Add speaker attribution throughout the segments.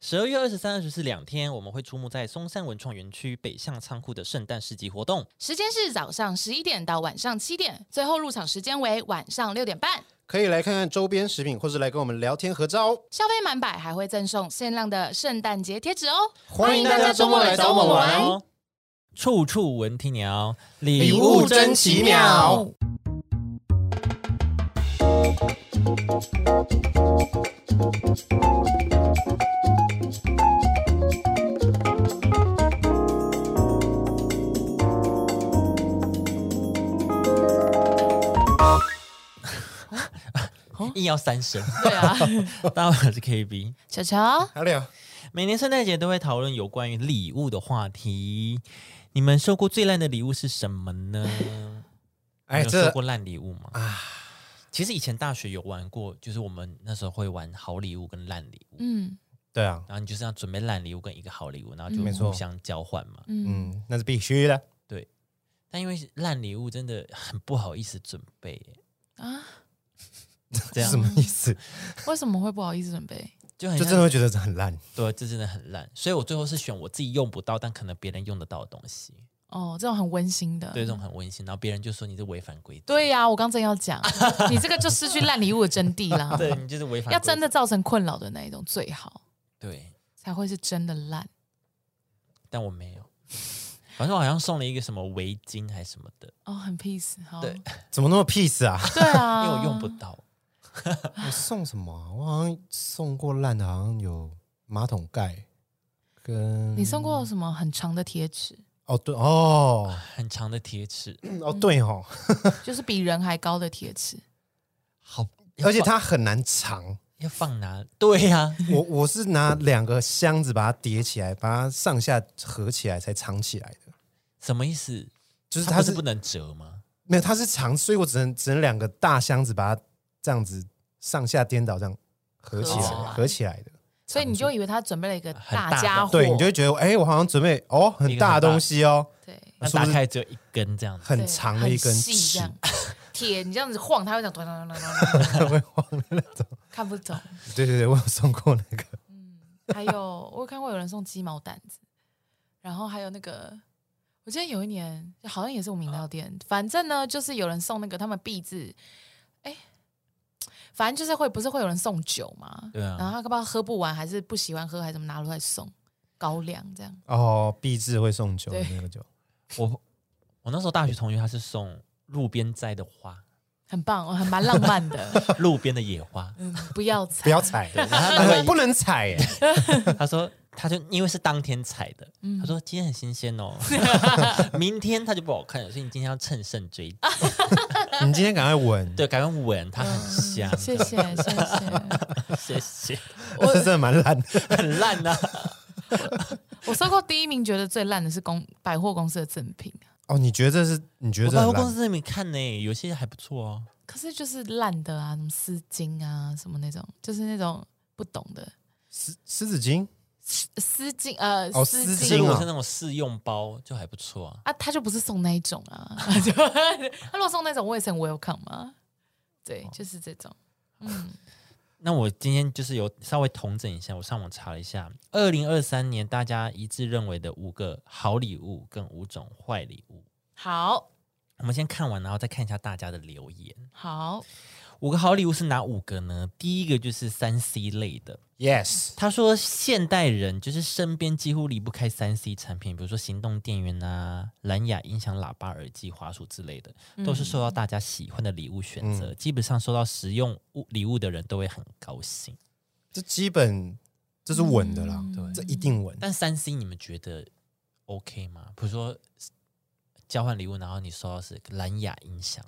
Speaker 1: 十二月二十三、二十四两天，我们会出没在松山文创园区北向仓库的圣诞市集活动。
Speaker 2: 时间是早上十一点到晚上七点，最后入场时间为晚上六点半。
Speaker 3: 可以来看看周边食品，或是来跟我们聊天合照哦。
Speaker 2: 消费满百还会赠送限量的圣诞节贴纸哦。
Speaker 3: 欢迎大家周末来找我们玩哦！
Speaker 1: 处处闻啼鸟，
Speaker 3: 礼物真奇妙。
Speaker 1: 硬要三声。
Speaker 2: 对啊，
Speaker 1: 大家好，我是 KB。
Speaker 2: 球球，
Speaker 3: 好了，
Speaker 1: 每年圣诞节都会讨论有关于礼物的话题。你们收过最烂的礼物是什么呢？
Speaker 3: 哎，
Speaker 1: 你有收
Speaker 3: 这
Speaker 1: 过烂礼物吗？啊，其实以前大学有玩过，就是我们那时候会玩好礼物跟烂礼物，
Speaker 2: 嗯
Speaker 3: 对啊，
Speaker 1: 然后你就是要准备烂礼物跟一个好礼物，然后
Speaker 2: 嗯没
Speaker 1: 就
Speaker 3: 错
Speaker 1: 互相交换嘛。
Speaker 2: 嗯，
Speaker 3: 嗯，那是必须的。
Speaker 1: 但因为是烂礼物真的很不好意思准备耶，
Speaker 2: 啊，
Speaker 1: 这样哎
Speaker 3: 什么意思？
Speaker 2: 为什么会不好意思准备？
Speaker 1: 就很
Speaker 3: 就
Speaker 1: 像
Speaker 3: 真的会觉得这很烂。
Speaker 1: 对，这真的很烂。所以我最后是选我自己用不到，但可能别人用得到的东西，
Speaker 2: 哦，这种很温馨的，
Speaker 1: 对这种很温馨。然后别人就说你是违反规则，
Speaker 2: 对呀、我刚正要 讲，你这个就失去烂礼物的真谛啦。
Speaker 1: 对你就是违反
Speaker 2: 要
Speaker 1: 规则
Speaker 2: 真的造成困扰的那一种最好，
Speaker 1: 对，
Speaker 2: 才会是真的烂。
Speaker 1: 但我没有。反正我好像送了一个什么围巾还是什么的，
Speaker 2: 哦，很 peace，好，
Speaker 1: 对
Speaker 3: 怎么那么 peace 啊？
Speaker 2: 对 啊，
Speaker 1: 因为我用不到。
Speaker 3: 我送什么啊、我好像送过烂的，好像有马桶盖跟
Speaker 2: 你送过什么很长的贴纸，
Speaker 3: 哦对哦
Speaker 1: 很长的贴纸，
Speaker 3: 哦对哦，
Speaker 2: 就是比人还高的贴纸，
Speaker 1: 好，
Speaker 3: 而且它很难藏。
Speaker 1: 要放哪？对呀、
Speaker 3: 我我是拿两个箱子把它叠起来，把它上下合起来才藏起来的。
Speaker 1: 什么意思？
Speaker 3: 就是
Speaker 1: 它
Speaker 3: 它
Speaker 1: 不
Speaker 3: 是
Speaker 1: 是不能折吗？
Speaker 3: 没有，它是长，所以我只能只能两个大箱子把它这样子上下颠倒这样合起
Speaker 2: 合
Speaker 3: 来
Speaker 2: 起来
Speaker 3: 合起来的。
Speaker 2: 所以你就以为他准备了一个
Speaker 1: 很大
Speaker 2: 大
Speaker 1: 的
Speaker 2: 家伙，
Speaker 3: 对，你就会觉得哎、我好像准备哦很大的东西哦，
Speaker 2: 对
Speaker 1: 那
Speaker 3: 是不
Speaker 1: 打
Speaker 3: 是
Speaker 1: 开只有一根这样子，
Speaker 3: 很
Speaker 2: 对
Speaker 3: 长的一根
Speaker 2: 很细
Speaker 3: 尺
Speaker 2: 这，样，铁你这样子晃，它会讲咚咚咚咚咚咚，
Speaker 3: 会晃的那种。
Speaker 2: 看不懂。
Speaker 3: 对对对，我有送过那个。
Speaker 2: 还有我有看过有人送鸡毛掸子，然后还有那个，我记得有一年好像也是我们
Speaker 3: 啊
Speaker 2: 饮料店，反正呢就是有人送那个他们币制，哎，反正就是会不是会有人送酒嘛，
Speaker 1: 对啊
Speaker 2: 然后他不知道喝不完还是不喜欢喝还是怎么拿出来送高粱这样，
Speaker 3: 哦，必制会送酒的
Speaker 2: 对
Speaker 3: 那 个酒，
Speaker 1: 我我那时候大学同学他是送路边摘的花，
Speaker 2: 很棒，哦很蛮浪漫 的，
Speaker 1: 路边的野花。
Speaker 2: 嗯，不要踩，
Speaker 3: 不要踩， 呃不能踩耶。
Speaker 1: 他说，他就因为是当天采的，
Speaker 3: 嗯
Speaker 1: 他说今天很新鲜 哦，明天它就不好看了，所以你今天要趁胜追击。
Speaker 3: 啊你今天赶快闻，
Speaker 1: 对，赶快闻，它很香。
Speaker 3: 嗯
Speaker 2: 谢谢谢谢，
Speaker 1: 谢谢，
Speaker 3: 这真的蛮烂的。
Speaker 1: 很烂啊呐、
Speaker 2: 我收过第一名觉得最烂的是公百货公司的赠品，啊
Speaker 3: 哦，你觉得这是？你觉得
Speaker 1: 我
Speaker 3: 这
Speaker 1: 百
Speaker 3: 很
Speaker 1: 货公
Speaker 3: 烂？
Speaker 1: 司那边看呢、有些还不错哦。
Speaker 2: 可是就是烂的啊，什么丝巾啊，什么那种，就是那种不懂的
Speaker 3: 狮狮子巾
Speaker 2: 丝巾，呃，
Speaker 3: 哦
Speaker 2: 丝
Speaker 3: 丝
Speaker 1: 所以
Speaker 3: 巾
Speaker 1: 如
Speaker 3: 啊
Speaker 1: 果是那种试用包，就还不错啊。
Speaker 2: 啊，他就不是送那一种啊， 就他如果送那种，我也是很 welcome 啊。
Speaker 3: 哦
Speaker 2: 对，就是这种，
Speaker 1: 那我今天就是有稍微统整一下，我上网查了一下，二零二三年大家一致认为的五个好礼物跟五种坏礼物。
Speaker 2: 好
Speaker 1: 我们先看完，然后再看一下大家的留言。
Speaker 2: 好，
Speaker 1: 五个好礼物是哪五个呢？第一个就是三 C 类的。
Speaker 3: ，yes，
Speaker 1: 他说，现代人就是身边几乎离不开三 C 产品，比如说行动电源啊、蓝牙音响、喇叭、耳机、滑鼠之类的，
Speaker 3: 嗯
Speaker 1: 都是受到大家喜欢的礼物选择。基本上收到实用物礼物的人都会很高兴。
Speaker 3: 这基本这是稳的
Speaker 2: 嗯
Speaker 3: 啦，
Speaker 1: 对
Speaker 3: 这一定稳。
Speaker 1: 但三 C 你们觉得 OK 吗？比如说交换礼物，然后你收到是蓝牙音响，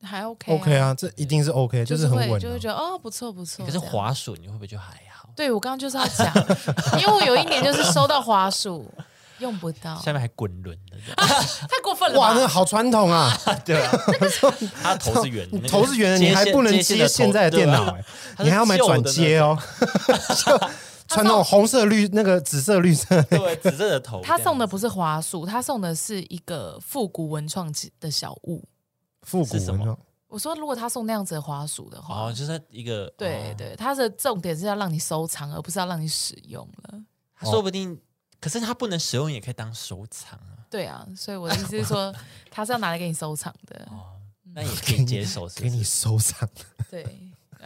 Speaker 2: 还 OK 啊
Speaker 3: OK 啊，这一定是 OK，就是很
Speaker 2: 会
Speaker 3: 稳
Speaker 2: 就会
Speaker 3: 啊。
Speaker 2: 觉得哦，不错不错。
Speaker 1: 可是
Speaker 2: 这样
Speaker 1: 滑鼠你会不会就还好？
Speaker 2: 对我刚刚就是要讲，因为我有一年就是收到滑鼠，用不
Speaker 3: 啊
Speaker 2: 到，
Speaker 1: 下面还滚轮的这啊样，
Speaker 2: 太过分了
Speaker 3: 哇，那
Speaker 2: 吧
Speaker 3: 个？好传统 啊，
Speaker 1: 对啊，他头是圆的，那个
Speaker 3: 头是圆的，你还不能接现在的电脑，
Speaker 1: 接
Speaker 3: 哎
Speaker 1: 它是
Speaker 3: 你还要买转接哦， 就传统红色、绿那个紫色、绿色，
Speaker 1: 线的头，对，紫色的头。
Speaker 2: 他送的
Speaker 1: 这样
Speaker 2: 不是滑鼠，他送的是一个复古文创的小物。
Speaker 3: 复古
Speaker 1: 是什
Speaker 3: 文
Speaker 1: 么
Speaker 3: 哦
Speaker 2: 我说如果他送那样子的滑鼠的话，
Speaker 1: 哦，就是一个
Speaker 2: 对
Speaker 1: 哦
Speaker 2: 对，它的重点是要让你收藏，而不是要让你使用了。
Speaker 1: 他哦说不定，可是他不能使用，也可以当收藏啊。
Speaker 2: 对啊，所以我的意思是 说，它是要拿来给你收藏的。
Speaker 1: 哦，那也可以接受，是不
Speaker 3: 给
Speaker 1: 是
Speaker 3: 你 收藏。
Speaker 2: 对，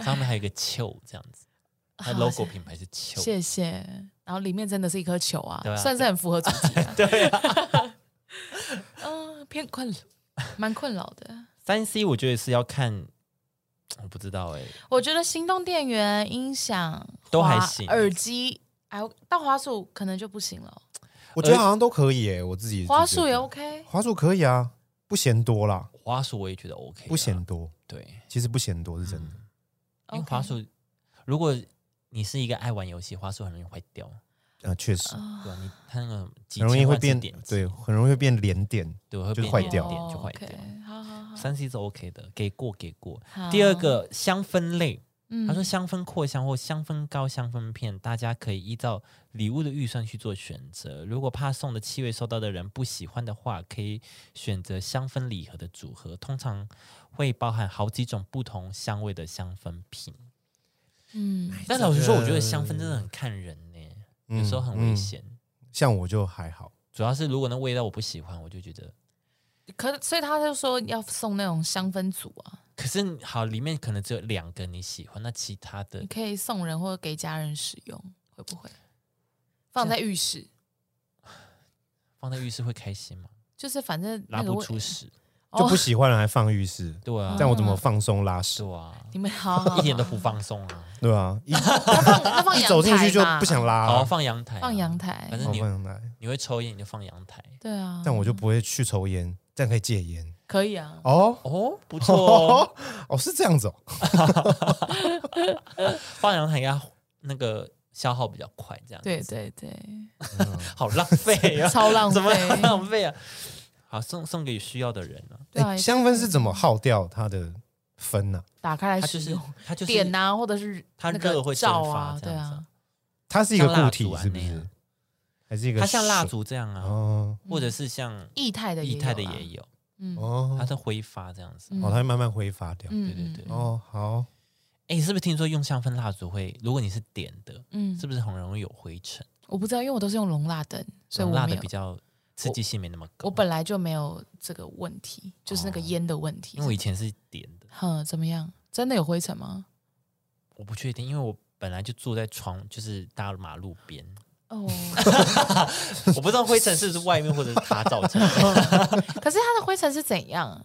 Speaker 1: 上面还有一个球这样子，它
Speaker 2: 好
Speaker 1: logo 品牌是球。
Speaker 2: 谢谢。然后里面真的是一颗球啊，
Speaker 1: 对啊
Speaker 2: 算是很符合主 题、啊。对啊，嗯，偏困，蛮困扰的。
Speaker 1: 三 C 我觉得是要看，我不知道哎、
Speaker 2: 我觉得行动电源、音响
Speaker 1: 都还
Speaker 2: 滑
Speaker 1: 行
Speaker 2: 耳机，哎，到滑鼠可能就不行了。
Speaker 3: 我觉得好像都可以耶，我自己
Speaker 2: 滑鼠也
Speaker 3: 有，
Speaker 2: OK，
Speaker 3: 滑鼠可以啊，不嫌多啦，
Speaker 1: 滑鼠我也觉得 OK，啦啊
Speaker 3: 不嫌嗯多，
Speaker 1: 对，
Speaker 3: 其实不嫌多是真的。
Speaker 1: 因为
Speaker 2: OK
Speaker 1: 滑鼠如果你是一个爱玩游戏，滑鼠很容易坏掉，
Speaker 3: 啊，确实
Speaker 1: 对吧、你它那个嗯几
Speaker 3: 很容易
Speaker 1: 千
Speaker 3: 会
Speaker 1: 万次
Speaker 3: 变
Speaker 1: 点击，
Speaker 3: 对，很容易会变连点。
Speaker 1: 对，会
Speaker 3: 就
Speaker 1: 变
Speaker 3: 坏掉
Speaker 1: 点
Speaker 2: 哦
Speaker 1: 就坏掉。
Speaker 2: OK，好好好。
Speaker 1: 三 C 是 OK 的，给过给过。
Speaker 2: 好
Speaker 1: 第二，个香氛类，
Speaker 2: 哦嗯
Speaker 1: 他说香氛扩香或香氛膏、香氛片，大家可以依照礼物的预算去做选择。如果怕送的气味收到的人不喜欢的话，可以选择香氛礼盒的组合，通常会包含好几种不同香味的香氛品。
Speaker 2: 嗯，
Speaker 1: 但老实说，我觉得香氛真的很看人呢、
Speaker 3: 嗯
Speaker 1: 有时候很危。险。
Speaker 3: 嗯像我就还好，
Speaker 1: 主要是如果那味道我不喜欢，我就觉得，
Speaker 2: 可所以他就说要送那种香氛组啊，
Speaker 1: 可是好里面可能只有两个你喜欢，那其他的
Speaker 2: 你可以送人或者给家人使用，会不会放在浴室？
Speaker 1: 放在浴室会开心吗？
Speaker 2: 就是反正
Speaker 1: 拉
Speaker 2: 那个
Speaker 1: 不
Speaker 2: 味
Speaker 1: 出屎，
Speaker 3: 就不
Speaker 2: 哦，
Speaker 3: 喜欢了还放浴室，
Speaker 1: 对啊，
Speaker 3: 但我怎么放松拉屎？
Speaker 1: 对啊，
Speaker 2: 你们 好好好
Speaker 1: 一点都不放松啊。
Speaker 3: 对啊， 一
Speaker 2: 要放要 放
Speaker 3: 一
Speaker 2: 阳
Speaker 3: 走进
Speaker 2: 台
Speaker 3: 去就
Speaker 2: 吧
Speaker 3: 不想拉
Speaker 1: 好，
Speaker 3: 啊，
Speaker 1: 放阳台啊，
Speaker 2: 放阳台
Speaker 1: 反，
Speaker 3: 哦
Speaker 1: 正你
Speaker 3: 放来。
Speaker 1: 你会抽烟，你就放阳台。
Speaker 2: 对啊，
Speaker 3: 但我就不会去抽烟，这样可以戒烟
Speaker 2: 可以啊，
Speaker 3: 哦。
Speaker 1: 哦，不错 哦，
Speaker 3: 哦， 是这样子哦。
Speaker 1: 放阳台应该那个消耗比较快，这样子
Speaker 2: 对，对对，
Speaker 1: 好浪费啊，
Speaker 2: 超 浪
Speaker 1: 怎么
Speaker 2: 费
Speaker 1: 浪费啊？好，送送给需要的人啊，
Speaker 2: 对啊
Speaker 3: 哎，香氛是怎么耗掉它的分啊呢？
Speaker 2: 打开
Speaker 1: 他
Speaker 2: 来
Speaker 1: 就
Speaker 2: 使
Speaker 1: 是
Speaker 2: 用，
Speaker 1: 他就是
Speaker 2: 点啊，或者是
Speaker 1: 它
Speaker 2: 那个
Speaker 1: 热会蒸
Speaker 2: 照
Speaker 1: 发
Speaker 2: 啊，
Speaker 1: 这
Speaker 2: 对
Speaker 1: 样子
Speaker 2: 啊
Speaker 1: 啊，
Speaker 3: 它是一个
Speaker 1: 像蜡
Speaker 3: 固
Speaker 1: 烛
Speaker 3: 体，
Speaker 1: 啊
Speaker 3: 是不
Speaker 1: 那样
Speaker 3: 是？还是一个
Speaker 1: 它像蜡
Speaker 3: 水
Speaker 1: 烛这样啊，
Speaker 3: 哦
Speaker 1: 或者是像
Speaker 2: 液态的
Speaker 1: 液态的
Speaker 2: 有啦
Speaker 1: 也，有，
Speaker 2: 嗯
Speaker 3: 哦
Speaker 1: 它是挥发这样子。
Speaker 2: 嗯
Speaker 3: 哦，它会慢慢挥发掉。
Speaker 2: 嗯
Speaker 1: 对对
Speaker 2: 嗯
Speaker 1: 对
Speaker 2: 嗯
Speaker 3: 哦，好，
Speaker 1: 哎，是不是听说用香氛蜡烛会，如果你是点的，
Speaker 2: 嗯
Speaker 1: 是，不是很容易有灰尘？
Speaker 2: 我不知道，因为我都是用龙蜡灯，所
Speaker 1: 然
Speaker 2: 以
Speaker 1: 后
Speaker 2: 我
Speaker 1: 蜡
Speaker 2: 没
Speaker 1: 的
Speaker 2: 有
Speaker 1: 比。较刺激性没那么高。
Speaker 2: 我本来就没有这个问题，就是那个
Speaker 1: 哦
Speaker 2: 烟的问题。
Speaker 1: 因为我以前是点的，
Speaker 2: 哼，怎么样？真的有灰尘吗？
Speaker 1: 我不确定，因为我本来就住在床，就是大马路 边，
Speaker 2: 哦，
Speaker 1: 我不知道灰尘是不是外面或者是它造成的。
Speaker 2: 可是它的灰尘是怎样？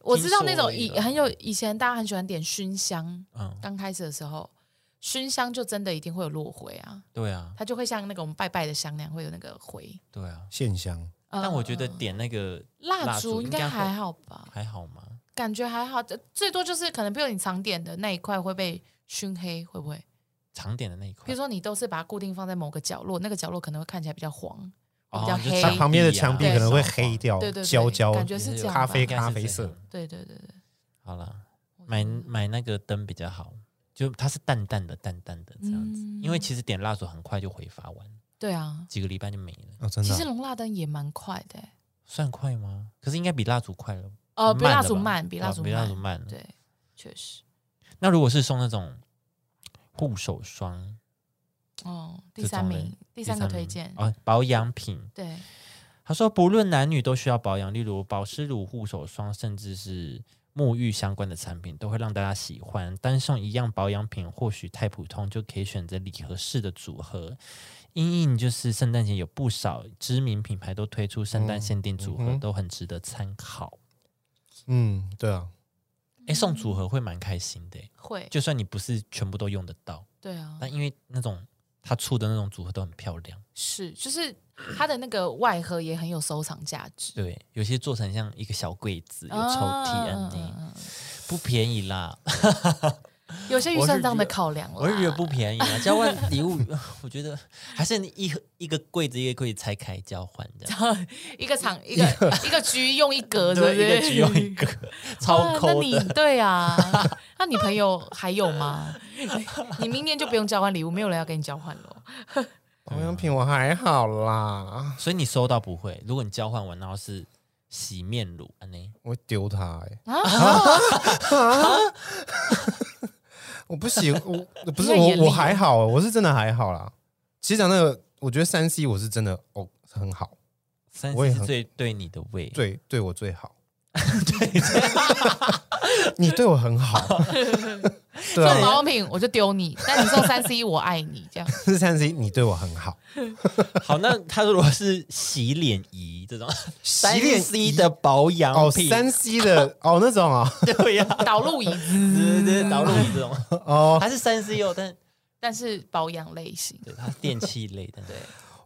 Speaker 2: 我知道那种以
Speaker 1: 听说而已啊啦
Speaker 2: 很有以前大家很喜欢点熏香，
Speaker 1: 嗯，
Speaker 2: 刚开始的时候，熏香就真的一定会有落灰啊，
Speaker 1: 对啊，
Speaker 2: 它就会像那个我们拜拜的香那样会有那个灰。
Speaker 1: 对啊。
Speaker 3: 线香
Speaker 1: 但我觉得
Speaker 2: 呃
Speaker 1: 点那个
Speaker 2: 蜡烛
Speaker 1: 应
Speaker 2: 应
Speaker 1: 该
Speaker 2: 该
Speaker 1: 会
Speaker 2: 还好吧，
Speaker 1: 还好吗？
Speaker 2: 感觉还好，最多就是可能比如你常点的那一块会被熏黑，会不会？
Speaker 1: 长点的那一块，
Speaker 2: 比如说你都是把它固定放在某个角落，那个角落可能会看起来比较黄，
Speaker 1: 哦
Speaker 2: 比较
Speaker 1: 你就啊
Speaker 2: 黑。
Speaker 1: 插
Speaker 3: 它旁边的墙壁可能会
Speaker 1: 对
Speaker 3: 黑掉
Speaker 2: 对对，对
Speaker 3: 焦焦，
Speaker 2: 感觉是这样吧
Speaker 3: 咖啡
Speaker 1: 应该哦是
Speaker 3: 咖啡
Speaker 1: 这
Speaker 3: 色
Speaker 1: 样。
Speaker 2: 对对对对，
Speaker 1: 好啦，买买那个灯比较好，就它是淡淡的、淡淡的这样子，
Speaker 2: 嗯
Speaker 1: 因为其实点蜡烛很快就挥发完，
Speaker 2: 对啊。
Speaker 1: 几个礼拜就没了，
Speaker 3: 哦，真
Speaker 2: 其
Speaker 3: 的
Speaker 2: 实
Speaker 3: 啊。
Speaker 2: 龙蜡灯也蛮快的、欸，
Speaker 1: 算快吗？可是应该比蜡烛快了，
Speaker 2: 哦，比
Speaker 1: 慢
Speaker 2: 蜡
Speaker 1: 了
Speaker 2: 烛
Speaker 1: 吧
Speaker 2: 慢，比
Speaker 1: 哦
Speaker 2: 蜡烛
Speaker 1: 比蜡烛慢了。
Speaker 2: 对，确实。
Speaker 1: 那如果是送那种护手霜，
Speaker 2: 哦，第
Speaker 1: 这
Speaker 2: 三
Speaker 1: 种嘞
Speaker 2: 名，第三个推荐，
Speaker 1: 啊、哦，保养品。
Speaker 2: 对，
Speaker 1: 他说，不论男女都需要保养，例如保湿乳、护手霜，甚至是沐浴相关的产品，都会让大家喜欢。单送一样保养品或许太普通，就可以选择礼盒式的组合。因应就是圣诞节有不少知名品牌都推出圣诞限定组合，
Speaker 3: 嗯嗯哼
Speaker 1: 都很值得参考。
Speaker 3: 嗯，对啊，
Speaker 1: 哎、送组合会蛮开心的、
Speaker 2: 会，
Speaker 1: 就哎算你不是全部都用得到，
Speaker 2: 对啊，
Speaker 1: 但因为那种他出的那种组合都很漂亮。
Speaker 2: 是，就是它的那个外盒也很有收藏价值，
Speaker 1: 对，有些做成像一个小柜子，有抽屉
Speaker 2: 啊嗯
Speaker 1: 安
Speaker 2: 嗯
Speaker 1: 内，
Speaker 2: 嗯
Speaker 1: 不便宜啦，
Speaker 2: 嗯有些预
Speaker 1: 我
Speaker 2: 算
Speaker 1: 是
Speaker 2: 上的
Speaker 1: 觉得
Speaker 2: 考量
Speaker 1: 我是觉得
Speaker 2: 啦
Speaker 1: 不便宜啊。交换 礼物，我觉得还是你一盒一个柜子一个柜子拆开交换这 样，
Speaker 2: 一个厂一个 一个局用一格，哦对不
Speaker 1: 对，
Speaker 2: 对？
Speaker 1: 一个只用 一个，超
Speaker 2: 啊、那
Speaker 1: 抠
Speaker 2: 你
Speaker 1: 的。
Speaker 2: 对 啊，那你朋友还有吗？你明年就不用交换礼物，没有人要跟你交换了。
Speaker 1: 啊
Speaker 3: 保养品我还好啦，
Speaker 1: 所以你收到不会？如果你交换完，然后是洗面乳，啊安内
Speaker 3: 我会丢它、欸。
Speaker 2: 啊，
Speaker 3: 我不喜，我 不是
Speaker 2: 你很严厉
Speaker 3: 我，我还好、我是真的还好啦。其实讲那个，我觉得三 C 我是真的哦很好，
Speaker 1: 三
Speaker 3: 我也
Speaker 1: C 是
Speaker 3: 很
Speaker 1: 最对你的胃，
Speaker 3: 对对我 最好，对，你对我 很好，对
Speaker 2: 送
Speaker 3: 啊，
Speaker 2: 保养品我就丢你，但你送三 C 我爱你这样。
Speaker 3: 是三 C，你对我很好。
Speaker 1: 好，那他如果是洗脸仪 这种三
Speaker 3: 洗脸
Speaker 1: C
Speaker 3: 仪
Speaker 1: 的保
Speaker 3: 哦，
Speaker 1: 养品，
Speaker 3: 三 C 的哦那种啊，
Speaker 1: 对呀、
Speaker 2: 导入椅子，
Speaker 1: 对对对，导入仪这种，
Speaker 3: 哦，
Speaker 1: 它是三 C 哦，但
Speaker 2: 但是保养类型，
Speaker 1: 对它是电器类的，对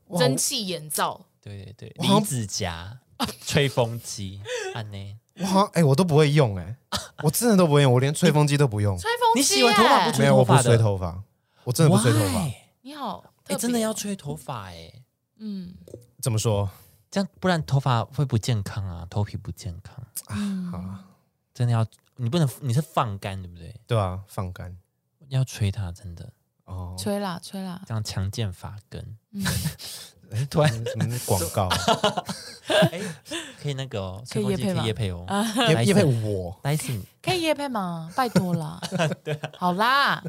Speaker 3: 哇
Speaker 2: 蒸汽眼罩，
Speaker 1: 对对对，
Speaker 3: 我好
Speaker 1: 离子夹、吹风机，啊安内，
Speaker 3: 我好像哎、我都不会用哎、我真的都不会用，我连吹风机都不用，
Speaker 2: 吹风机耶。啊
Speaker 1: 你喜欢头发不吹
Speaker 3: 没有，我不
Speaker 1: 头发的
Speaker 3: 吹头发，我真的不吹头发
Speaker 1: Why？。
Speaker 2: 你
Speaker 1: 哎、
Speaker 2: 好，特别
Speaker 1: 真的要吹头发哎、
Speaker 2: 嗯
Speaker 3: 怎么说？
Speaker 1: 这样不然头发会不健康啊，头皮不健康，
Speaker 3: 啊好
Speaker 2: 嗯，
Speaker 3: 了，
Speaker 1: 真的要你不能你是放干对不对？
Speaker 3: 对啊，放干
Speaker 1: 要吹它，真的
Speaker 3: 哦，
Speaker 2: 吹啦吹啦，
Speaker 1: 这样强健发 根，
Speaker 3: 哎
Speaker 1: 突然
Speaker 3: 什么广告，
Speaker 1: 哎、可以那个哦，
Speaker 2: 可以
Speaker 1: 吹风机
Speaker 2: 业配
Speaker 1: 可
Speaker 2: 吗啊
Speaker 1: 以夜配哦，
Speaker 3: 叶叶配
Speaker 1: 来
Speaker 3: 我
Speaker 1: 来信
Speaker 2: 可以夜配吗？拜托 啦，
Speaker 1: 啊
Speaker 2: 好啦，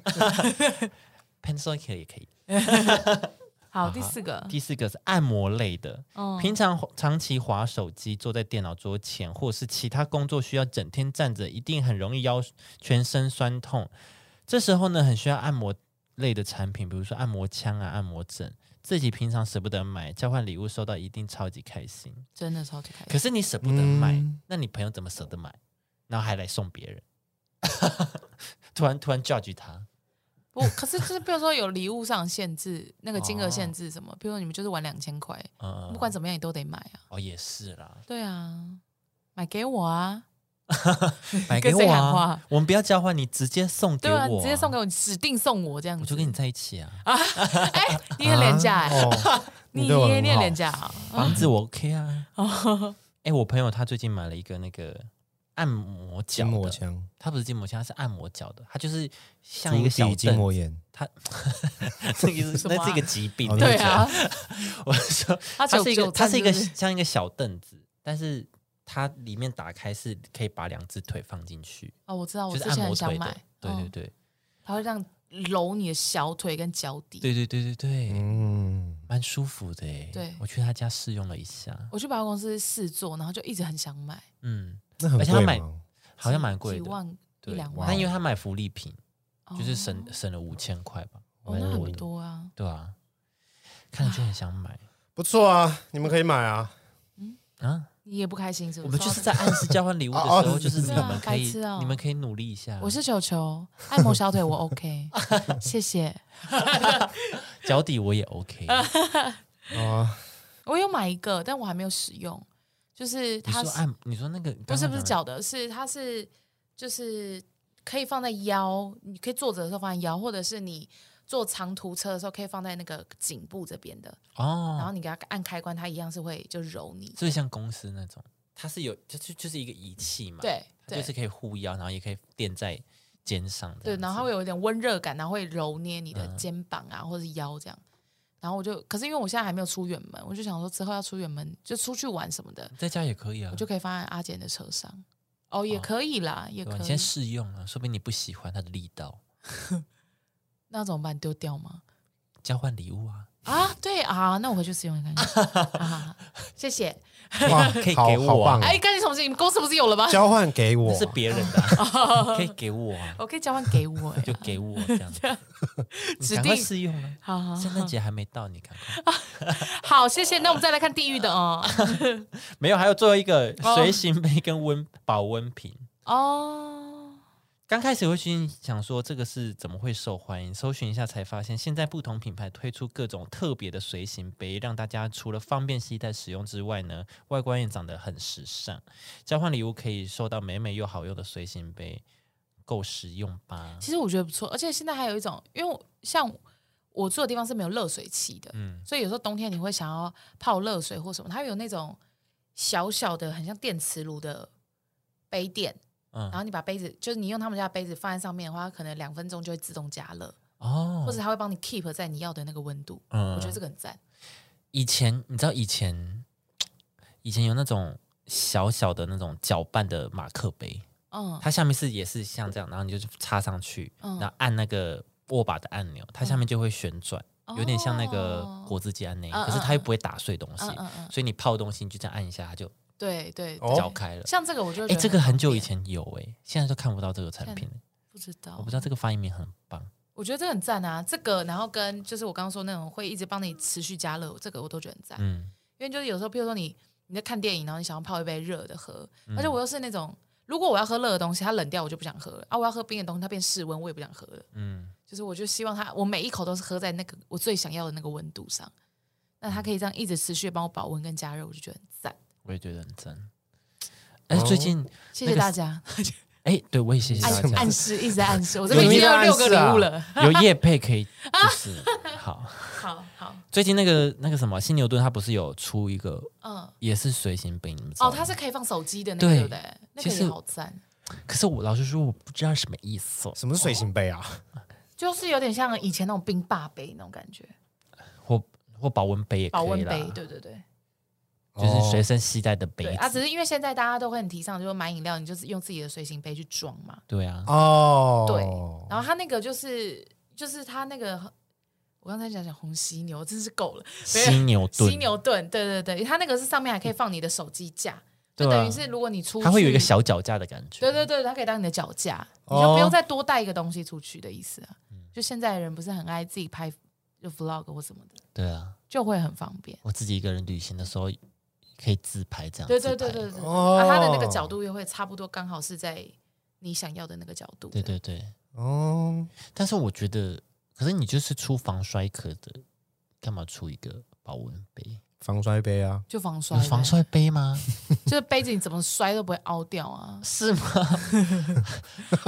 Speaker 1: Panasonic 也可以。
Speaker 2: 好，
Speaker 1: 好
Speaker 2: 第四个，
Speaker 1: 第四个是按摩类的，
Speaker 2: 嗯，
Speaker 1: 平常长期划手机，坐在电脑桌前，或是其他工作需要整天站着，一定很容易腰全身酸痛。这时候呢，很需要按摩类的产品，比如说按摩枪啊、按摩枕。自己平常舍不得买，交换礼物收到一定超级开心。
Speaker 2: 真的超级开
Speaker 1: 可
Speaker 2: 心，
Speaker 1: 是你舍不得买，
Speaker 3: 嗯
Speaker 1: 那你朋友怎么舍得买？然后还来送别人， 突然突然 judge 他，
Speaker 2: 不，可是就是比如说有礼物上限制，那个金额限制什么，比如说你们就是玩两千块，
Speaker 1: 哦嗯，
Speaker 2: 不管怎么样你都得买啊，
Speaker 1: 哦也是啦，
Speaker 2: 对啊，买给我啊，
Speaker 1: 买给
Speaker 2: 跟谁
Speaker 1: 我
Speaker 2: 喊
Speaker 1: 啊
Speaker 2: 话，
Speaker 1: 我们不要交换，你直接送给
Speaker 2: 对
Speaker 1: 我、
Speaker 2: 啊，你直接送给我，你指定送我这样子，
Speaker 1: 我就跟你在一起啊，
Speaker 2: 哎，你很廉价
Speaker 3: 啊
Speaker 2: 哎，
Speaker 3: 哦，
Speaker 2: 你
Speaker 3: 你对我
Speaker 2: 你
Speaker 3: 很
Speaker 2: 也
Speaker 3: 好
Speaker 2: 廉价啊，
Speaker 1: 房子我 OK 啊。哎、
Speaker 2: 哦
Speaker 1: 我朋友他最近买了一个那个按摩脚
Speaker 3: 筋膜
Speaker 1: 的，
Speaker 3: 枪，
Speaker 1: 他不是筋膜枪，它是按摩脚的，它就是像一
Speaker 3: 足
Speaker 1: 个小
Speaker 3: 底筋
Speaker 1: 凳
Speaker 3: 膜
Speaker 1: 子，
Speaker 3: 炎，
Speaker 1: 这个是
Speaker 2: 什么啊
Speaker 1: 那是一个疾病。
Speaker 3: 哦
Speaker 2: 对啊，
Speaker 1: 我是说
Speaker 2: 它只
Speaker 1: 它
Speaker 2: 有
Speaker 1: 是一个
Speaker 2: 九
Speaker 1: 它是一个
Speaker 2: 站是不
Speaker 1: 像一个小凳子，但是它里面打开是可以把两只腿放进去，
Speaker 2: 哦，我知道，我
Speaker 1: 就
Speaker 2: 之
Speaker 1: 是
Speaker 2: 前
Speaker 1: 按摩
Speaker 2: 很想
Speaker 1: 腿
Speaker 2: 买
Speaker 1: 的。。对对
Speaker 2: 嗯
Speaker 1: 对
Speaker 2: 它会让揉你的小腿跟脚底。
Speaker 1: 对对对对对，
Speaker 3: 嗯，
Speaker 1: 蛮舒服的哎。
Speaker 2: 对
Speaker 1: 我去他家试用了一下，
Speaker 2: 我去百货公司试做，然后就一直很想买，
Speaker 1: 嗯，
Speaker 3: 那很
Speaker 1: 而且他
Speaker 3: 贵
Speaker 1: 买
Speaker 3: 吗？
Speaker 1: 好像蛮贵
Speaker 2: 几
Speaker 1: 的，
Speaker 2: 万一
Speaker 1: 对
Speaker 2: 两，万，
Speaker 1: 但因为他买福利品，就是省
Speaker 2: 哦
Speaker 1: 省了五千块吧，
Speaker 2: 哦，
Speaker 1: 蛮
Speaker 2: 那
Speaker 1: 多
Speaker 2: 很
Speaker 1: 的，
Speaker 2: 多啊。
Speaker 1: 对啊，看了就很想买
Speaker 3: 不错啊，你们可以买啊，
Speaker 1: 啊。
Speaker 2: 你也不开心是不
Speaker 1: 我
Speaker 2: 是？
Speaker 1: 们就是
Speaker 2: 说到
Speaker 1: 在暗示交换礼物的
Speaker 3: 哦哦
Speaker 1: 时候，就是你
Speaker 2: 对啊
Speaker 1: 们可以
Speaker 2: 白痴哦
Speaker 1: 你们可以努力一下
Speaker 2: 这，我是球球，按摩小腿我 OK，谢谢。
Speaker 1: 脚底我也 OK。
Speaker 3: 啊，
Speaker 2: 我有买一个，但我还没有使用，就是
Speaker 1: 你
Speaker 2: 它
Speaker 1: 说
Speaker 2: 是
Speaker 1: 按，你说那个
Speaker 2: 不是不
Speaker 1: 刚
Speaker 2: 是，
Speaker 1: 刚讲的
Speaker 2: 脚的，是它是就是可以放在腰，你可以坐着的时候放在腰，或者是你坐长途车的时候可以放在那个颈部这边的，然后
Speaker 1: 哦，
Speaker 2: 你给它按开关，它一样是会就揉你。
Speaker 1: 所以像公司那种，它是有就是就是一个仪器嘛，，
Speaker 2: 对
Speaker 1: 它
Speaker 2: 对
Speaker 1: 就是可以护腰，然后也可以垫在肩上这
Speaker 2: 对，
Speaker 1: 样子，
Speaker 2: 然后它会有一点温热感，然后会揉捏你的
Speaker 1: 嗯
Speaker 2: 肩膀啊，或者是腰这样。然后我就，可是因为我现在还没有出远门，我就想说之后要出远门就出去玩什么的，
Speaker 1: 在家也可以啊
Speaker 2: 我，就可以放在阿简的车上。哦，也
Speaker 1: 哦
Speaker 2: 可以啦，也
Speaker 1: 对
Speaker 2: 可
Speaker 1: 吧？你
Speaker 2: 以
Speaker 1: 先。试用啊，说不定你不喜欢它的力道，
Speaker 2: 那怎么办？丢掉吗？
Speaker 1: 交换礼物啊，
Speaker 2: 啊，对啊，那我回去使 用看看。啊谢谢。
Speaker 3: 哇，
Speaker 1: 可以
Speaker 3: 好
Speaker 1: 给我
Speaker 3: 好棒哦
Speaker 2: 哎，干你什么事情？你们公司不是有了吗？
Speaker 3: 交换给我
Speaker 1: 那，是别人的 啊，可以给我啊。
Speaker 2: 我可以交换给我 哎
Speaker 1: 就给我这 样子，你
Speaker 2: 啊指
Speaker 1: 赶快
Speaker 2: 定哦
Speaker 1: 试用啊！
Speaker 2: 好好
Speaker 1: 圣诞节还没到，你赶快。
Speaker 2: 好，谢谢。那我们再来看地狱的哦。
Speaker 1: 没有，还有最后一个
Speaker 2: 哦
Speaker 1: 随行杯跟温保温瓶。
Speaker 2: 哦，
Speaker 1: 刚开始会去想说这个是怎么会受欢迎，搜寻一下才发现，现在不同品牌推出各种特别的随行杯，让大家除了方便携带使用之外呢，外观也长得很时尚。交换礼物可以收到美美又好用的随行杯，够实用吧？
Speaker 2: 其实我觉得不错，而且现在还有一种，因为我像我住的地方是没有热水器的，
Speaker 1: 嗯，
Speaker 2: 所以有时候冬天你会想要泡热水或什么，它有那种小小的很像电磁炉的杯垫，
Speaker 1: 嗯
Speaker 2: 然后你把杯子，就是你用他们家的杯子放在上面的话，它可能两分钟就会自动加热，
Speaker 1: 哦，
Speaker 2: 或者它会帮你 keep 在你要的那个温度。
Speaker 1: 嗯
Speaker 2: 我觉得这个很赞。
Speaker 1: 以前你知道以前以前有那种小小的那种搅拌的马克杯，
Speaker 2: 嗯
Speaker 1: 它下面是也是像这样，然后你就是插上去，
Speaker 2: 嗯
Speaker 1: 然后按那个握把的按钮，它下面就会旋转，有点像那个
Speaker 2: 哦
Speaker 1: 果汁机按那样，
Speaker 2: 嗯
Speaker 1: 可是它又不会打碎东西
Speaker 2: 嗯，嗯嗯，
Speaker 1: 所以你泡东西你就这样按一下，它就
Speaker 2: 对对，
Speaker 3: 哦
Speaker 1: 搅开了。
Speaker 2: 像这个我就
Speaker 1: 哎、
Speaker 2: 觉得
Speaker 1: 这个很久
Speaker 2: 方
Speaker 1: 以
Speaker 2: 便
Speaker 1: 前有哎、现在都看不到这个产
Speaker 2: 看
Speaker 1: 品了。
Speaker 2: 不知道，
Speaker 1: 我不知道这个发音名很棒，
Speaker 2: 我觉得这很赞啊，这个然后跟就是我刚刚说那种会一直帮你持续加热，这个我都觉得很赞。
Speaker 1: 嗯，
Speaker 2: 因为就是有时候，譬如说你你在看电影，然后你想要泡一杯热的喝，而
Speaker 1: 嗯
Speaker 2: 且我又是那种，如果我要喝热的东西，它冷掉我就不想喝了啊；我要喝冰的东西，它变室温我也不想喝了。
Speaker 1: 嗯，
Speaker 2: 就是我就希望它，我每一口都是喝在那个我最想要的那个温度上。那它可以这样一直持续地帮我保温跟加热，我就觉得很赞。
Speaker 1: 我也觉得很赞。哎、最近
Speaker 2: 谢谢大家，
Speaker 1: 哎、对我也谢谢大
Speaker 2: 暗暗
Speaker 1: 家，
Speaker 2: 示一直在暗示，我这
Speaker 3: 有
Speaker 2: 边已经
Speaker 3: 一个
Speaker 2: 有六个
Speaker 3: 暗示啊
Speaker 2: 礼物了。
Speaker 1: 有叶配可以就是好。
Speaker 2: 好好，
Speaker 1: 最近那个那个什么，犀牛顿它不是有出一个
Speaker 2: 嗯，
Speaker 1: 也是随行杯，你们知道
Speaker 2: 哦，
Speaker 1: 吗
Speaker 2: 它是，可以放手机的那个，
Speaker 1: 对
Speaker 2: 对不对？那个
Speaker 1: 其实
Speaker 2: 也好赞。
Speaker 1: 可是我老实说我不知道什么意思哦，
Speaker 3: 什么是水性杯啊？
Speaker 2: 就是有点像以前那种冰霸杯那种感觉，
Speaker 1: 或或保温杯也可以啦
Speaker 2: 保温杯，对对对，
Speaker 1: 哦就是随身携带的杯
Speaker 2: 对
Speaker 1: 子，
Speaker 2: 啊，只是因为现在大家都会很提倡，就是买饮料你就是用自己的随行杯去装嘛，
Speaker 1: 对 啊，
Speaker 3: 哦，
Speaker 2: 对，然后它那个就是就是它那个，我刚才讲讲红犀牛真是够了，
Speaker 1: 犀牛顿，
Speaker 2: 犀牛盾，对对对，它那个是上面还可以放你的手机架，
Speaker 1: 对
Speaker 2: 就
Speaker 1: 啊
Speaker 2: 等于是如果你出去，
Speaker 1: 它会有一个，小脚架的感觉，
Speaker 2: 对对对，它可以当你的脚架，
Speaker 3: 哦
Speaker 2: 你就不用再多带一个东西出去的意思啊。就现在的人不是很爱自己拍就 vlog 或什么的，
Speaker 1: 对啊，
Speaker 2: 就会很方便。
Speaker 1: 我自己一个人旅行的时候可以自拍这样，
Speaker 2: 对对对
Speaker 1: 自拍
Speaker 2: 对对，
Speaker 3: 哦
Speaker 2: 啊，它的那个角度又会差不多，刚好是在你想要的那个角度。
Speaker 1: 对，对对，
Speaker 3: 哦，
Speaker 1: 但是我觉得，可是你就是出防摔壳的，干嘛出一个保温杯？
Speaker 3: 防摔杯啊，
Speaker 2: 就防摔
Speaker 1: 有
Speaker 2: 呗，
Speaker 1: 嗯防摔杯吗？
Speaker 2: 就是杯子你怎么摔都不会凹掉啊，
Speaker 1: 是 吗？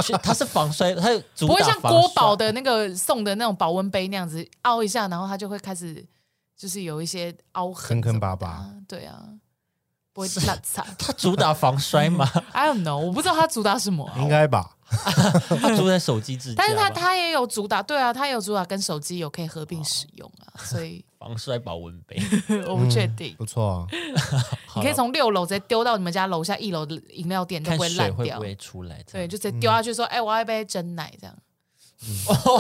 Speaker 1: 是它是防摔，它有 主
Speaker 2: 不会
Speaker 1: 打
Speaker 2: 像
Speaker 1: 防
Speaker 2: 国宝
Speaker 1: 摔
Speaker 2: 的那个送的那种保温杯那样子凹一下，然后它就会开始就是有一些凹痕
Speaker 3: 坑
Speaker 2: 什
Speaker 3: 坑
Speaker 2: 么的啊
Speaker 3: 巴巴。
Speaker 2: 对啊，不会烂惨。
Speaker 1: 它主打防摔 吗？
Speaker 2: I don't know，我不知道它主打什 么啊、
Speaker 3: 应该吧？
Speaker 1: 它主打手机支架吧，哦
Speaker 2: 但是它它也有主打，对啊，它也有主打跟手机有可以合并使用啊，所以
Speaker 1: 防摔保温 杯，
Speaker 2: 我不确定。
Speaker 3: 不错啊，
Speaker 2: 你可以从六楼直接丢到你们家楼下一楼的饮料店，都
Speaker 1: 看
Speaker 2: 不会
Speaker 1: 水
Speaker 2: 烂
Speaker 1: 会
Speaker 2: 掉
Speaker 1: 不。会嗯出来这
Speaker 2: 对，
Speaker 1: 样。
Speaker 2: 就直接丢下去说：“哎、我要一杯真奶。”这样，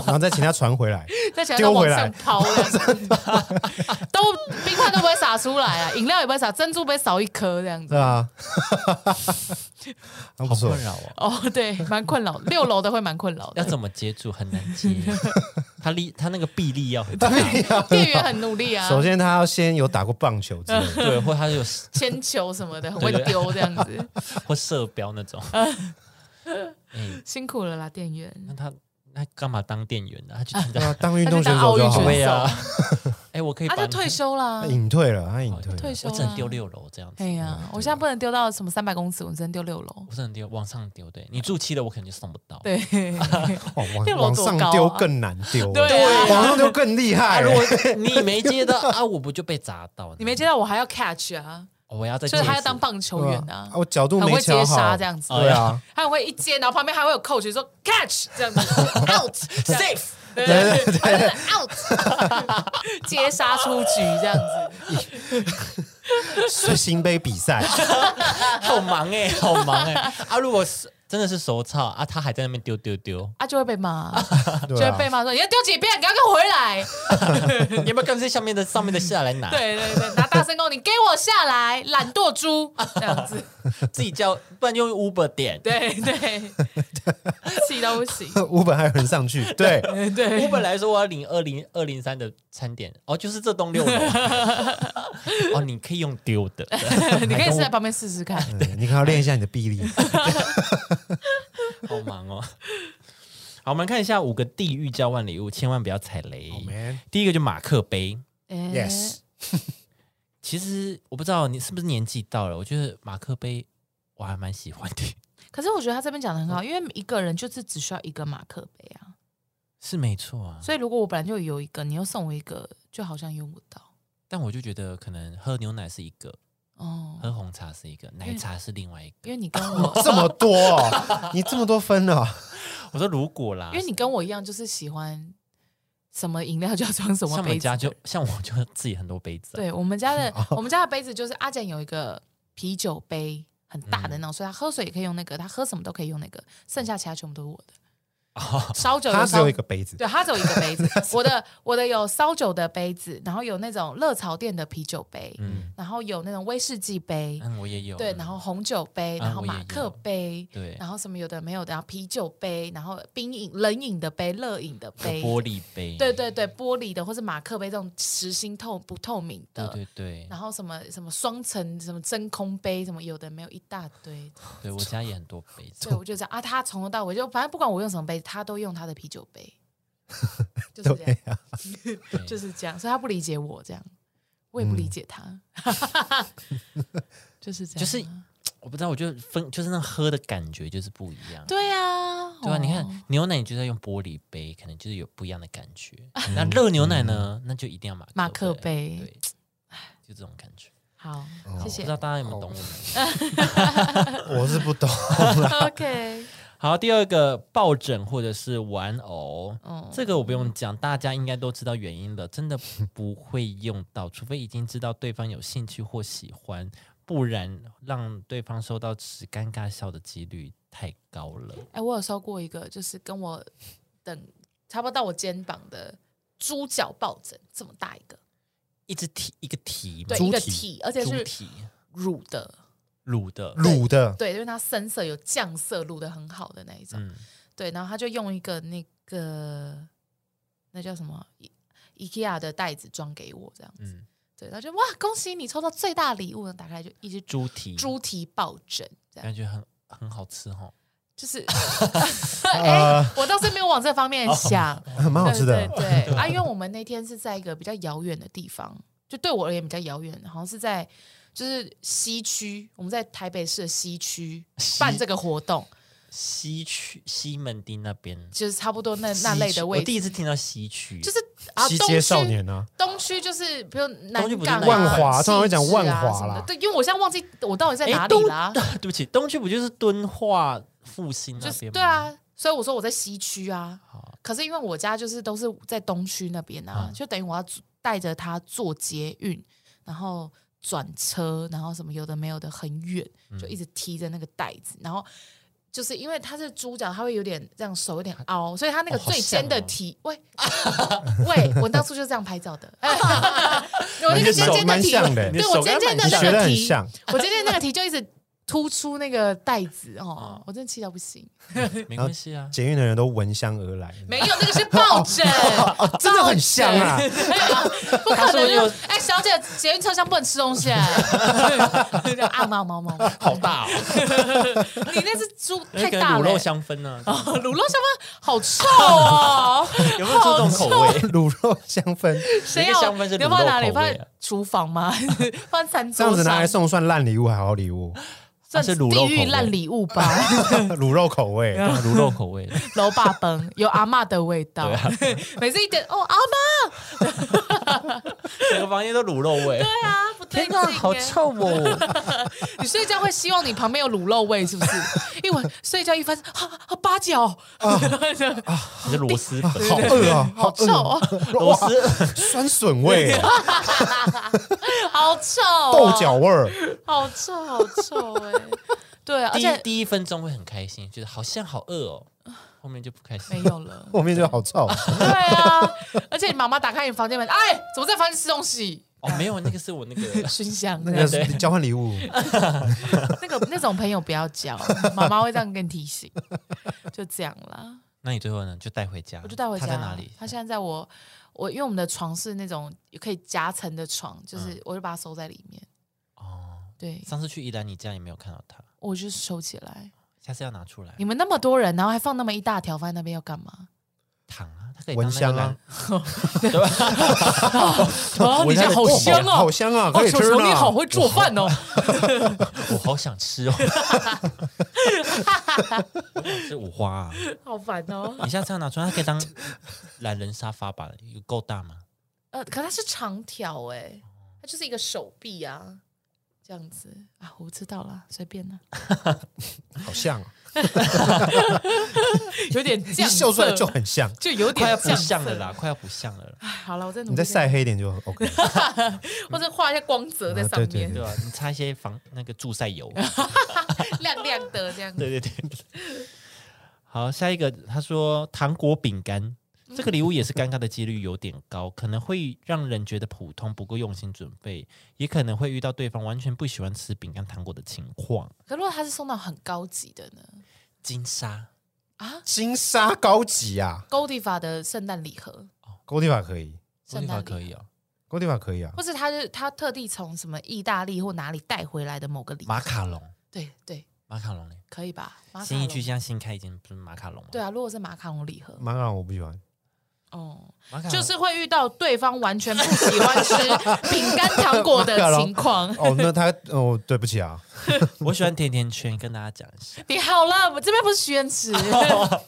Speaker 3: 然后再请他传回 来。
Speaker 2: 再起来
Speaker 3: 丢
Speaker 2: 再往
Speaker 3: 回来
Speaker 2: 上抛，这样都冰块都不会洒出来啊，饮料也不会洒，珍珠不会少一颗这样子。
Speaker 3: 对啊，很不
Speaker 1: 好
Speaker 3: 错
Speaker 1: 困。扰哦。
Speaker 2: 哦，对，蛮困扰，六楼的会蛮困扰
Speaker 1: 要
Speaker 2: 的。
Speaker 1: 怎么接住很难接，它力它那个臂力要很大，
Speaker 2: 店员很努力啊，
Speaker 3: 首先他要先有打过棒球之类 的，
Speaker 1: 对，或它有
Speaker 2: 铅球什么的很会
Speaker 1: 对对
Speaker 2: 丢这样
Speaker 3: 啊
Speaker 2: 子，
Speaker 1: 或射标那 种。
Speaker 2: 嗯
Speaker 1: 哎，
Speaker 2: 辛苦了啦，店员。
Speaker 1: 那他那干嘛当店员呢？他去参
Speaker 3: 对
Speaker 1: 加
Speaker 3: 啊，当运动选手
Speaker 2: 他就
Speaker 3: 就
Speaker 2: 当
Speaker 3: 好
Speaker 2: 奥运选
Speaker 3: 了。
Speaker 1: 对
Speaker 2: 手
Speaker 1: 啊， 哎，我可以
Speaker 2: 他
Speaker 1: 把
Speaker 2: 啊就
Speaker 1: 你
Speaker 2: 退休啦
Speaker 3: 他，隐退了，他隐退了
Speaker 2: 退休啊
Speaker 1: 我只能
Speaker 2: 啦。
Speaker 1: 丢六楼这样子。
Speaker 2: 哎呀，我现在不能丢到什么三百公尺，我只能丢六楼。
Speaker 1: 我只能丢往上丢，对你住七楼，我可能就送不到。
Speaker 2: 对，
Speaker 3: 哇
Speaker 2: 六
Speaker 3: 哦往
Speaker 2: 楼
Speaker 3: 往
Speaker 2: 多
Speaker 3: 上
Speaker 2: 高啊
Speaker 3: 丢更难丢，
Speaker 2: 对啊
Speaker 3: 往上丢更厉
Speaker 1: 啊，
Speaker 3: 害。欸
Speaker 1: 如果你没接到啊，我不就被砸到？ 哦
Speaker 2: 你没接，到我还要 catch 啊，
Speaker 1: 我要再接
Speaker 2: 就是
Speaker 1: 一次，
Speaker 2: 他要当棒球员
Speaker 3: 对
Speaker 2: 啊
Speaker 3: 我角度
Speaker 2: 很
Speaker 3: 没
Speaker 2: 会接
Speaker 3: 调
Speaker 2: 杀
Speaker 3: 好，
Speaker 2: 这样子
Speaker 3: 对啊，
Speaker 2: 他很会一接，然后旁边还会有 coach 说 catch 这样子 out safe，对对对他就是 out 接杀出局这样子，
Speaker 3: 是新杯比赛，
Speaker 1: 好忙 哎，好忙哎。啊，如果是真的是手操啊，他还在那边丢丢丢，
Speaker 2: 啊就会被骂，就
Speaker 3: 对
Speaker 2: 会
Speaker 3: 啊
Speaker 2: 被骂说你要丢几遍，赶快给我回来，
Speaker 1: 你要不要干脆下面的上面的下来拿？，
Speaker 2: 对对对，拿大声公你给我下来，懒惰猪这样子，
Speaker 1: 自己叫，不然用 Uber 点。
Speaker 2: 对对，气到不行，
Speaker 3: 五本还有人上去， 对，
Speaker 2: 对对
Speaker 1: Uber 来说，我要领二零二零三的餐点，哦，就是这栋六 楼。哦，你可以用丢 的，
Speaker 2: 你可以是在旁边试试 看，
Speaker 3: 嗯你可能要练一下你的臂力。
Speaker 1: 好忙哦。好，我们看一下五个地狱交换礼物，千万不要踩雷。
Speaker 3: ，Oh man,
Speaker 1: 第一个就马克杯，
Speaker 2: 哎
Speaker 3: yes，
Speaker 1: 其实我不知道你是不是年纪到了，我觉得马克杯我还蛮喜欢的，
Speaker 2: 可是我觉得他这边讲的很好，因为一个人就是只需要一个马克杯啊。
Speaker 1: 是没错啊。
Speaker 2: 所以如果我本来就有一个，你又送我一个，就好像用不到
Speaker 1: 但我就觉得可能喝牛奶是一个，
Speaker 2: 哦，
Speaker 1: 喝红茶是一个，奶茶是另外一个。
Speaker 2: 因为你跟我，
Speaker 3: 这么多哦、你这么多分哦，
Speaker 1: 我说如果啦，
Speaker 2: 因为你跟我一样，就是喜欢什么饮料就要装什么
Speaker 1: 像我
Speaker 2: 杯
Speaker 1: 们
Speaker 2: 子
Speaker 1: 家
Speaker 2: 的。
Speaker 1: 就像我就自己很多杯子啊、
Speaker 2: 对我们家的，我们家的杯子就是阿简有一个啤酒杯，很大
Speaker 1: 嗯
Speaker 2: 的那种，所以他喝水也可以用那个，他喝什么都可以用那个，剩下其他全部都是我的。
Speaker 1: 哦
Speaker 2: 烧 酒
Speaker 3: 它哦只
Speaker 2: 烧
Speaker 3: 有一个杯子，
Speaker 2: 对，它啊只有一个杯子。我的我的有烧酒的杯子，然后有那种热潮店的啤酒杯，
Speaker 1: 嗯
Speaker 2: 然后有那种威士忌杯，
Speaker 1: 嗯，我也有，
Speaker 2: 对，然后红酒杯，
Speaker 1: 啊
Speaker 2: 然后
Speaker 1: 我也
Speaker 2: 马克
Speaker 1: 有
Speaker 2: 杯，
Speaker 1: 对，
Speaker 2: 然后什么有的没有的，然后啤酒杯，然后冰饮冷饮的杯、热饮的
Speaker 1: 有
Speaker 2: 杯，
Speaker 1: 玻璃杯，
Speaker 2: 对对对，玻璃的或是马克杯这种实心透不透明的。
Speaker 1: 对对对
Speaker 2: 然后什么什么双层什么真空杯什么有的没有一大 堆，
Speaker 1: 对，我家也很多杯子
Speaker 2: 所以，我就这样啊，他从头到尾就反正不管我用什么杯，他都用他的啤酒 杯，就是这样。
Speaker 3: 对啊，
Speaker 1: 对
Speaker 2: 就是这样，所以他不理解我这样，我
Speaker 1: 嗯
Speaker 2: 也不理解他， 就是这样啊，
Speaker 1: 就是我不知道，我就分就是那喝的感觉就是不一样。
Speaker 2: 对啊，
Speaker 1: 对啊，
Speaker 2: 哦
Speaker 1: 你看牛奶，你就在用玻璃杯，可能就是有不一样的感觉。那热牛奶呢，那就一定要马克
Speaker 2: 嗯马克杯
Speaker 1: 对，就这种感觉。
Speaker 2: 好，
Speaker 3: 哦
Speaker 2: 谢
Speaker 1: 不
Speaker 2: 谢
Speaker 1: 知道大家有没有懂我们？
Speaker 3: 啊我是不懂，
Speaker 2: ，OK，
Speaker 1: 好，第二个抱枕或者是玩偶，
Speaker 2: 嗯，
Speaker 1: 这个我不用讲，大家应该都知道原因了，真的不会用到，除非已经知道对方有兴趣或喜欢，不然让对方收到只尴尬笑的几率太高了。
Speaker 2: 哎，我有收过一个，就是跟我等差不多到我肩膀的猪脚抱枕，这么大一个，
Speaker 1: 一只蹄，一个蹄嘛，
Speaker 2: 对，一个体，而且
Speaker 1: 猪
Speaker 2: 是
Speaker 1: 蹄，
Speaker 2: 乳的，
Speaker 1: 卤的，
Speaker 3: 卤的，
Speaker 2: 对，因为它深色有酱色，卤的很好的那一种，
Speaker 1: 嗯，
Speaker 2: 对，然后他就用一个那个那叫什么 I- IKEA 的袋子装给我这样子，
Speaker 1: 嗯
Speaker 2: 对，他就哇恭喜你抽到最大的礼物，打开来就一只
Speaker 1: 猪蹄，
Speaker 2: 猪蹄抱枕这样，
Speaker 1: 感觉很很好吃哦。
Speaker 2: 就是，哎、我倒是没有往这方
Speaker 1: 哦
Speaker 2: 面想，
Speaker 3: 很蛮好吃的
Speaker 2: 对， 对对啊，因为我们那天是在一个比较遥远的地方，就对我而言比较遥远，好像是在。就是西区，我们在台北市的西区
Speaker 1: 西
Speaker 2: 办这个活动，
Speaker 1: 西区西门町那边
Speaker 2: 就是差不多那那类
Speaker 1: 西区
Speaker 2: 的位
Speaker 1: 我第
Speaker 2: 置，
Speaker 1: 一次听到西区，
Speaker 2: 就是啊，
Speaker 3: 西
Speaker 2: 东
Speaker 3: 街
Speaker 2: 区
Speaker 3: 少年啊，
Speaker 2: 东区就是比如南
Speaker 1: 东区不是
Speaker 2: 港、啊、
Speaker 1: 万
Speaker 3: 华
Speaker 2: 汐止啊
Speaker 3: 通常会讲万华
Speaker 2: 什么的
Speaker 3: 啦
Speaker 2: 对，因为我现在忘记我到底在
Speaker 1: 诶
Speaker 2: 哪
Speaker 1: 东
Speaker 2: 里啦，
Speaker 1: 对不起，东区不就是敦化复兴
Speaker 2: 就
Speaker 1: 那
Speaker 2: 是
Speaker 1: 边吗？
Speaker 2: 对，啊，所以我说我在西区啊。
Speaker 1: 好，
Speaker 2: 可是因为我家就是都是在东区那边啊，
Speaker 1: 嗯
Speaker 2: 就等于我要带着他坐捷运，然后转车，然后什么有的没有的很远，
Speaker 1: 嗯
Speaker 2: 就一直踢着那个袋子，然后。就是因为它是猪脚，它会有点这样手有点凹，所以它那个
Speaker 1: 哦好
Speaker 2: 最尖的
Speaker 1: 像哦
Speaker 2: 蹄，喂 喂，我当初就是这样拍照 的， 哎我那个尖尖的
Speaker 3: 蛮
Speaker 2: 蹄，
Speaker 3: 像的
Speaker 1: 你
Speaker 2: 对
Speaker 1: 的
Speaker 2: 我
Speaker 1: 手
Speaker 2: 尖
Speaker 1: 感
Speaker 2: 尖的
Speaker 1: 蛮
Speaker 3: 你
Speaker 2: 那
Speaker 3: 学的
Speaker 2: 个
Speaker 3: 很
Speaker 2: 蹄，
Speaker 3: 像，
Speaker 2: 我今天那个题就一直突出那个袋子哦，我真的气到不行。
Speaker 1: 没关系啊，
Speaker 3: 捷运的人都闻香而来，
Speaker 2: 没有，那个是抱枕，
Speaker 3: 哦，真的很像啊，
Speaker 2: 不可
Speaker 1: 说
Speaker 2: 能
Speaker 1: 有
Speaker 2: 就。哎，小姐，捷运车厢不能吃东西啊！ 啊，猫猫猫，
Speaker 1: 好大 哦，
Speaker 2: 你那只猪
Speaker 1: 那
Speaker 2: 太
Speaker 1: 个
Speaker 2: 大
Speaker 1: 卤
Speaker 2: 了
Speaker 1: 肉
Speaker 2: 欸。
Speaker 1: 香氛啊呢？
Speaker 2: 卤肉香吗？好臭 哦！
Speaker 1: 有没有出这种口 味？
Speaker 3: 卤肉香氛，
Speaker 2: 谁
Speaker 1: 有一个
Speaker 2: 要？
Speaker 1: 香氛是
Speaker 2: 你要放在哪
Speaker 1: 卤
Speaker 2: 里？
Speaker 1: 肉口
Speaker 2: 放
Speaker 1: 味啊
Speaker 2: 在厨房吗？ 放在餐
Speaker 3: 这样
Speaker 2: 桌
Speaker 3: 子拿
Speaker 2: 上？
Speaker 3: 来送算烂礼物还好礼 物，
Speaker 2: 算
Speaker 1: 它是卤肉
Speaker 2: 地
Speaker 1: 口
Speaker 2: 狱
Speaker 1: 味
Speaker 2: 烂礼物 吧。
Speaker 3: 卤肉口味，
Speaker 1: 啊卤肉口味的，
Speaker 2: 楼爸崩，有阿嬷的味道。
Speaker 1: 啊
Speaker 2: 每次一点哦，阿嬷
Speaker 1: 整个房间都卤肉味。
Speaker 2: 啊，不对
Speaker 1: 天
Speaker 2: 劲
Speaker 1: 哪，好
Speaker 2: 耶！
Speaker 1: 臭 哦！
Speaker 2: 你睡觉会希望你旁边有卤肉味，是不是？因为睡觉一翻身，啊啊八角，
Speaker 1: 你是螺蛳粉，
Speaker 3: 好饿啊，
Speaker 2: 好臭
Speaker 3: 饿
Speaker 2: 哦，
Speaker 1: 螺蛳
Speaker 3: 酸笋味，
Speaker 2: 好臭哦，
Speaker 3: 豆角味儿，
Speaker 2: 好臭，好臭哎！对啊，而
Speaker 1: 第一
Speaker 2: 且啊
Speaker 1: 第一分钟会很开心，觉得好像好饿哦，后面就不开
Speaker 2: 没
Speaker 1: 心。
Speaker 2: 有了。
Speaker 3: 后面就好臭，
Speaker 2: 对啊，而且你妈妈打开你房间门，哎，怎么在房间吃东西？
Speaker 1: 哦，没有，那个是我那 个
Speaker 2: 熏香，
Speaker 3: 那个
Speaker 2: 那
Speaker 3: 是交换礼物，
Speaker 2: 个那种朋友不要交，妈妈会这样跟你提醒，就这样啦。
Speaker 1: 那你最后呢？就带回家，
Speaker 2: 我就带回家。
Speaker 1: 他在哪里？
Speaker 2: 他现在在我我，因为我们的床是那种可以夹层的床，就是我就把它收在里面。
Speaker 1: 哦，
Speaker 2: 对，
Speaker 1: 上次去宜兰你家也没有看到他，
Speaker 2: 我就收起来。
Speaker 1: 下次要拿出来
Speaker 2: 你们那么多人，然后还放那么一大条放在那边要干嘛？
Speaker 1: 躺啊，它可以当
Speaker 3: 蚊香啊
Speaker 1: 那个蓝， 对吧？
Speaker 2: 啊，你家好香啊！
Speaker 3: 哦好香啊，可以
Speaker 2: 球
Speaker 3: 吃
Speaker 2: 球
Speaker 3: 呢，
Speaker 2: 你好会做饭哦！
Speaker 1: 我好想吃哦， 我想吃五花啊！
Speaker 2: 好烦 哦。
Speaker 1: 你下次要拿出来，它可以当懒人沙发吧？有够大吗？
Speaker 2: 欸呃，可它是长条哎，它就是一个手臂啊，这样子啊，我不知道啦，随便啦，
Speaker 3: 好像哦
Speaker 2: 有点
Speaker 3: 一
Speaker 2: 酱
Speaker 3: 秀出来
Speaker 2: 色
Speaker 3: 就很像。
Speaker 2: 就有点
Speaker 1: 快要
Speaker 2: 酱
Speaker 1: 不像了
Speaker 2: 色
Speaker 1: 啦，。快要不像了啦。
Speaker 2: 哎好了，我再努
Speaker 3: 你
Speaker 2: 力
Speaker 3: 再
Speaker 2: 一下
Speaker 3: 晒黑一点就很 OK，
Speaker 2: 嗯或者画一下光泽在
Speaker 3: 啊
Speaker 2: 上
Speaker 3: 对对
Speaker 2: 面，
Speaker 1: 对吧、你擦一些防那个助晒 油。
Speaker 2: 亮亮的这样。
Speaker 1: 对对对。好，下一个他说糖果饼干。这个礼物也是尴尬的几率有点高，可能会让人觉得普通不够用心准备，也可能会遇到对方完全不喜欢吃饼干糖果的情况。
Speaker 2: 可如果他是送到很高级的呢？
Speaker 1: 金沙
Speaker 2: 啊
Speaker 3: 金沙高级啊，
Speaker 2: ，Goldiva 的圣诞礼盒，
Speaker 3: 勾地法可以，
Speaker 1: 这
Speaker 2: 圣
Speaker 1: 地
Speaker 2: 诞
Speaker 1: 方
Speaker 2: 礼
Speaker 1: 可
Speaker 2: 盒，
Speaker 1: 以哦，
Speaker 3: 勾地法可以啊
Speaker 2: 或，是他是他特地从什么意大利或哪里带回来的某个礼盒
Speaker 1: 马，卡龙，
Speaker 2: 对对，
Speaker 1: 马卡龙嘞，欸
Speaker 2: 可以吧？马卡
Speaker 1: 新一
Speaker 2: 龙
Speaker 1: 区现在新开已经不是马卡龙吗？
Speaker 2: 对啊，如果是马卡龙礼盒，
Speaker 3: 马卡龙我不喜欢，
Speaker 2: 哦，
Speaker 1: 马卡龙
Speaker 2: 就是会遇到对方完全不喜欢吃饼干糖果的情况。
Speaker 3: 哦，那他哦，对不起啊，
Speaker 1: 我喜欢甜甜圈，跟大家讲一下
Speaker 2: 你好了，我这边不是许愿池，
Speaker 1: 哦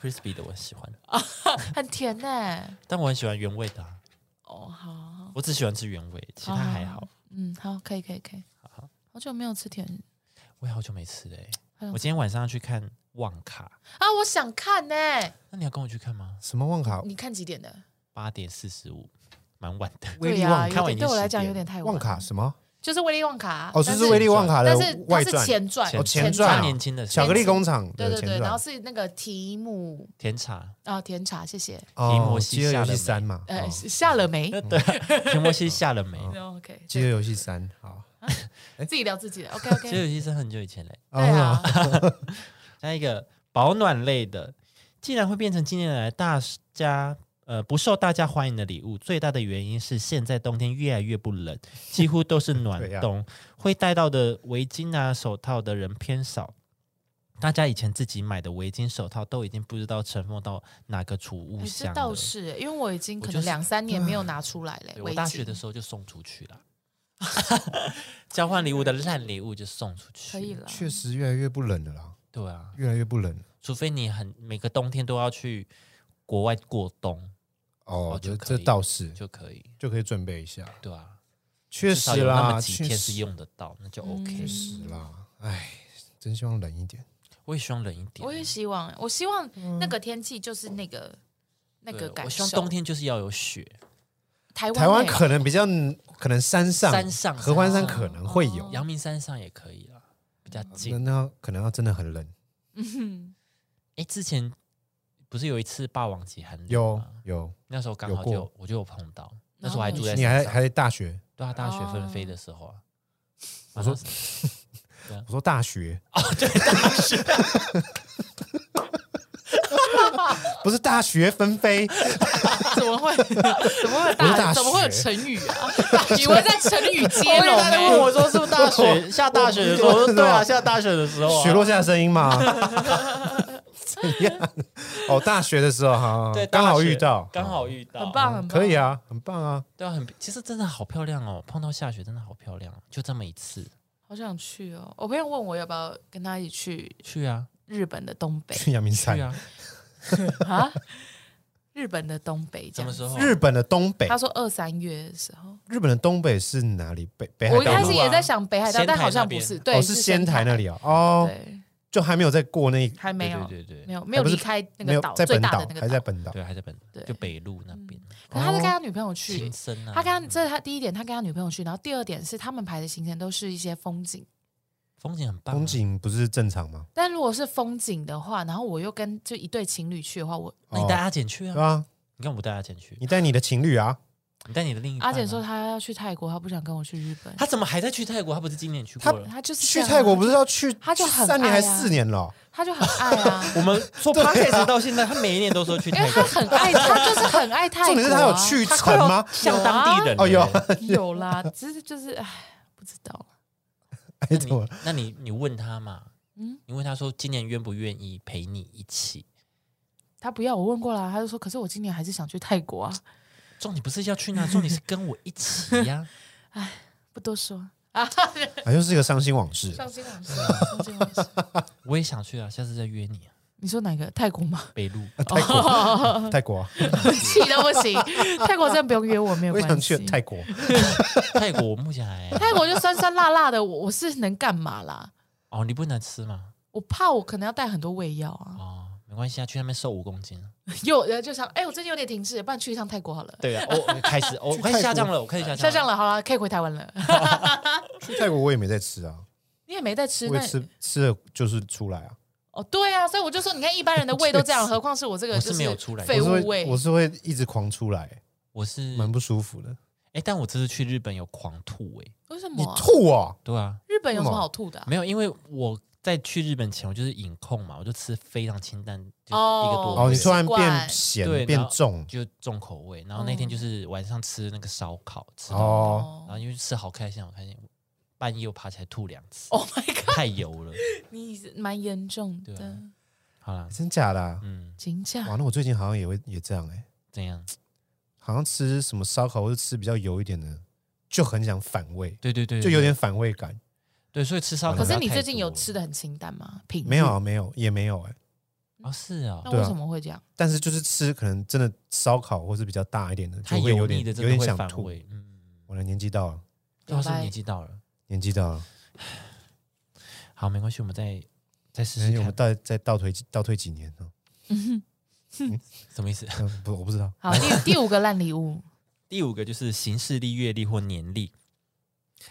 Speaker 1: ，crispy 的我喜欢，
Speaker 2: 很甜呢、
Speaker 1: 但我很喜欢原味的啊、
Speaker 2: 哦，好好好，
Speaker 1: 我只喜欢吃原味，其他还好。
Speaker 2: 嗯，好，可以，可以，可以。好久没有吃甜
Speaker 1: 我也好久没吃了、欸，
Speaker 2: 还有
Speaker 1: 我今天晚上要去看《旺卡》，
Speaker 2: 啊，我想看呢、
Speaker 1: 那你要跟我去看吗？
Speaker 3: 什么旺卡
Speaker 2: 你看几点的？
Speaker 1: 八点四十五，蛮晚的。
Speaker 3: 威
Speaker 2: 对
Speaker 3: 力
Speaker 2: 呀、
Speaker 3: 旺
Speaker 2: 有
Speaker 1: 看完
Speaker 2: 点
Speaker 1: 已
Speaker 2: 对
Speaker 1: 经
Speaker 2: 我来
Speaker 1: 10
Speaker 2: 讲
Speaker 1: 点
Speaker 2: 有点太晚
Speaker 3: 旺卡什么？
Speaker 2: 就是威力旺卡，
Speaker 3: 哦，
Speaker 2: 但
Speaker 3: 是威力旺卡的
Speaker 2: 但是它
Speaker 3: 外
Speaker 2: 是
Speaker 3: 传，
Speaker 2: 前传，
Speaker 1: 前
Speaker 3: 哦前
Speaker 1: 他
Speaker 3: 传啊
Speaker 1: 年轻的时
Speaker 3: 巧
Speaker 1: 候
Speaker 3: 克力工厂
Speaker 2: 对
Speaker 3: 的
Speaker 2: 对
Speaker 3: 前
Speaker 2: 对，然后
Speaker 3: 传，
Speaker 2: 是那个题目
Speaker 1: 甜茶，
Speaker 2: 啊，甜茶，谢谢。
Speaker 1: 提
Speaker 3: 哦
Speaker 1: 摩，西
Speaker 3: 饥饿
Speaker 1: 下
Speaker 3: 游
Speaker 1: 了
Speaker 3: 戏
Speaker 1: 没
Speaker 3: 三嘛，
Speaker 2: 呃，
Speaker 3: 哦
Speaker 2: 下了没
Speaker 1: 嗯甜摩西下了没？
Speaker 2: 哦？OK，
Speaker 3: 饥饿游戏三，好，
Speaker 2: 自己聊自己的。OK
Speaker 1: 其实
Speaker 2: OK，
Speaker 1: 有些是很久以前嘞。欸
Speaker 2: 对啊，
Speaker 1: 下一个保暖类的，竟然会变成近年来大家呃不受大家欢迎的礼物，最大的原因是现在冬天越来越不 冷，几乎都是暖
Speaker 3: 对呀
Speaker 1: 冬，会带到的围巾啊、手套的人偏少。大家以前自己买的围巾、手套都已经不知道尘封到哪个储物
Speaker 2: 哎这
Speaker 1: 箱
Speaker 2: 倒
Speaker 1: 了。
Speaker 2: 是耶，因为我已经
Speaker 1: 我
Speaker 2: 可
Speaker 1: 就
Speaker 2: 能
Speaker 1: 是
Speaker 2: 两三年没有拿出来嘞
Speaker 1: 对。我
Speaker 2: 围
Speaker 1: 大学
Speaker 2: 巾
Speaker 1: 的时候就送出去 了，交换礼物的烂礼物就送出去。
Speaker 2: 可以了，
Speaker 3: 确实越来越不冷了啦，
Speaker 1: 对啊，
Speaker 3: 越来越不冷了
Speaker 1: 除非你很每个冬天都要去国外过冬
Speaker 3: 哦
Speaker 1: 哦，
Speaker 3: 这
Speaker 1: 就可
Speaker 3: 这
Speaker 1: 以
Speaker 3: 倒是
Speaker 1: 就可以。
Speaker 3: 就可以准备一下，
Speaker 1: 对啊，
Speaker 3: 确
Speaker 1: 至少
Speaker 3: 实
Speaker 1: 有那
Speaker 3: 啦，
Speaker 1: 么几
Speaker 3: 确
Speaker 1: 天是
Speaker 3: 实
Speaker 1: 用得到，那就 OK
Speaker 2: 嗯。
Speaker 3: 是啦，哎，真希望冷一点，
Speaker 1: 我也希望冷一点，
Speaker 2: 我也希望，欸我希望那个天气就是那个那
Speaker 1: 对
Speaker 2: 个感
Speaker 1: 我希
Speaker 2: 受。
Speaker 1: 望冬天就是要有雪，
Speaker 2: 台湾
Speaker 3: 台湾
Speaker 2: 欸
Speaker 3: 可能比较可能山上
Speaker 1: 山上
Speaker 3: 合欢山
Speaker 1: 山上
Speaker 3: 可能会
Speaker 2: 哦
Speaker 3: 有，
Speaker 1: 阳明山上也可以啦，比较
Speaker 3: 那
Speaker 1: 近。
Speaker 3: 那可能要真的很冷，
Speaker 1: 哎，之前不是有一次霸王级寒流
Speaker 3: 有
Speaker 1: 吗
Speaker 3: 有，
Speaker 1: 那时候刚好
Speaker 3: 有过
Speaker 1: 就我就有碰到，那嗯时候我还住在
Speaker 3: 你还
Speaker 1: 山上
Speaker 3: 还在大学，
Speaker 1: 对啊，大学纷飞的时候啊，
Speaker 3: 哦我说
Speaker 1: 马上
Speaker 3: 我说大学，
Speaker 1: 哦，对，大学
Speaker 3: 不是大学纷 飞，
Speaker 2: 怎么会怎么会
Speaker 3: 我是大
Speaker 2: 大怎么会有
Speaker 3: 学
Speaker 2: 成语啊？以为在成语接龙
Speaker 1: 大家
Speaker 2: 欸
Speaker 1: 问我说是不是大学下大学的时候，我说对啊，下大学的时候啊，
Speaker 2: 哦
Speaker 3: 雪落下的声音 嘛，怎样？哦，大学的时候哈，
Speaker 1: 对，
Speaker 3: 刚
Speaker 1: 大
Speaker 3: 好
Speaker 1: 学
Speaker 3: 遇到，
Speaker 1: 刚好遇到，
Speaker 2: 很棒，很棒，
Speaker 3: 可以啊，很棒啊，
Speaker 1: 对啊，很其实真的好漂亮哦，碰到下雪真的好漂亮，就这么一次
Speaker 2: 好想去哦！我朋友问我要不要跟他一起去
Speaker 1: 去啊
Speaker 2: 日本的东 北
Speaker 3: 去阳明
Speaker 1: 去
Speaker 3: 山，
Speaker 1: 啊，
Speaker 2: 啊，日本的东北这
Speaker 1: 什
Speaker 2: 样
Speaker 1: 么时候？
Speaker 3: 日本的东北
Speaker 2: 他，说二三月的时候，
Speaker 3: 日本的东北是哪里？北北海
Speaker 2: 我一
Speaker 3: 道
Speaker 2: 开
Speaker 3: 吗
Speaker 2: 始也在想北海道，
Speaker 1: 仙台
Speaker 2: 但好像不
Speaker 1: 那
Speaker 2: 是，
Speaker 3: 哦，
Speaker 2: 对，
Speaker 3: 是仙
Speaker 2: 仙
Speaker 3: 台那
Speaker 2: 台，
Speaker 3: 里啊，哦，
Speaker 2: 对，
Speaker 3: 就还没有在过那，
Speaker 2: 还没有，
Speaker 1: 对对
Speaker 2: 没
Speaker 1: 对
Speaker 2: 有，没有
Speaker 3: 还不是
Speaker 2: 离开那
Speaker 3: 没
Speaker 2: 个
Speaker 3: 有
Speaker 2: 岛，
Speaker 3: 在
Speaker 2: 最
Speaker 3: 本
Speaker 2: 大
Speaker 3: 岛
Speaker 2: 的，那
Speaker 3: 还
Speaker 2: 个
Speaker 3: 在
Speaker 2: 岛。
Speaker 3: 本岛，
Speaker 1: 对，还在本
Speaker 2: 对嗯
Speaker 1: 就北路那边，
Speaker 2: 可是他是跟
Speaker 3: 哦
Speaker 2: 他女朋友去
Speaker 1: 新，生啊，
Speaker 2: 他跟他这是他第一点，他跟他女朋友去，然后第二点是他们排的行程都是一些风景。
Speaker 1: 风景很棒啊，
Speaker 3: 风景不是正常吗？
Speaker 2: 但如果是风景的话，然后我又跟就一对情侣去的话，我
Speaker 1: 那你带阿简去
Speaker 3: 哦
Speaker 2: 嗯
Speaker 3: 对
Speaker 1: 啊，
Speaker 3: 吧？
Speaker 1: 你看我不带阿简去，
Speaker 3: 你带你的情侣啊，
Speaker 1: 你带你的另一半啊
Speaker 2: 阿简说她要去泰国，她不想跟我去日本。
Speaker 1: 他怎么还在去泰国？他不是今年去过了？
Speaker 2: 她就是这
Speaker 3: 去
Speaker 2: 样啊
Speaker 3: 泰国不是要去，
Speaker 2: 他就很
Speaker 3: 三年还
Speaker 2: 爱啊
Speaker 3: 四年了，
Speaker 2: 她就很爱啊，
Speaker 1: 我们做 podcast 到现在，他每一年都说去
Speaker 2: 因为
Speaker 1: 泰
Speaker 2: 她
Speaker 1: 国，
Speaker 2: 很爱，她就是很爱泰国、啊。
Speaker 3: 重点是他有去
Speaker 1: 他快要
Speaker 3: 成吗？
Speaker 1: 像当地人
Speaker 3: 哦有
Speaker 1: 了耶
Speaker 2: 啊有啦，只是就是唉，不知道啦
Speaker 1: 那
Speaker 3: 哎，怎
Speaker 1: 你
Speaker 3: 么？
Speaker 1: 那你你问他嘛，
Speaker 2: 嗯
Speaker 1: 你问他说今年愿不愿意陪你一起？
Speaker 2: 她不要我问过啦，她就说，可是我今年还是想去泰国啊，
Speaker 1: 重点不是要去哪，重点是跟我一起呀、
Speaker 2: 不多说啊，
Speaker 3: 哎啊，又是一个伤心往事。
Speaker 2: 伤心往事，伤心往事。
Speaker 1: 我也想去啊，下次再约你啊。
Speaker 2: 你说哪个泰国吗？
Speaker 1: 北路
Speaker 3: 啊泰国，泰国啊，
Speaker 2: 气都不行，泰国真的不用约我，没有
Speaker 3: 我也
Speaker 2: 关
Speaker 3: 想去
Speaker 2: 系。
Speaker 3: 泰国。
Speaker 1: 泰国，我目前 还
Speaker 2: 泰国就酸酸辣辣的，我我是能干嘛啦？
Speaker 1: 哦，你不能吃嘛？
Speaker 2: 我怕我可能要带很多胃药啊，
Speaker 1: 哦，没关系啊，去那边瘦五公斤。
Speaker 2: 又然后就想，哎、我最近有点停滞，不然去一趟泰国好了。
Speaker 1: 对啊，我开始，我
Speaker 3: 去
Speaker 1: 快
Speaker 3: 泰
Speaker 1: 下降
Speaker 3: 国
Speaker 1: 了，我开始下降，
Speaker 2: 下降。了，好了，可以回台湾了。
Speaker 3: 去泰国我也没在 吃啊，
Speaker 2: 你也没在吃，
Speaker 3: 我
Speaker 2: 那
Speaker 3: 也吃吃了就是出来啊。
Speaker 2: 哦，对啊，所以我就说，你看一般人的胃都这 样，何况是我这个
Speaker 1: 我
Speaker 2: 就是
Speaker 1: 没有出来
Speaker 3: 我
Speaker 2: 废
Speaker 3: 是
Speaker 2: 物
Speaker 3: 会
Speaker 2: 胃
Speaker 3: 我。是会一直狂出来，
Speaker 1: 我是
Speaker 3: 蛮不舒服的。
Speaker 1: 哎，但我这次去日本有狂吐哎。
Speaker 2: 为什
Speaker 3: 你
Speaker 2: 么啊、
Speaker 3: 吐啊？
Speaker 1: 对啊，
Speaker 2: 日本有什
Speaker 3: 为什
Speaker 2: 么
Speaker 3: 么
Speaker 2: 好吐的啊、
Speaker 1: 没有，因为我在去日本前我就是饮控嘛，我就吃非常清淡，就
Speaker 2: 哦
Speaker 1: 一个多
Speaker 3: 哦，你
Speaker 1: 月
Speaker 3: 突然
Speaker 2: 习惯
Speaker 3: 变咸
Speaker 1: 对
Speaker 3: 变
Speaker 1: 然后
Speaker 3: 重
Speaker 1: 就重口味。然后那天就是晚上吃那个烧烤，吃到
Speaker 3: 哦，
Speaker 1: 然后因为吃好开心，好开心，半夜我爬起来吐两
Speaker 3: 哦
Speaker 1: 次，
Speaker 2: ，Oh my god，
Speaker 1: 太油了。
Speaker 2: 你是蛮严重
Speaker 1: 对
Speaker 2: 的
Speaker 1: 啊，好 啦，
Speaker 3: 真假的啊？
Speaker 1: 嗯，
Speaker 2: 请假
Speaker 3: 哇，那我最近好像也会也这样哎，
Speaker 1: 怎样？
Speaker 3: 好像吃什么烧烤或者吃比较油一点的，就很想反胃，
Speaker 1: 对对对，
Speaker 3: 就有点反胃感。
Speaker 1: 对，所以吃烧烤
Speaker 2: 哦可
Speaker 1: 不要太
Speaker 2: 是
Speaker 1: 多了。
Speaker 2: 你最近有吃的很清淡吗？平日
Speaker 3: 没有啊，没有也没有哎，
Speaker 1: 哦？是啊
Speaker 2: 那，
Speaker 3: 对啊
Speaker 2: 为什么会这样？
Speaker 3: 但是就是吃可能真的烧烤或是比较大一点的，
Speaker 1: 太
Speaker 3: 就会有点
Speaker 1: 腻的
Speaker 3: 有
Speaker 1: 真的
Speaker 3: 点
Speaker 1: 会
Speaker 3: 想
Speaker 1: 反
Speaker 3: 吐。
Speaker 1: 胃。嗯，
Speaker 3: 我的年纪到了，
Speaker 1: 主要啊是
Speaker 2: 拜
Speaker 1: 年纪到了。
Speaker 3: 年纪到了，
Speaker 1: 好，没关系，我们再再试
Speaker 3: 所
Speaker 1: 试
Speaker 3: 以我们
Speaker 1: 看。
Speaker 3: 倒再倒退几倒退几年哦呢？
Speaker 1: 什么意思？
Speaker 3: 嗯不，我不知道。
Speaker 2: 好，第第五个烂礼物，
Speaker 1: 第五个就是行事历、阅历或年历。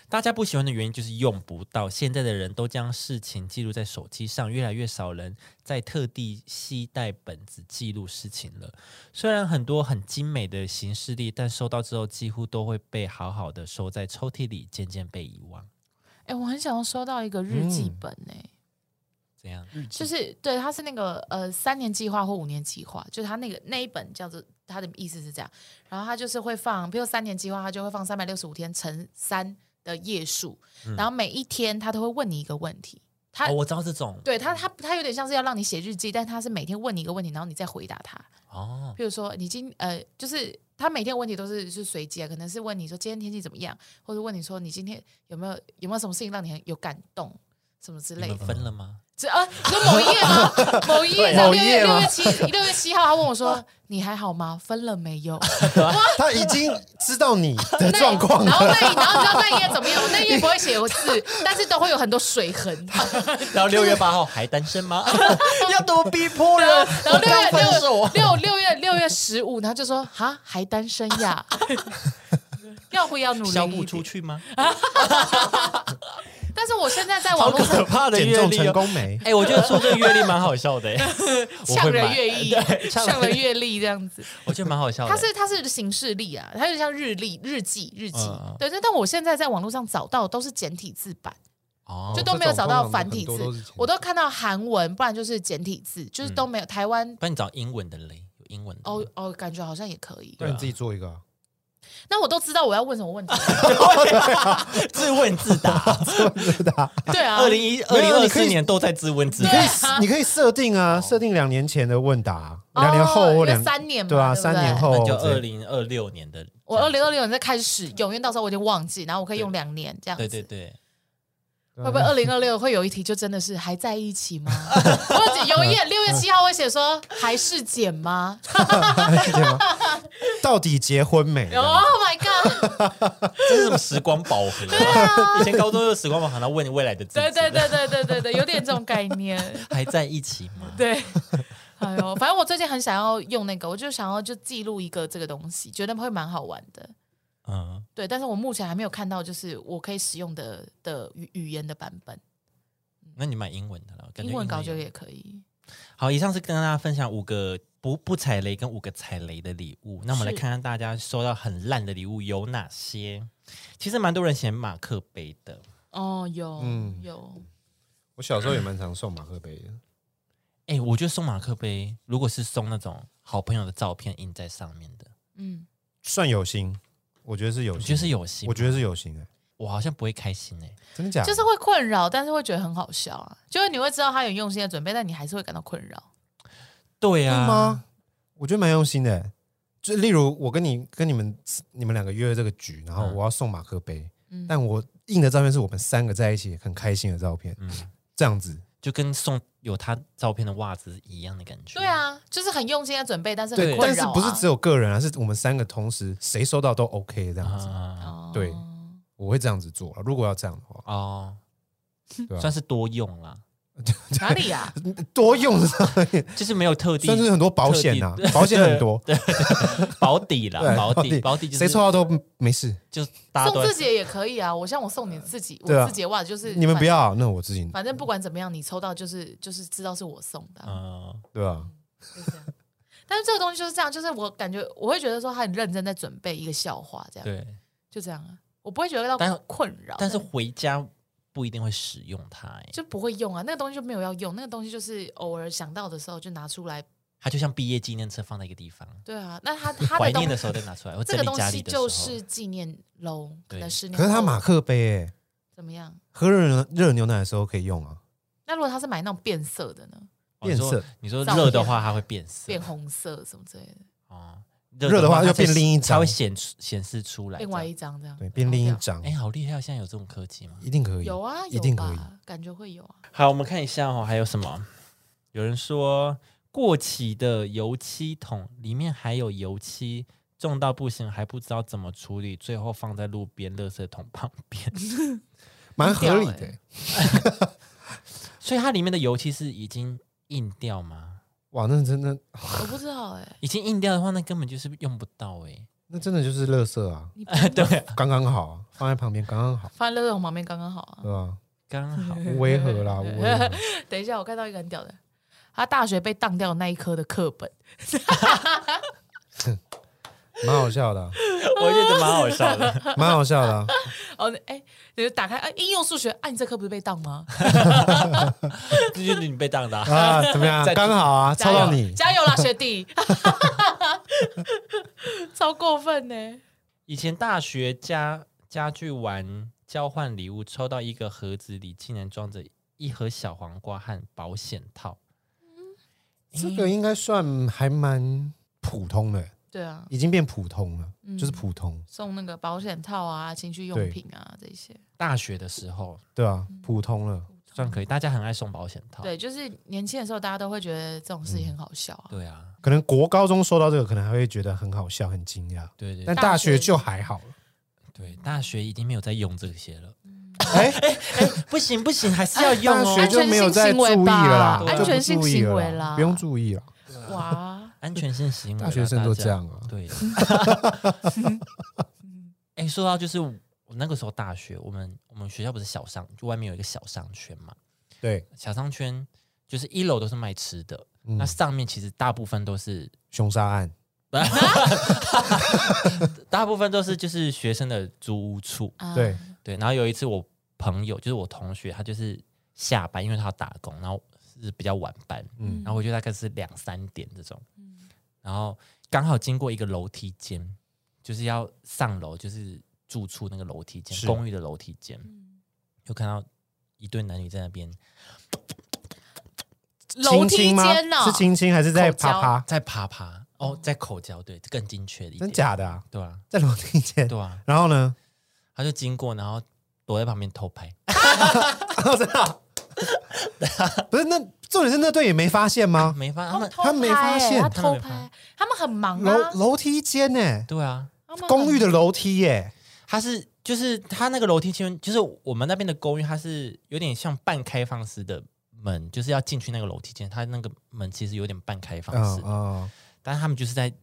Speaker 1: 大家不喜欢的原因就是用不到。现在的人都将事情记录在手机上，越来越少人在特地携带本子记录事情了。虽然很多很精美的行事历，但收到之后几乎都会被好好的收在抽屉里，渐渐被遗忘。
Speaker 2: 哎、我很想要收到一个日
Speaker 3: 嗯
Speaker 2: 记本哎、
Speaker 1: 怎 样？
Speaker 2: 嗯就是对，它是那个呃三年计划或五年计划，就是它那个那一本叫做它的意思是这样，然后它就是会放，比如三年计划，它就会放三百六十五天乘三的页数，然后每一天它都会问你一个问题，
Speaker 1: 嗯
Speaker 2: 它、
Speaker 1: 哦，我知道这种。
Speaker 2: 对它它它有点像是要让你写日记，但它是每天问你一个问题，然后你再回答它，
Speaker 1: 哦，
Speaker 2: 譬如说你今呃，就是他每天的问题都是是随机啊，可能是问你说今天天气怎么样，或者问你说你今天有没有有没有什么事情让你很有感动。什么之
Speaker 1: 你
Speaker 2: 类
Speaker 1: 们
Speaker 2: 的，
Speaker 1: 分了 吗？
Speaker 2: 这啊，你说某一 页吗？某一页，
Speaker 3: 某
Speaker 2: 六
Speaker 3: 一
Speaker 2: 月
Speaker 3: 页
Speaker 2: 六
Speaker 3: 吗
Speaker 2: 月七六月七号，他问我说：“你还好吗？分了没 有
Speaker 3: 他已 经知道你的
Speaker 2: 那？”
Speaker 3: 状况
Speaker 2: 然
Speaker 3: 了，
Speaker 2: 后那一然后你知道那一页怎么样？我那一页不会写有字，但是都会有很多水痕。
Speaker 1: 然后六月八号还单身吗？ 啊要多逼迫人！
Speaker 2: 然后六月
Speaker 1: 刚分
Speaker 2: 六
Speaker 1: 手
Speaker 2: 六六月六月十五，然后就说：“哈，还单身呀？ 要不要努力一
Speaker 1: 销
Speaker 2: 点？”
Speaker 1: 不出去 吗？
Speaker 2: 但是我现在在网络上
Speaker 1: 怕
Speaker 3: 减
Speaker 1: 阅
Speaker 3: 重
Speaker 1: 历
Speaker 3: 成
Speaker 1: 哦
Speaker 3: 功没？
Speaker 1: 哎、我觉得做这个阅历蛮好笑的、 哎我
Speaker 2: 呛
Speaker 1: 会
Speaker 2: 人
Speaker 1: 买，
Speaker 2: 阅历，
Speaker 1: 呛
Speaker 2: 呛人阅历这样子。
Speaker 1: 我觉得蛮好笑的、
Speaker 2: 它是它是形式历啊，它就像日历、日记、日记
Speaker 1: 嗯嗯。
Speaker 2: 对，但但我现在在网络上找到的都是简体字版，
Speaker 1: 哦
Speaker 2: 就，都没有找到繁体
Speaker 3: 这种通常都很多都是
Speaker 2: 字
Speaker 3: 简体，嗯
Speaker 2: 我都看到韩文，不然就是简体字，就是都没有台湾。
Speaker 1: 帮你找英文的嘞，有英文的
Speaker 2: 哦
Speaker 1: 哦，
Speaker 2: 哦，感觉好像也可以。
Speaker 3: 那你自己做一个啊，
Speaker 2: 那我都知道我要问什么问题。
Speaker 1: 自问自 答。
Speaker 3: 对的啊。
Speaker 2: 对啊，
Speaker 1: 二零一二
Speaker 3: 没
Speaker 1: 零
Speaker 3: 有
Speaker 1: 二
Speaker 3: 你可
Speaker 1: 四
Speaker 3: 以
Speaker 1: 年都在自问自
Speaker 3: 你
Speaker 1: 答
Speaker 3: 可
Speaker 2: 对
Speaker 3: 以
Speaker 2: 啊
Speaker 3: 你可以设定啊，设定两年前的问答，啊两年
Speaker 2: 哦
Speaker 3: 后或
Speaker 2: 因为
Speaker 3: 两
Speaker 2: 三年嘛
Speaker 3: 对啊，
Speaker 2: 对不对
Speaker 3: 三年
Speaker 1: 那
Speaker 3: 后
Speaker 1: 就二 零二六年的。
Speaker 2: 我二零二六年再开始使用，因为到时候我已经忘记，然后我可以用两年这样子。
Speaker 1: 对对对，
Speaker 2: 会不会二零二六会有一题就真的是还在一起 吗？或者有一页六月七号会写说还是减 吗
Speaker 3: 到底结婚没？
Speaker 2: ？Oh my god！
Speaker 1: 这是什么时光宝 盒？啊以前高中就是时光宝盒，然后问你未来的自己，
Speaker 2: 啊对对对对对对对，有点这种概念。
Speaker 1: 还在一起吗？
Speaker 2: 对， 哎呦，反正我最近很想要用那个，我就想要就记录一个这个东西，觉得会蛮好玩的。
Speaker 1: 嗯，
Speaker 2: 对，但是我目前还没有看到就是我可以使用的的语语言的版本，
Speaker 1: 那你买英文的了，感觉
Speaker 2: 英文稿就
Speaker 1: 有
Speaker 2: 也可以。
Speaker 1: 好，以上是跟大家分享五个不不踩雷跟五个踩雷的礼物。那我们来
Speaker 2: 是
Speaker 1: 看看大家收到很烂的礼物有哪些。其实蛮多人嫌马克杯的，
Speaker 2: 哦，有、
Speaker 3: 嗯
Speaker 2: 有，
Speaker 3: 我小时候也蛮常送马克杯的，
Speaker 1: 哎、我觉得送马克杯，如果是送那种好朋友的照片印在上面的，
Speaker 2: 嗯，
Speaker 3: 算有心，我觉得是有
Speaker 1: 我
Speaker 3: 心，
Speaker 1: 觉得是有心。
Speaker 3: 我
Speaker 1: 我
Speaker 3: 觉得是有心哎，
Speaker 1: 我好像不会开心哎、
Speaker 3: 真的假的？
Speaker 2: 就是会困扰，但是会觉得很好笑啊，就是你会知道他有用心的准备，但你还是会感到困扰。
Speaker 1: 对
Speaker 3: 会
Speaker 1: 啊，
Speaker 3: 吗？我觉得蛮用心的欸，就例如我跟你跟你们你们两个约了这个局，然后
Speaker 1: 嗯
Speaker 3: 我要送马克杯，
Speaker 2: 嗯
Speaker 3: 但我印的照片是我们三个在一起很开心的照片，
Speaker 1: 嗯，
Speaker 3: 这样子
Speaker 1: 就跟送有他照片的袜子是一样的感觉。
Speaker 2: 对，啊，就是很用心在准备，但是很
Speaker 3: 对，
Speaker 2: 困
Speaker 3: 但
Speaker 2: 扰、啊、
Speaker 3: 是不是只有个人啊，是我们三个同时谁收到都 OK 这样子。
Speaker 1: 啊
Speaker 2: 哦
Speaker 3: 对我会这样子做了，如果要这样的话，
Speaker 1: 哦
Speaker 3: 对，啊
Speaker 1: 算是多用啦，
Speaker 2: 哪里啊 呀、
Speaker 3: 多用是吧
Speaker 1: 就是没有特地
Speaker 3: 算是很多保险呐
Speaker 1: 特地，
Speaker 3: 保险 很多，
Speaker 1: 保底啦，
Speaker 3: 对
Speaker 1: 保
Speaker 3: 保底
Speaker 1: 底保底就是
Speaker 3: 谁抽到都没事。
Speaker 1: 就大家
Speaker 2: 送
Speaker 1: 都
Speaker 2: 自己的也可以啊。我像我送你自己，
Speaker 3: 对啊
Speaker 2: 我自己的袜子就是
Speaker 3: 你们不
Speaker 2: 反，
Speaker 3: 要，那我自己
Speaker 2: 反正不管怎么样，你抽到就是就是知道是我送的啊、
Speaker 1: 嗯
Speaker 3: 对吧？
Speaker 2: 就这样。但是这个东西就是这样，就是我感觉我会觉得说他很认真在准备一个笑话，这样
Speaker 1: 对，
Speaker 2: 就这样啊，我不会觉得
Speaker 1: 但
Speaker 2: 到困扰，
Speaker 1: 但是回家不一定会使用它、欸，
Speaker 2: 就不会用啊，那个东西就没有要用，那个东西就是偶尔想到的时候就拿出来。
Speaker 1: 它就像毕业纪念册放在一个地方，
Speaker 2: 对啊，那 他他
Speaker 1: 怀
Speaker 2: 的
Speaker 1: 念
Speaker 2: 东
Speaker 1: 的时候再拿出来，或
Speaker 2: 这
Speaker 1: 整
Speaker 2: 个
Speaker 1: 理
Speaker 2: 东
Speaker 1: 家里
Speaker 2: 西
Speaker 1: 的时候。
Speaker 2: 就是纪念喽，可
Speaker 1: 对
Speaker 2: 能十年
Speaker 3: 可
Speaker 2: 后。
Speaker 3: 是他马克杯哎，
Speaker 2: 怎么样？
Speaker 3: 喝热热牛奶的时候可以用啊，
Speaker 2: 那如果他是买那种变色的呢？
Speaker 1: 哦你说
Speaker 3: 变色
Speaker 1: 你说
Speaker 2: 照
Speaker 1: 热的
Speaker 2: 片
Speaker 1: 话，它会变色，
Speaker 2: 变红色什么之类的，
Speaker 1: 哦，
Speaker 3: 热的话
Speaker 1: 它
Speaker 3: 就
Speaker 1: 才
Speaker 3: 变另一
Speaker 1: 它
Speaker 3: 张
Speaker 1: 会显出显示出来这
Speaker 2: 另
Speaker 1: 样。
Speaker 2: 外一张这样。
Speaker 3: 对，变另一张
Speaker 1: 哎、，好厉害哦！现在有这种科技吗？
Speaker 3: 一定可以，
Speaker 2: 有啊，
Speaker 3: 一
Speaker 2: 有
Speaker 3: 定可以。
Speaker 2: 吧？感觉会有啊。
Speaker 1: 好，我们看一下哦，还有什么？有人说过期的油漆桶里面还有油漆，重到不行，还不知道怎么处理，最后放在路边垃圾桶旁边。
Speaker 3: 蛮合理的、
Speaker 2: 掉
Speaker 1: 所以它里面的油漆是已经硬掉吗？
Speaker 3: 哇，那真的，
Speaker 2: 我不知道哎，
Speaker 1: 已经硬掉的话，那根本就是用不到哎、
Speaker 3: 那真的就是垃圾啊，
Speaker 2: 你
Speaker 1: 对啊，
Speaker 3: 刚刚好啊，放在旁边刚 刚好，
Speaker 2: 放在垃圾桶旁边刚刚好啊
Speaker 3: 对。吧？
Speaker 1: 刚好
Speaker 3: 无违和啦，无违和。
Speaker 2: 等一下，我看到一个很屌的，他大学被当掉的那一科的课本，
Speaker 3: 蛮好笑的啊、
Speaker 1: 我觉得蛮好笑的。
Speaker 3: 蛮好笑的 啊、
Speaker 2: 哦，哎、你就打开啊，应用数学，啊，你这科不是被当 吗？
Speaker 1: 这就是你被当的、啊。
Speaker 3: 啊怎 么样？
Speaker 1: 再
Speaker 3: 刚好啊，
Speaker 2: 加
Speaker 3: 抽
Speaker 2: 油
Speaker 3: 到你，
Speaker 2: 加 油啦，学弟， 超过分呢！
Speaker 1: 以前大学家家具玩交换礼物，抽到一个盒子里竟然装着一盒小黄瓜和保险套。
Speaker 3: 这个应该算还蛮普通的，
Speaker 2: 对啊，
Speaker 3: 已经变普通了，
Speaker 2: 嗯
Speaker 3: 就是普通，
Speaker 2: 送那个保险套啊、情趣用品啊这些，
Speaker 1: 大学的时候
Speaker 3: 对啊，普通了。
Speaker 1: 算可以，大家很爱送保险套。
Speaker 2: 对，就是年轻的时候，大家都会觉得这种事情很好笑啊。
Speaker 1: 对啊，
Speaker 3: 可能国高中收到这个，可能还会觉得很好笑、很惊讶，
Speaker 1: 对对
Speaker 3: 但
Speaker 1: 对
Speaker 3: 大学就还好了。
Speaker 1: 对，大学已经没有在用这些了。
Speaker 3: 哎，
Speaker 1: 不行不行，还是要用
Speaker 2: 啊
Speaker 3: 大
Speaker 1: 哦。
Speaker 3: 学就没有再注意了啦，
Speaker 1: 安
Speaker 3: 就
Speaker 2: 全
Speaker 3: 不
Speaker 2: 性
Speaker 3: 注意
Speaker 2: 行
Speaker 3: 了
Speaker 2: 为啦
Speaker 3: 不用注意了。
Speaker 2: 哇，
Speaker 1: 安全性行为啦，
Speaker 3: 大学生都
Speaker 1: 大
Speaker 3: 这
Speaker 1: 家
Speaker 3: 样啊，
Speaker 1: 对。 哎、说到就是我那个时候大学，我们我们学校不是小商，就外面有一个小商圈嘛。
Speaker 3: 对，
Speaker 1: 小商圈就是一楼都是卖吃的，
Speaker 3: 嗯
Speaker 1: 那上面其实大部分都是
Speaker 3: 凶杀案，
Speaker 1: 大部分都是就是学生的租屋处。
Speaker 2: 啊
Speaker 3: 对，
Speaker 1: 对，然后有一次我朋友就是我同学，他就是下班，因为他要打工，然后是比较晚班，
Speaker 3: 嗯
Speaker 1: 然后我就大概是两三点这种，然后刚好经过一个楼梯间，就是要上楼，就是住处那个楼梯间，
Speaker 3: 是
Speaker 1: 公寓的楼梯间，
Speaker 2: 嗯
Speaker 1: 就看到一对男女在那边
Speaker 2: 楼
Speaker 3: 亲
Speaker 2: 梯
Speaker 3: 亲吗
Speaker 2: 间啊
Speaker 1: 哦
Speaker 2: 呢、
Speaker 3: 是亲亲还是在
Speaker 2: 口交
Speaker 3: 啪啪？
Speaker 1: 在啪啪哦，在口交，对，更精确一点，
Speaker 3: 真？假的啊，
Speaker 1: 对啊，
Speaker 3: 在楼梯间。
Speaker 1: 对啊，
Speaker 3: 然后呢？
Speaker 1: 他就经过，然后躲在旁边偷拍，
Speaker 3: 真的啊？不是，那重点是那队也没发现吗？
Speaker 1: 啊没发他们
Speaker 2: 他们哦偷
Speaker 3: 他没
Speaker 2: 拍
Speaker 3: 发
Speaker 2: 欸
Speaker 3: 现
Speaker 2: 他
Speaker 1: 他
Speaker 2: 偷
Speaker 1: 们没
Speaker 2: 拍，他们很忙
Speaker 3: 楼
Speaker 2: 啊，
Speaker 3: 楼梯间呢？
Speaker 1: 对啊，
Speaker 2: 他们很
Speaker 3: 公寓的楼梯耶，
Speaker 1: 他是就是他那个楼梯间，就是我们那边的公寓，它是有点像半开放式的门，就是要进去那个楼梯间，它那个门其实有点半开放
Speaker 3: 嗯
Speaker 1: 式，
Speaker 3: 嗯，
Speaker 1: 但是他们就是在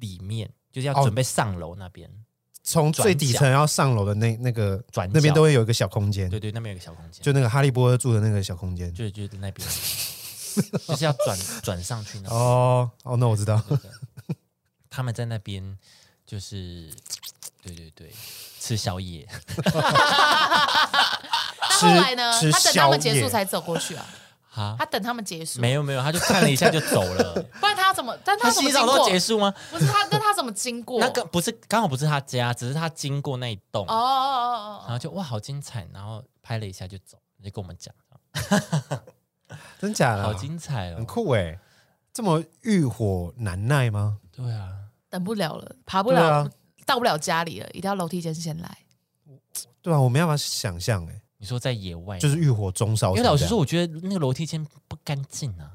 Speaker 1: 里面，就是要
Speaker 3: 哦
Speaker 1: 准备上楼那边。
Speaker 3: 从最底层要上楼的那那个
Speaker 1: 转角
Speaker 3: 那边都会有一个小空间，
Speaker 1: 对对，那边有个小空间，
Speaker 3: 就那个哈利波特住的那个小空间。
Speaker 1: 就就就那边，就是要转转上去那边。
Speaker 3: 哦哦，那我知道，
Speaker 1: 对对他们在那边就是，对对对，吃宵夜。
Speaker 2: 那啊后来呢？
Speaker 3: 吃
Speaker 2: 他
Speaker 3: 吃
Speaker 2: 等他
Speaker 3: 宵
Speaker 2: 们结
Speaker 3: 夜
Speaker 2: 束才走过 去啊，
Speaker 1: 哈，
Speaker 2: 他等他们结束，
Speaker 1: 没有没有，他就看了一下就走 了。
Speaker 2: 不然他要怎么？但他
Speaker 1: 他
Speaker 2: 怎么
Speaker 1: 洗
Speaker 2: 经
Speaker 1: 澡都
Speaker 2: 过？
Speaker 1: 结束吗？
Speaker 2: 不是他，那他怎么经过？
Speaker 1: 那个不是刚好不是他家，只是他经过那一栋，
Speaker 2: 哦哦哦
Speaker 1: 然
Speaker 2: 哦
Speaker 3: 啊
Speaker 1: 后就哇好精彩，然后拍了一下就走，就跟我们讲，
Speaker 3: 真假的啊
Speaker 1: 好，精彩
Speaker 3: 很
Speaker 1: 哦。
Speaker 3: 酷哎，这么欲火难耐吗？
Speaker 1: 对啊，
Speaker 2: 哦，等不了了，爬不
Speaker 3: 对
Speaker 2: 了，
Speaker 3: 啊，
Speaker 2: 到不了家里了，一定要楼梯间先来。
Speaker 3: 对啊，我没办法想象哎，
Speaker 1: 你你说在野外，
Speaker 3: 就是欲火中烧。
Speaker 1: 因为老实说，，我觉得那个楼梯间不干净啊。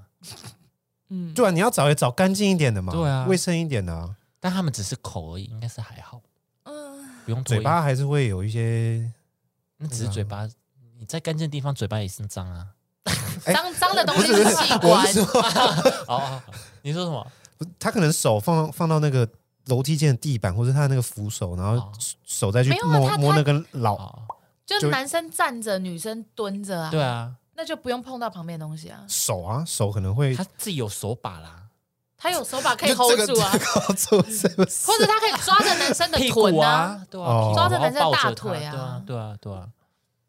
Speaker 2: 嗯，
Speaker 3: 对啊，你要找也找干净一点的嘛，
Speaker 1: 对啊
Speaker 3: 卫生一点的、啊，
Speaker 1: 但他们只是口而已，应该是还好，
Speaker 2: 嗯，
Speaker 1: 不用脱
Speaker 3: 嘴
Speaker 1: 衣
Speaker 3: 巴还是会有一些。
Speaker 1: 那只是嘴巴，你在干净的地方，嘴巴也是脏啊。
Speaker 2: 脏脏的东西
Speaker 3: 哎不是不是
Speaker 2: 器
Speaker 3: 我
Speaker 2: 官
Speaker 3: 是，说，
Speaker 1: 哦哦，哦你说什么？
Speaker 3: 他可能手放放到那个楼梯间的地板，或者他的那个扶手，然后
Speaker 1: 哦
Speaker 3: 手再去
Speaker 2: 没有啊
Speaker 3: 摸
Speaker 2: 他
Speaker 3: 摸
Speaker 2: 他
Speaker 3: 那根老，
Speaker 1: 哦，
Speaker 2: 就是
Speaker 3: 就
Speaker 2: 男生站着，女生蹲着啊，
Speaker 1: 对，啊，
Speaker 2: 那就不用碰到旁边的东西啊。
Speaker 3: 手啊，手可能会
Speaker 1: 他自己有手把啦，
Speaker 2: 他有手把可以
Speaker 3: 就
Speaker 2: hold
Speaker 3: 这个
Speaker 2: 住啊
Speaker 3: 这，个要 做是不是？
Speaker 2: 或者他可以抓着男生的
Speaker 1: 屁股
Speaker 2: 臀
Speaker 1: 啊，对
Speaker 3: 哦
Speaker 1: 啊，
Speaker 2: 抓着
Speaker 1: 然后
Speaker 2: 男生的
Speaker 1: 抱着
Speaker 2: 大
Speaker 1: 他
Speaker 2: 腿啊
Speaker 1: 对啊，对啊，对啊。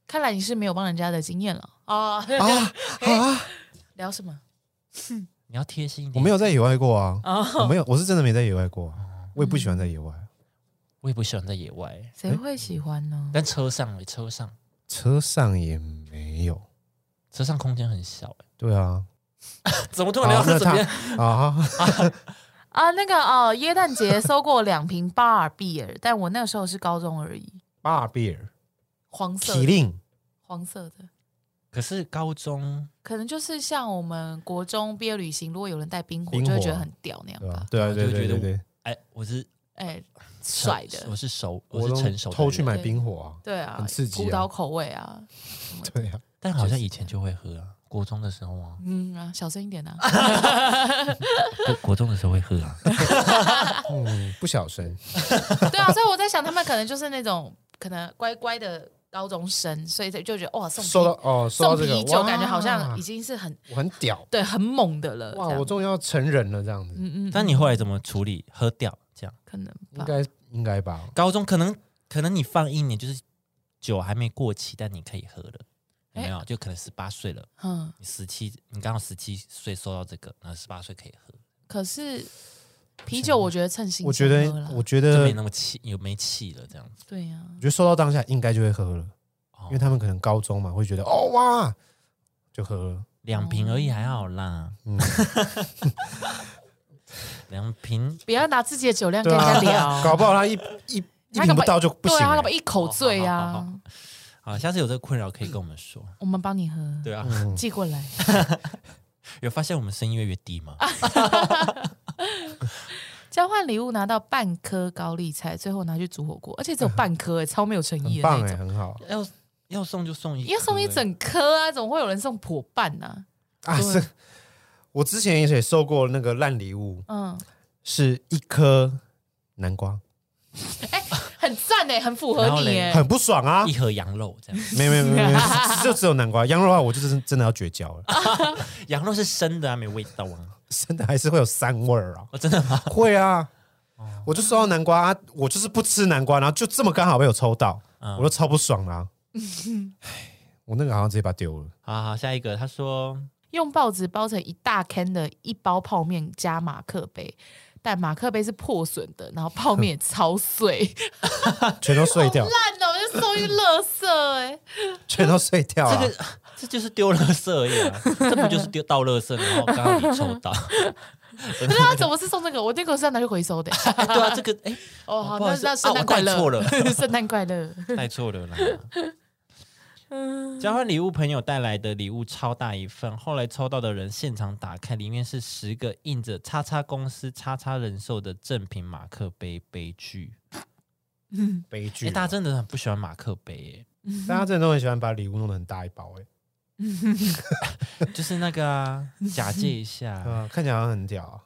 Speaker 2: 看来你是没有帮人家的经验了哦。
Speaker 3: 啊啊！
Speaker 2: 聊什么？
Speaker 1: 你要贴心一点，
Speaker 3: 我没
Speaker 1: 有，
Speaker 3: 有在野外过啊，我
Speaker 2: 哦，
Speaker 3: 没有，我是真的没在野外过啊，
Speaker 1: 嗯
Speaker 3: 我也不喜欢在野外。
Speaker 1: 我也不喜欢在野外，
Speaker 2: 谁会喜欢呢？
Speaker 1: 但车上欸车上
Speaker 3: 车上也没有。
Speaker 1: 车上空间很小欸，
Speaker 3: 对啊，
Speaker 1: 怎么突然聊到
Speaker 3: 那
Speaker 1: 这
Speaker 3: 他
Speaker 1: 边？
Speaker 3: 啊，
Speaker 2: 啊，那个哦，耶诞节收过两瓶巴尔比尔，但我那时候是高中而已，
Speaker 3: 巴尔贝 尔、
Speaker 2: 黄色
Speaker 3: 皮
Speaker 2: 的，
Speaker 3: 令，
Speaker 2: 黄色的，
Speaker 1: 可是高中
Speaker 2: 可能就是像我们国中毕业旅行，如果有人带冰火，
Speaker 3: 冰火
Speaker 2: 就
Speaker 3: 啊
Speaker 2: 会觉得很屌那样
Speaker 3: 对吧
Speaker 2: 吧？？
Speaker 3: 对啊，
Speaker 1: 就
Speaker 3: 对
Speaker 1: 会
Speaker 3: 对
Speaker 1: 觉
Speaker 3: 对
Speaker 1: 得
Speaker 3: 对，
Speaker 1: 哎，我是
Speaker 2: 哎，帅
Speaker 1: 成
Speaker 2: 的
Speaker 1: 我，是熟，
Speaker 3: 我
Speaker 1: 我
Speaker 3: 都
Speaker 1: 是成熟的人，
Speaker 3: 偷去买冰火啊，
Speaker 2: 对啊，
Speaker 3: 很刺激啊
Speaker 2: 孤岛口味啊，
Speaker 3: 对啊，
Speaker 1: 但好像以前就会喝啊，国中的时候啊，
Speaker 2: 嗯啊，小声一点啊，
Speaker 1: 国国中的时候会喝啊，
Speaker 2: 啊
Speaker 3: 嗯，不小声，
Speaker 2: 对啊，所以我在想，他们可能就是那种可能乖乖的高中生，所以他就觉得哇，送啤
Speaker 3: 收到哦，收到
Speaker 2: 送
Speaker 3: 这个
Speaker 2: 啤，酒，
Speaker 3: 哇
Speaker 2: 感觉好像已经是很
Speaker 3: 我很屌，
Speaker 2: 对很猛的了。
Speaker 3: 哇
Speaker 2: 这，样
Speaker 3: 我终于要成人了，这样子，
Speaker 2: 嗯嗯，
Speaker 1: 但你后来怎么处理？喝掉这样？
Speaker 2: 可能
Speaker 3: 应
Speaker 2: 吧，
Speaker 3: 该应该吧？
Speaker 1: 高中可能可能你放一年，就是酒还没过期，但你可以喝了，
Speaker 2: 哎
Speaker 1: 有没有？就可能十八岁了，
Speaker 2: 嗯，
Speaker 1: 你十七，你刚好十七岁收到这个，然后十八岁可以喝，
Speaker 2: 可是啤酒我觉得趁新
Speaker 3: 我觉
Speaker 2: 鲜喝
Speaker 3: 得
Speaker 2: 啦，
Speaker 3: 我觉
Speaker 1: 就
Speaker 3: 得，
Speaker 1: 没
Speaker 3: 我
Speaker 1: 那么气，有没气了这样子。
Speaker 2: 对呀，
Speaker 3: 觉得收到当下应该就会喝了，
Speaker 1: 哦
Speaker 3: 因为他们可能高中嘛，会觉得哦哇，就喝了，
Speaker 1: 两瓶而已，还好啦，
Speaker 3: 嗯，
Speaker 1: 两瓶
Speaker 2: 不要拿自己的酒量跟
Speaker 3: 对
Speaker 2: 人家
Speaker 3: 啊，搞
Speaker 2: 聊，
Speaker 3: 不好 他一一一
Speaker 2: 他搞不
Speaker 3: 瓶不
Speaker 2: 好
Speaker 3: 到就 不
Speaker 2: 对
Speaker 3: 行
Speaker 2: 啊，他
Speaker 3: 了
Speaker 2: 搞不好，一口
Speaker 1: 好
Speaker 2: 醉
Speaker 1: 好好
Speaker 2: 啊
Speaker 1: 好，啊，下次有这个困扰可以跟我们说。
Speaker 2: 我们帮你喝，
Speaker 1: 对啊，
Speaker 3: 嗯
Speaker 2: 寄过来。
Speaker 1: 有发现我们声音越来越低吗？
Speaker 2: 交换礼物拿到半颗高丽菜，最后拿去煮火锅，而且只有半颗、 欸，超没有诚意的那
Speaker 3: 很棒
Speaker 2: 种。
Speaker 3: 哎，很好
Speaker 1: 要要送就送一颗欸，
Speaker 2: 要送一整颗啊，总会有人送破半呐、
Speaker 3: 啊，
Speaker 1: 对
Speaker 3: 是。我之前也收过那个烂礼物，
Speaker 2: 嗯，
Speaker 3: 是一颗南瓜，
Speaker 2: 很赞哎、很符合
Speaker 1: 然后
Speaker 2: 你
Speaker 1: 嘞
Speaker 2: 哎、
Speaker 3: 很不爽啊
Speaker 1: 一！盒羊肉这样，
Speaker 3: 没有没有没 有没有，就只有南瓜。羊肉的话，我就是真的要绝交了，
Speaker 1: 羊肉是生的啊，没味道啊。
Speaker 3: 真的还是会有膻味儿啊！
Speaker 1: 哦，真的吗？
Speaker 3: 会啊，我就收到南瓜，啊我就是不吃南瓜，然后就这么刚好被我抽到，
Speaker 1: 嗯
Speaker 3: 我都超不爽啦、啊！唉我那个好像直接把它丢了，
Speaker 1: 好好，下一个，他说
Speaker 2: 用报纸包成一大坑的一包泡面加马克杯，但马克杯是破损的，然后泡面也超碎，
Speaker 3: 全都碎 掉，
Speaker 2: 烂哦的我就送一垃圾哎、
Speaker 3: 全都碎掉啊
Speaker 1: 这
Speaker 3: 了、
Speaker 1: 个这就是丢垃圾而已啊，这不就是丢倒垃圾，然后刚好你抽到？
Speaker 2: 可是他怎么是送这个？我那个是要拿去回收的欸、
Speaker 1: 哎对啊，这个哎，
Speaker 2: 哦，好，
Speaker 1: 不好
Speaker 2: 那
Speaker 1: 意思
Speaker 2: 那圣
Speaker 1: 啊
Speaker 2: 诞
Speaker 1: 我
Speaker 2: 快
Speaker 1: 带
Speaker 2: 乐，
Speaker 1: 错了
Speaker 2: 圣诞快乐。
Speaker 1: 带错了啦。交换礼物，朋友带来的礼物超大一份，后来抽到的人现场打开，里面是十个印着“叉叉公司叉叉人寿”的正品马克杯杯具。
Speaker 3: 悲剧
Speaker 1: 哎，
Speaker 3: 啊。
Speaker 1: 大家真的很不喜欢马克杯耶，
Speaker 3: 大家真的都很喜欢把礼物弄得很大一包、
Speaker 1: 哎
Speaker 3: 欸，
Speaker 1: 就是那个 啊，假借一
Speaker 3: 哎、
Speaker 1: 下。
Speaker 3: 啊，看起来好像很屌、啊。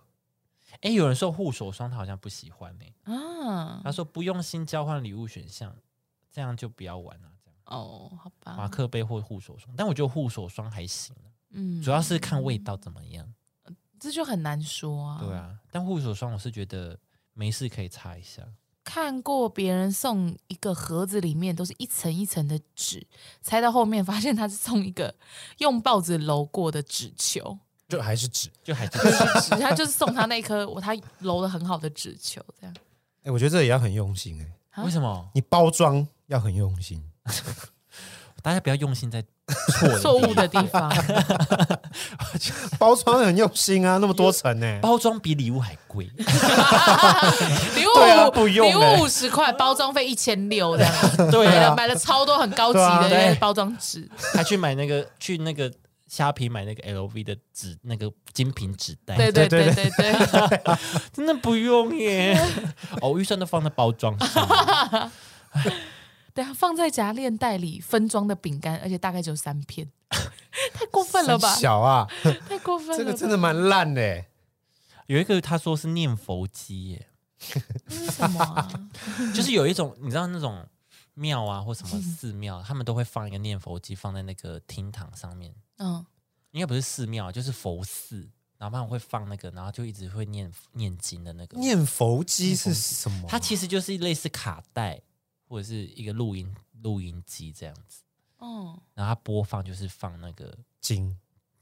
Speaker 1: 哎，有人说护手霜，他好像不喜欢呢。
Speaker 2: 啊
Speaker 1: 他，说不用心交换礼物选项，这样就不要玩了、这样
Speaker 2: 哦，好
Speaker 1: 马
Speaker 2: 吧，
Speaker 1: 克杯或护手霜，但我觉得护手霜还行，
Speaker 2: 嗯
Speaker 1: 主要是看味道怎么样。
Speaker 2: 这就很难说啊。
Speaker 1: 对啊，但护手霜我是觉得没事可以擦一下。
Speaker 2: 看过别人送一个盒子，里面都是一层一层的纸，拆到后面发现他是送一个用报纸揉过的纸球，
Speaker 3: 就还是纸，
Speaker 1: 就还是
Speaker 2: 纸他就是送他那一颗 我他揉的很好的纸球，这样
Speaker 3: 哎、我觉得这也要很用心哎、
Speaker 2: 啊
Speaker 1: 为什么？
Speaker 3: 你包装要很用心，
Speaker 1: 大家不要用心 在错的
Speaker 2: 错
Speaker 1: 地
Speaker 2: 误的地 方，
Speaker 3: 包装得很用心啊，那么多层呢、
Speaker 1: 包装比礼物还 贵，
Speaker 2: 礼
Speaker 3: 对啊
Speaker 2: 物
Speaker 3: 不用
Speaker 2: 礼
Speaker 3: 欸
Speaker 2: 物五十块，包装费一千六这样子，
Speaker 1: 对
Speaker 2: 买
Speaker 1: 啊
Speaker 2: 了，买了超多很高级
Speaker 3: 对啊
Speaker 2: 的那
Speaker 1: 对
Speaker 2: 些包装纸，
Speaker 1: 还去买那个去那个虾皮买那个 LV 的纸那个精品纸袋，
Speaker 2: 对对
Speaker 3: 对
Speaker 2: 对
Speaker 3: 对
Speaker 2: 对对，
Speaker 1: 真的不用耶。 哦，预算都放在包装上，
Speaker 2: 对啊，放在夹链袋里分装的饼干，而且大概只有三片， 太过分了吧
Speaker 3: 三？小啊，
Speaker 2: 太过分了吧，
Speaker 3: 这个真的蛮烂的、欸。
Speaker 1: 有一个他说是念佛机耶，
Speaker 2: 这是什么啊？
Speaker 1: 就是有一种你知道那种庙啊或什么寺庙，他们都会放一个念佛机放在那个厅堂上面，
Speaker 2: 嗯，
Speaker 1: 应该不是寺庙，啊就是佛寺，然后他们会放那个，然后就一直会念念经的那个。
Speaker 3: 念佛机是什么？
Speaker 1: 它其实就是类似卡带或者是一个录音录音机这样子，
Speaker 2: 哦，
Speaker 1: 然后它播放就是放那个
Speaker 3: 经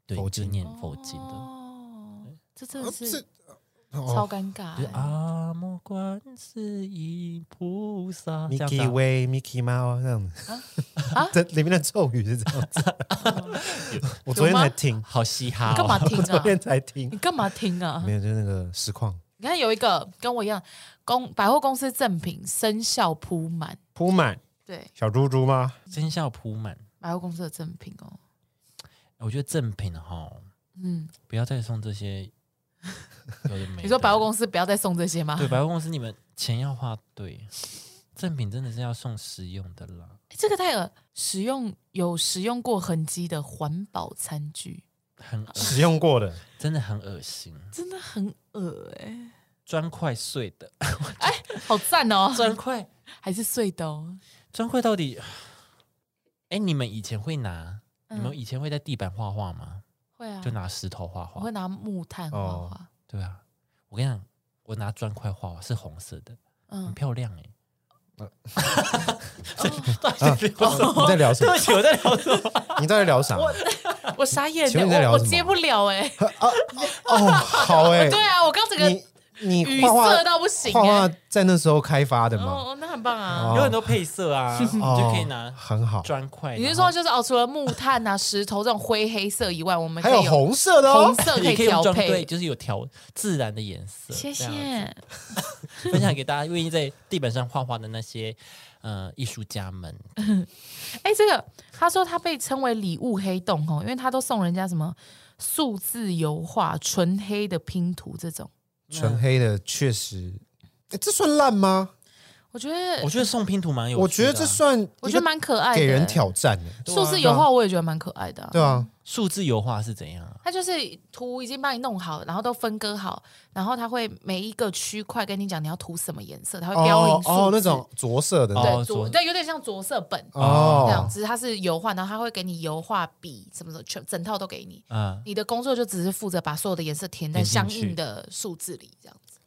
Speaker 1: 对，
Speaker 3: 佛
Speaker 1: 就是
Speaker 3: 经
Speaker 1: 念佛经的，
Speaker 2: 哦，这真的
Speaker 3: 啊
Speaker 2: 是超
Speaker 3: 哦
Speaker 2: 尴尬
Speaker 1: 就是
Speaker 2: 欸。
Speaker 1: 阿摩观世音菩萨这样子
Speaker 3: ，Mickey
Speaker 1: 啊。
Speaker 3: Way、Mickey Mouse 这样子
Speaker 2: 哦啊，
Speaker 3: 这里面的咒语是这样子。 我昨天才听，
Speaker 1: 好嘻哈、哦，
Speaker 2: 你 干嘛 听
Speaker 3: 昨
Speaker 2: 啊？
Speaker 3: 天才听
Speaker 2: 你，干嘛听啊？
Speaker 3: 没有，就是那个实况
Speaker 2: 你看有一个跟我一样，公百货公司赠品生效铺满，
Speaker 3: 铺满
Speaker 2: 对，
Speaker 3: 小猪猪吗？
Speaker 1: 真相铺满。
Speaker 2: 百货公司的赠品哦，
Speaker 1: 我觉得正品哈，
Speaker 2: 嗯，
Speaker 1: 不要再送这些有的没的。
Speaker 2: 你说百货
Speaker 1: 司
Speaker 2: 公司不要再送这些吗？
Speaker 1: 对百货公司，你们钱要花对，正品真的是要送实用的啦。
Speaker 2: 诶这个太恶，使用有使用过痕迹的环保餐具，
Speaker 1: 很
Speaker 2: 嗯
Speaker 1: 恶
Speaker 3: 使用过的，
Speaker 1: 真的很恶心，
Speaker 2: 真的很恶哎、
Speaker 1: 砖块碎 的
Speaker 2: 好赞哦，
Speaker 1: 砖块，
Speaker 2: 还是碎的哦，
Speaker 1: 砖块到底？哎，你们以前会拿？你们
Speaker 2: 嗯、
Speaker 1: 以前会在地板画画吗？
Speaker 2: 会啊
Speaker 1: 就，拿石头画画
Speaker 2: 我会？拿木炭画
Speaker 3: 哦
Speaker 2: 画，
Speaker 1: 对啊，我跟你讲，我拿砖块画画是红色的，很
Speaker 2: 嗯，
Speaker 1: 漂亮哎。
Speaker 2: 哦
Speaker 3: 啊你在聊什
Speaker 1: 对
Speaker 3: 么
Speaker 1: 不？起，我在聊什么？
Speaker 3: 你到底聊啥？
Speaker 2: 啊我傻眼
Speaker 3: 请
Speaker 2: 了，
Speaker 3: 问你在
Speaker 2: 我
Speaker 3: 聊
Speaker 2: 我
Speaker 3: 什么
Speaker 2: 接不了 哎、
Speaker 3: 哦，好哎
Speaker 2: 对，啊，我刚整个
Speaker 3: 你
Speaker 2: 语
Speaker 3: 你画画
Speaker 2: 塞到不行、欸，
Speaker 3: 画画在那时候开发的吗？
Speaker 2: 哦哦，那很棒啊。
Speaker 1: 有很多配色 啊，你
Speaker 3: 哦
Speaker 1: 就可以拿
Speaker 3: 很哎好，
Speaker 1: 砖块。
Speaker 2: 你是
Speaker 1: 然
Speaker 2: 说
Speaker 1: 后
Speaker 2: 就是哦，除了木炭啊、石头这种灰黑色以外，我们
Speaker 3: 还
Speaker 2: 可以
Speaker 3: 有红色的
Speaker 2: 红
Speaker 3: 哦，
Speaker 2: 色可
Speaker 1: 也
Speaker 2: 以
Speaker 1: 可以用
Speaker 2: 调
Speaker 1: 装对，
Speaker 2: 配。
Speaker 1: 就是有调自然的颜色。
Speaker 2: 谢
Speaker 1: 这样
Speaker 2: 谢，
Speaker 1: 分享给大家愿意在地板上画画的那些呃艺术家们。
Speaker 2: 哎，这个他说他被称为礼物黑洞哦，因为他都送人家什么数字油画、纯黑的拼图这种，
Speaker 1: 嗯
Speaker 3: 纯黑的确实，诶这算烂吗？
Speaker 2: 我觉得
Speaker 1: 我觉得送拼图蛮有趣的啊，
Speaker 3: 我觉得这算哦一个
Speaker 2: 我觉得蛮可爱的，欸啊
Speaker 3: 给人挑战的，
Speaker 2: 数字油画，我也觉得蛮可爱的啊。
Speaker 3: 对啊，
Speaker 1: 数字油画是怎样啊？
Speaker 2: 它就是图已经帮你弄好，然后都分割好，然后它会每一个区块跟你讲你要涂什么颜色，它会标
Speaker 3: 哦
Speaker 2: 明数字
Speaker 3: 哦那种着色的那种
Speaker 1: 哦
Speaker 2: 对
Speaker 1: 着
Speaker 2: 着对有点像着色本这样，
Speaker 3: 哦，
Speaker 2: 只是它是油画，然后它会给你油画笔什么的，全整套都给你。
Speaker 1: 啊，
Speaker 2: 你的工作就只是负责把所有的颜色填在
Speaker 1: 填进
Speaker 2: 相
Speaker 1: 去
Speaker 2: 应的数字里，这样子，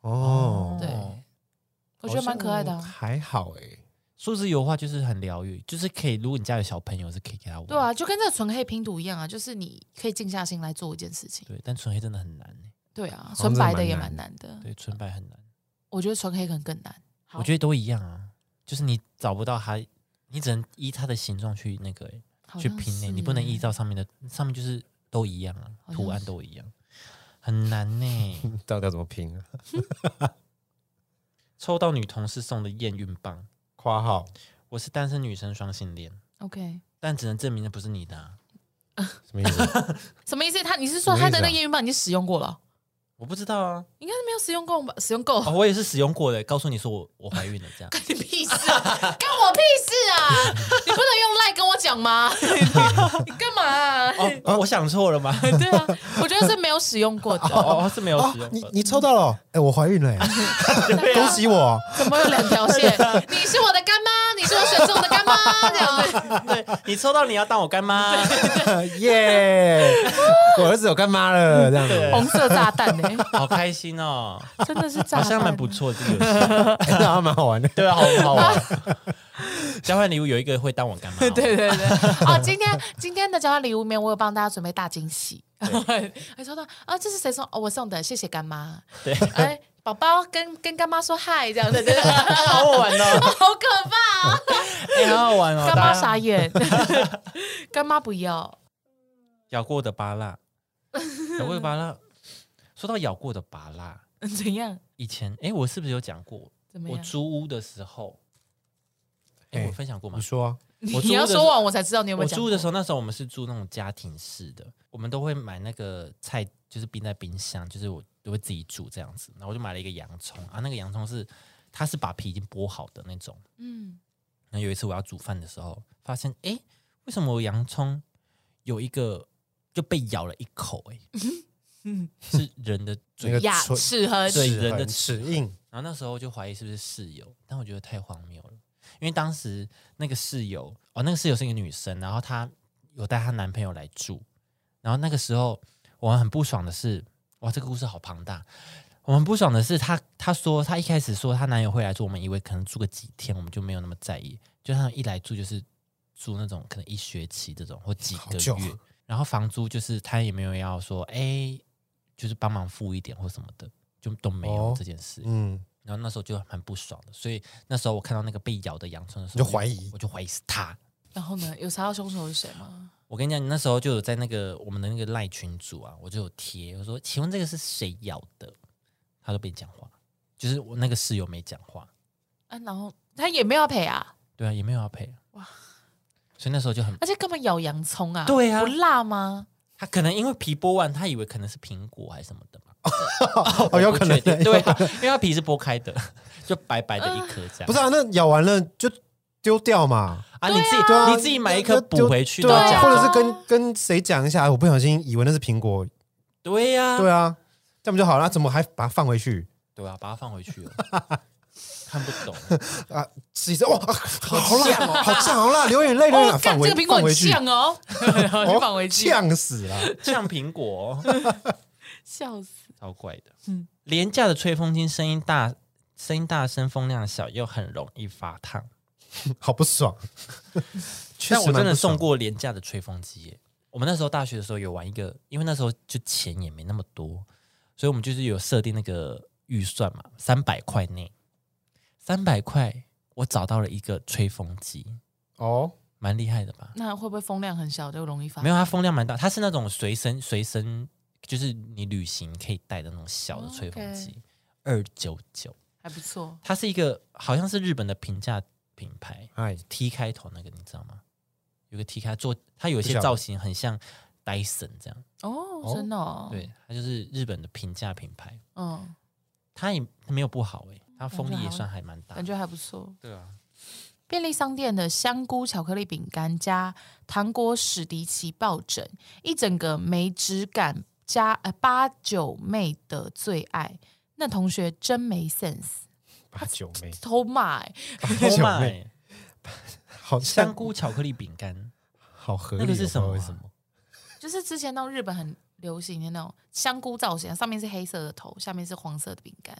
Speaker 3: 哦，
Speaker 2: 对我觉得蛮可爱的啊、
Speaker 3: 好像还好哎，
Speaker 1: 数字油画就是很疗愈，就是可以，如果你家有小朋友是可以给他玩。
Speaker 2: 对啊，就跟这个纯黑拼图一样啊，就是你可以静下心来做一件事情。
Speaker 1: 对，但纯黑真的很难欸，
Speaker 2: 对啊，
Speaker 3: 像
Speaker 2: 纯白
Speaker 3: 真
Speaker 2: 的
Speaker 3: 的蛮
Speaker 2: 也
Speaker 3: 难
Speaker 2: 蛮难的，
Speaker 1: 对，纯白很难。
Speaker 2: 我觉得纯黑可能更难。好
Speaker 1: 我觉得都一样啊，就是你找不到它，你只能依它的形状去那个欸
Speaker 2: 好
Speaker 1: 去
Speaker 2: 像
Speaker 1: 拼呢，
Speaker 2: 是
Speaker 1: 你不能
Speaker 2: 欸
Speaker 1: 依照上面的，上面就是都一样啊，
Speaker 2: 好像
Speaker 1: 图案都一样，很难欸呢、
Speaker 3: 到底要怎么拼啊？
Speaker 1: 抽到女同事送的验孕棒，
Speaker 3: 括号
Speaker 1: 我是单身女生双性恋，
Speaker 2: OK。
Speaker 1: 但只能证明那不是你的啊、
Speaker 3: 什么意 思？
Speaker 2: 什么意思？他你是说他的那
Speaker 3: 什
Speaker 2: 个
Speaker 3: 么意思啊
Speaker 2: 验孕棒已经使用过了？哦
Speaker 1: 我不知道啊，
Speaker 2: 应该是没有使用过吧？使用够
Speaker 1: 哦，我也是使用过的，告诉你说我我怀孕了 这样，
Speaker 2: 干你屁事啊！干我屁事啊！你不能用赖跟我讲吗？ 你干嘛啊、
Speaker 1: 哦，我想错了 吗？
Speaker 2: 对啊，我觉得是没有使用过的。
Speaker 1: 哦哦，是没有
Speaker 3: 哦
Speaker 1: 使，用
Speaker 3: 你
Speaker 1: 过啊的，
Speaker 3: 你抽到了哦，哎，我怀孕 了欸，恭喜我！
Speaker 2: 怎么有两条线？你是我的干妈，你是我选中的干妈，这样子。
Speaker 1: 对你抽到你要当我干妈，
Speaker 3: 耶！ 我儿子有干妈了，这样子，
Speaker 1: 啊
Speaker 2: 红色炸弹呢、
Speaker 1: 好开心 哦，
Speaker 2: 真的是炸
Speaker 1: 好
Speaker 2: 弹，
Speaker 1: 像蛮不错的这 个游戏。
Speaker 3: 哎那还蛮好玩的。
Speaker 1: 对啊，好好 玩。交换礼物有一个会当我干妈、哦，
Speaker 2: 对对对，哦，今天今天的交换礼物里面，我有帮大家准备大惊喜， 还抽到啊，这是谁送？哦，我送的，谢谢干妈。
Speaker 1: 对，
Speaker 2: 哎，宝 宝跟跟干妈说嗨，这样子，真 的
Speaker 1: 好好玩哦。
Speaker 2: 好可怕、啊。
Speaker 1: 哎、好好玩哦！
Speaker 2: 干妈
Speaker 1: 大家
Speaker 2: 傻眼， 干妈不要，
Speaker 1: 咬过的芭辣，咬过的芭辣。说到咬过的芭辣，
Speaker 2: 怎样？
Speaker 1: 以前哎，我是不是有讲过？
Speaker 2: 怎么
Speaker 1: 我
Speaker 2: 样？
Speaker 1: 租屋的时候，哎，
Speaker 3: 哎
Speaker 1: 我分享过吗
Speaker 3: 你？说啊，
Speaker 1: 我
Speaker 2: 你
Speaker 1: 租
Speaker 2: 要
Speaker 1: 的
Speaker 2: 说
Speaker 1: 时
Speaker 2: 完我才知道你有没
Speaker 1: 我
Speaker 2: 有讲
Speaker 1: 租
Speaker 2: 过。
Speaker 1: 的时候，那时候我们是住那种家庭式的，我们都会买那个菜，就是冰在冰箱，就是我都会自己煮这样子。然后我就买了一个洋葱啊，那个洋葱是它是把皮已经剥好的那种。
Speaker 2: 嗯，
Speaker 1: 然后有一次我要煮饭的时候，发现哎，诶为什么我洋葱有一个就被咬了一口、 诶
Speaker 2: 嗯
Speaker 1: 哎，是人的
Speaker 3: 那
Speaker 1: 嘴。
Speaker 3: 个
Speaker 2: 牙
Speaker 3: 唇
Speaker 2: 齿和
Speaker 1: 对人的
Speaker 3: 很
Speaker 1: 齿
Speaker 3: 齿印，
Speaker 1: 然后那时候就怀疑是不是室友，但我觉得太荒谬了，因为当时那个室友哦，那个室友是一个女生，然后她有带她男朋友来住，然后那个时候我很不爽的是，哇，这个故事好庞大。我很不爽的是她她说她一开始说她男友会来住，我们以为可能住个几天，我们就没有那么在意。就他们一来住就是住那种可能一学期这种或几
Speaker 3: 好
Speaker 1: 个
Speaker 3: 久
Speaker 1: 月，然后房租就是他也没有要说哎、就是帮忙付一点或什么的，就都没有
Speaker 3: 哦
Speaker 1: 这件事。
Speaker 3: 嗯，
Speaker 1: 然后那时候就蛮不爽的，所以那时候我看到那个被咬的洋葱的时
Speaker 3: 你就
Speaker 1: 候，我
Speaker 3: 怀疑
Speaker 1: 我就怀疑是他。
Speaker 2: 然后呢？有查到凶手是谁吗？
Speaker 1: 我跟你讲，你那时候就有在那个我们的那个赖群组啊，我就有贴，我说：“请问这个是谁咬的？”他都没讲话，就是我那个室友没讲话，
Speaker 2: 啊，然后他也没有要赔啊，
Speaker 1: 对啊，也没有要赔哇
Speaker 2: 哇。
Speaker 1: 所以那时候就很，
Speaker 2: 而且根本咬洋葱啊，
Speaker 1: 对啊
Speaker 2: 不辣吗？
Speaker 1: 他可能因为皮剥完，他以为可能是苹果还是什么的嘛，
Speaker 3: 哦，有可能
Speaker 1: 我不确定对啊，因为他皮是剥开的，就白白的一颗这样。
Speaker 3: 不是啊，那咬完了就丢掉嘛，
Speaker 1: 啊，你自己
Speaker 3: 对啊，
Speaker 1: 你自己买一颗
Speaker 3: 就就
Speaker 1: 补回去，
Speaker 3: 对
Speaker 1: 然后
Speaker 3: 啊，
Speaker 1: 假
Speaker 3: 或
Speaker 1: 装
Speaker 3: 者是跟跟谁讲一下，我不小心以为那是苹果，
Speaker 1: 对呀，
Speaker 3: 对啊，这样不就好了？怎么还把它放回去？
Speaker 1: 对啊，把它放回去哦，看不懂。
Speaker 3: 吃一次，哇，好辣
Speaker 1: 呛哦，
Speaker 3: 好呛，好辣，流眼泪，流眼
Speaker 2: 哦干
Speaker 3: 泪，，哎放回
Speaker 2: 这个苹果
Speaker 3: 放
Speaker 2: 很
Speaker 3: 回去，
Speaker 2: 呛 哦，然后就
Speaker 3: 哦
Speaker 2: 放回去，
Speaker 3: 呛死了。
Speaker 1: 像苹果、哦
Speaker 2: 笑死。
Speaker 1: 超怪的。嗯
Speaker 2: 嗯，
Speaker 1: 廉价的吹风机声音大，声音大声，风量小，又很容易发烫。
Speaker 3: 好不爽。确
Speaker 1: 但我
Speaker 3: 实
Speaker 1: 真
Speaker 3: 蛮
Speaker 1: 的
Speaker 3: 不爽
Speaker 1: 送，过廉价的吹风机耶。我们那时候大学的时候有玩一个，因为那时候就钱也没那么多，所以我们就是有设定那个预算嘛，三百块内，三百块我找到了一个吹风机，
Speaker 3: 哦，
Speaker 1: 蛮厉害的吧？
Speaker 2: 那会不会风量很小就容易发？
Speaker 1: 没有，它风量蛮大，它是那种随身随身，就是你旅行可以带的那种小
Speaker 2: 哦
Speaker 1: 的吹风机，二九九。
Speaker 2: 还不错。
Speaker 1: 它是一个好像是日本的平价品牌
Speaker 3: 哎，
Speaker 1: T 开头那个，你知道吗？有个 T 开做，它有一
Speaker 3: 不
Speaker 1: 些
Speaker 3: 晓得
Speaker 1: 造型很像 Dyson 这样，
Speaker 2: 哦
Speaker 3: 哦，
Speaker 2: 真的、哦，，
Speaker 1: 对，它就是日本的平价品牌，
Speaker 2: 嗯，
Speaker 1: 它也没有不好哎、它风力
Speaker 2: 感觉
Speaker 1: 也
Speaker 2: 好
Speaker 1: 算还蛮
Speaker 3: 啊
Speaker 1: 大
Speaker 2: 感，觉还不错。
Speaker 1: 对啊，
Speaker 2: 便利商店的香菇巧克力饼干加糖果史迪奇抱枕，一整个没质感加呃八九妹的最爱。那同学真没 sense，
Speaker 3: 八九妹，
Speaker 2: 偷骂、欸，
Speaker 3: 八
Speaker 1: 偷
Speaker 3: 九
Speaker 1: 买
Speaker 3: 妹，好
Speaker 1: Oh 香
Speaker 3: 像
Speaker 1: 菇巧克力饼干，
Speaker 3: 好合理
Speaker 1: 那
Speaker 3: 哦，
Speaker 1: 个是什么啊
Speaker 3: 不知道为什么？
Speaker 2: 就是之前到日本很流行的那种香菇造型，上面是黑色的头，下面是黄色的饼干，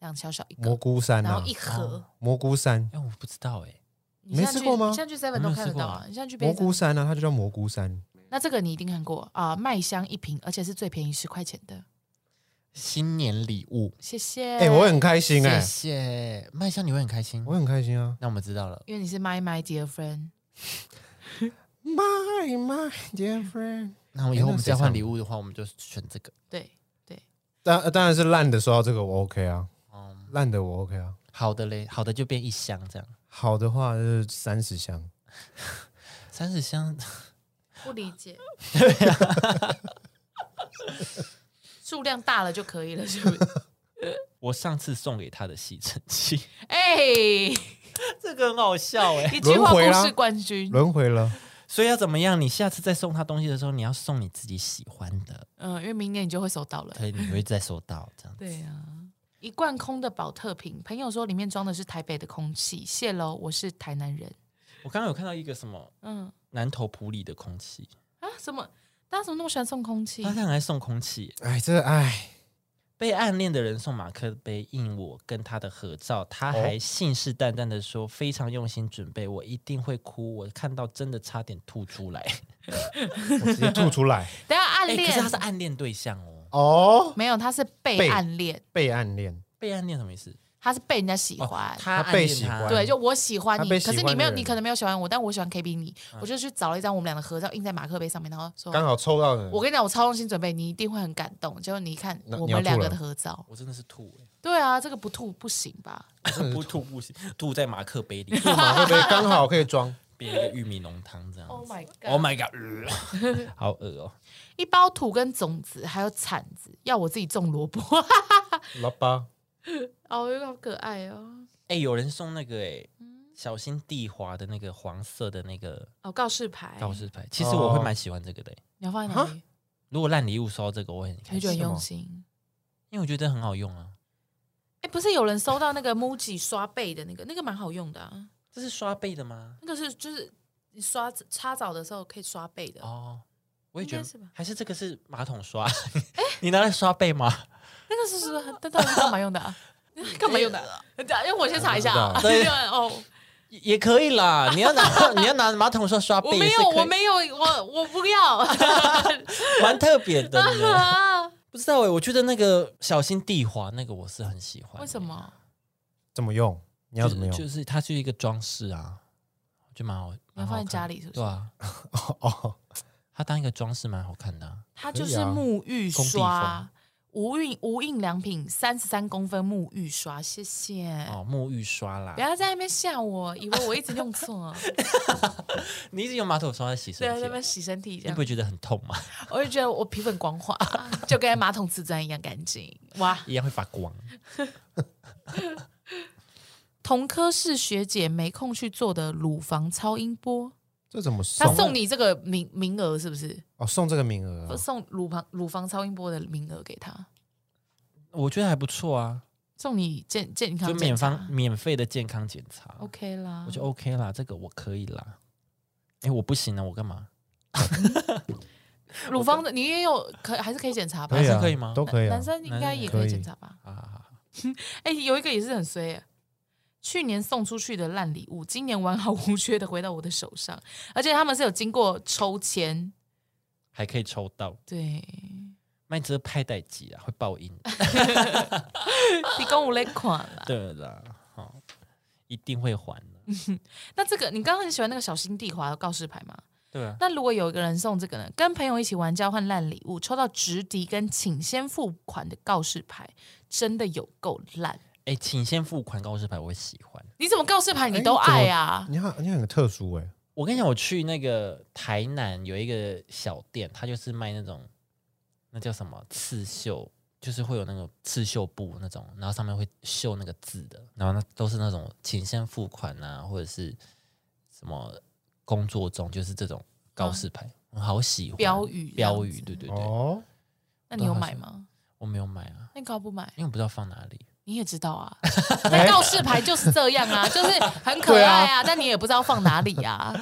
Speaker 2: 这样小小一
Speaker 3: 蘑
Speaker 2: 个，
Speaker 3: 菇山
Speaker 2: 然
Speaker 3: 啊
Speaker 2: 后一，盒。
Speaker 3: 蘑菇山，
Speaker 1: 哎、我不知道哎、
Speaker 2: 你现在
Speaker 3: 没
Speaker 2: 去
Speaker 3: 吃过吗
Speaker 2: 你现在去 Seven
Speaker 1: 我没有
Speaker 2: 都
Speaker 1: 吃
Speaker 2: 看得
Speaker 1: 过
Speaker 2: 到
Speaker 1: 啊
Speaker 2: 啊！你现在去
Speaker 3: 蘑
Speaker 2: Seven
Speaker 3: 菇山啊，它就叫蘑菇山。
Speaker 2: 那这个你一定看过啊，麦香一瓶，而且是最便宜十块钱的，
Speaker 1: 新年礼物，
Speaker 2: 谢谢。
Speaker 3: 哎，我很开心
Speaker 1: 谢
Speaker 3: 哎，
Speaker 1: 谢麦香，你会很开心
Speaker 3: 我。很开心啊。
Speaker 1: 那我们知道了，
Speaker 2: 因为你是 my my dear friend，
Speaker 3: My my dear friend，
Speaker 1: 那我以后我
Speaker 3: 哎那
Speaker 1: 们
Speaker 3: 谁
Speaker 1: 交换
Speaker 3: 唱
Speaker 1: 礼物的话，我们就选这个。
Speaker 2: 对对，
Speaker 3: 当当然是烂的，说到这个我 OK 啊，
Speaker 1: 嗯，
Speaker 3: 烂的我 OK 啊。
Speaker 1: 好的嘞，好的就变一箱这样。
Speaker 3: 好的话就是三十箱，
Speaker 1: 三十箱，
Speaker 2: 不理解。啊数量大了就可以了，是不是？
Speaker 1: 我上次送给他的吸尘器，
Speaker 2: 哎、
Speaker 1: 这个很好笑哎、
Speaker 2: 一句话
Speaker 3: 轮回
Speaker 2: 不
Speaker 3: 啦
Speaker 2: 是冠军。
Speaker 3: 轮回了。
Speaker 1: 所以要怎么样？你下次再送他东西的时候，你要送你自己喜欢 的，
Speaker 2: 嗯、因为明年你就会收到了。
Speaker 1: 所以你会再收到这样子。
Speaker 2: 对啊，一罐空的宝特瓶，朋友说里面装的是台北的空气，谢喽，我是台南人。
Speaker 1: 我刚刚有看到一个什么
Speaker 2: 嗯
Speaker 1: 南投普里的空气，
Speaker 2: 啊，怎么大家怎么那么喜欢送空气
Speaker 1: 他？很爱送空气耶、
Speaker 3: 哎，这哎，
Speaker 1: 被暗恋的人送马克杯印我跟他的合照，他
Speaker 3: 哦
Speaker 1: 还信誓旦旦的说非常用心准备，我一定会哭。我看到真的差点吐出来。
Speaker 3: 我直接吐出来。
Speaker 2: 等一下暗
Speaker 1: 哎、
Speaker 2: 恋、
Speaker 1: 可是他是暗恋对象哦，
Speaker 3: 哦，
Speaker 2: 没有，他是被
Speaker 3: 被
Speaker 2: 暗恋，
Speaker 3: 被暗恋，
Speaker 1: 被暗恋什么意思？
Speaker 2: 他是被人家喜
Speaker 1: 哦
Speaker 2: 欢。
Speaker 1: 他嗯
Speaker 3: 他
Speaker 1: 暗
Speaker 3: 被
Speaker 1: 恋
Speaker 3: 喜
Speaker 1: 他
Speaker 3: 欢
Speaker 2: 对，就我喜欢
Speaker 3: 他
Speaker 2: 你，
Speaker 3: 被
Speaker 2: 可
Speaker 3: 喜
Speaker 2: 是你
Speaker 3: 欢
Speaker 2: 没有，
Speaker 3: 的
Speaker 2: 你
Speaker 3: 人
Speaker 2: 可能没有喜欢我，但我喜欢 K B 你，我就去找了一张我们俩的合照，印在马克杯上面，然后说
Speaker 3: 刚好抽到的，
Speaker 2: 我跟你讲，我超用心准备，你一定会很感动。结果你一看
Speaker 3: 那
Speaker 2: 我
Speaker 3: 你要
Speaker 2: 们
Speaker 3: 吐
Speaker 2: 两个
Speaker 3: 了
Speaker 2: 的合照，
Speaker 1: 我真的是吐、欸，
Speaker 2: 对啊，这个不吐不行吧？
Speaker 1: 我真的不吐不行，吐在马克 杯里，
Speaker 3: 马克杯刚好可以装，
Speaker 1: 变一个玉米浓汤这样
Speaker 2: Oh
Speaker 1: 子。
Speaker 2: my god！
Speaker 1: Oh my god，呃 好恶哦！
Speaker 2: 一包土跟种子还有铲子，要我自己种萝卜。
Speaker 3: 老八
Speaker 2: 哦，又好可爱哦！嗯
Speaker 1: 哎，有人送那个哎，小心地滑的那个黄色的那个
Speaker 2: 哦，告示牌，
Speaker 1: 告示牌，
Speaker 3: 哦
Speaker 1: 其实我会蛮喜欢这个的欸。
Speaker 2: 你要放在哪里？
Speaker 1: 如果烂礼物收到这个，我会很
Speaker 2: 你会
Speaker 1: 开
Speaker 2: 觉得
Speaker 1: 心
Speaker 2: 很，
Speaker 3: 什么
Speaker 2: 用心。
Speaker 1: 因为我觉得很好用啊。
Speaker 2: 哎，不是有人收到那个 MUJI 刷背的那个，那个蛮好用的啊。
Speaker 1: 这是刷背的吗？
Speaker 2: 那个是就是你刷擦澡的时候可以刷背的，
Speaker 1: 哦，我也觉
Speaker 2: 应该是
Speaker 1: 得
Speaker 2: 吧，
Speaker 1: 还是这个是马桶刷，你拿来刷背吗？
Speaker 2: 那个是是很，但到底是干嘛用的啊？ 干嘛用的啊？对啊因为我先查一下啊。
Speaker 3: 我
Speaker 1: 不知
Speaker 2: 哦，
Speaker 1: 也也可以啦，你要拿 你要拿马桶刷刷背
Speaker 2: 我
Speaker 1: 也
Speaker 2: 没
Speaker 1: 是
Speaker 2: 有，
Speaker 1: 可以，
Speaker 2: 我没有，我我 不要。
Speaker 1: 蛮特别 的呢。
Speaker 2: 啊
Speaker 1: 不知道哎、我觉得那个小心地滑那个我是很喜欢、
Speaker 2: 为什？么？
Speaker 3: 怎么用？你
Speaker 1: 你
Speaker 3: 要怎么
Speaker 1: 就
Speaker 3: 用？
Speaker 1: 是它是一个装饰啊，就蛮好。
Speaker 2: 你
Speaker 1: 蛮
Speaker 2: 要
Speaker 1: 好看
Speaker 2: 放在
Speaker 1: 的
Speaker 2: 家里是不是
Speaker 1: 对啊，
Speaker 3: 哦，
Speaker 1: 它当一个装饰蛮好看的啊、
Speaker 2: 它
Speaker 3: 可以
Speaker 2: 就是
Speaker 3: 啊
Speaker 2: 沐浴
Speaker 1: 工地
Speaker 2: 刷
Speaker 1: 风，
Speaker 2: 无印无印良品三十三公分沐浴刷，谢谢。
Speaker 1: 哦，沐浴刷啦
Speaker 2: 哎不，要在那边吓我，以为我一直用 错，
Speaker 1: 你一直用马桶刷在洗
Speaker 2: 对，
Speaker 1: 身体
Speaker 2: 在那
Speaker 1: 啊、
Speaker 2: 边洗身体这
Speaker 1: 你
Speaker 2: 样
Speaker 1: 不，会觉得很痛吗？
Speaker 2: 我就觉得我皮肤很光滑，就跟马桶瓷砖一样干净。哇，
Speaker 1: 一样会发光。
Speaker 2: 同科室学姐没空去做的乳房超音波，
Speaker 3: 这怎么
Speaker 2: 她
Speaker 3: 送？
Speaker 2: 送你这个名名额是不是？
Speaker 3: 哦，送这个名
Speaker 1: 嗯
Speaker 3: 额啊，
Speaker 2: 送乳房乳房超音波的名额给她，
Speaker 1: 我觉得还不错啊，
Speaker 2: 送你健健康
Speaker 1: 就
Speaker 2: 检
Speaker 1: 免
Speaker 2: 查哦
Speaker 1: 方免费的健康检查
Speaker 2: OK 啦，
Speaker 1: 我就 OK 啦，这个我可以啦。哎、我不行啊，我干嘛？
Speaker 2: 乳房的你也有可还是可以检查吧
Speaker 1: 可以？啊
Speaker 3: 啊，
Speaker 1: 可以吗
Speaker 3: 都可以啊
Speaker 2: 男。生应该也可以检查吧？
Speaker 1: 啊好，好
Speaker 2: 哎、有一个也是很衰、欸，去年送出去的烂礼物，今年完好无缺的回到我的手上，而且他们是有经过抽签，
Speaker 1: 还可以抽到。
Speaker 2: 对，
Speaker 1: 麦哲派代机啊，会爆 音。
Speaker 2: 提供我那款啦。
Speaker 1: 对啦，好、一定会还
Speaker 2: 嗯
Speaker 1: 的。
Speaker 2: 那这个你刚刚很喜欢那个小心地滑的告示牌吗？
Speaker 1: 对啊，
Speaker 2: 那如果有一个人送这个呢，跟朋友一起玩交换烂礼物，抽到直敌跟请先付款的告示牌，真的有够烂。
Speaker 1: 哎，请先付款告示牌，我会喜欢。
Speaker 2: 你怎么告示牌你都爱啊？
Speaker 3: 你好，你很特殊哎，
Speaker 1: 我跟你讲，我去那个台南有一个小店，它就是卖那种那叫什么刺绣，就是会有那个刺绣布那种，然后上面会绣那个字的，然后那都是那种请先付款啊，或者是什么工作中，就是这种告示牌，我好喜欢
Speaker 2: 嗯标语这样
Speaker 1: 标语，
Speaker 2: 子
Speaker 1: 对对对，
Speaker 3: 哦，
Speaker 2: 那你有买吗？
Speaker 1: 我没有买啊。
Speaker 2: 那你干嘛不买？
Speaker 1: 因为我不知道放哪里。
Speaker 2: 你也知道啊，那告示牌就是这样啊，就是很可爱啊，但你也不知道放哪里啊。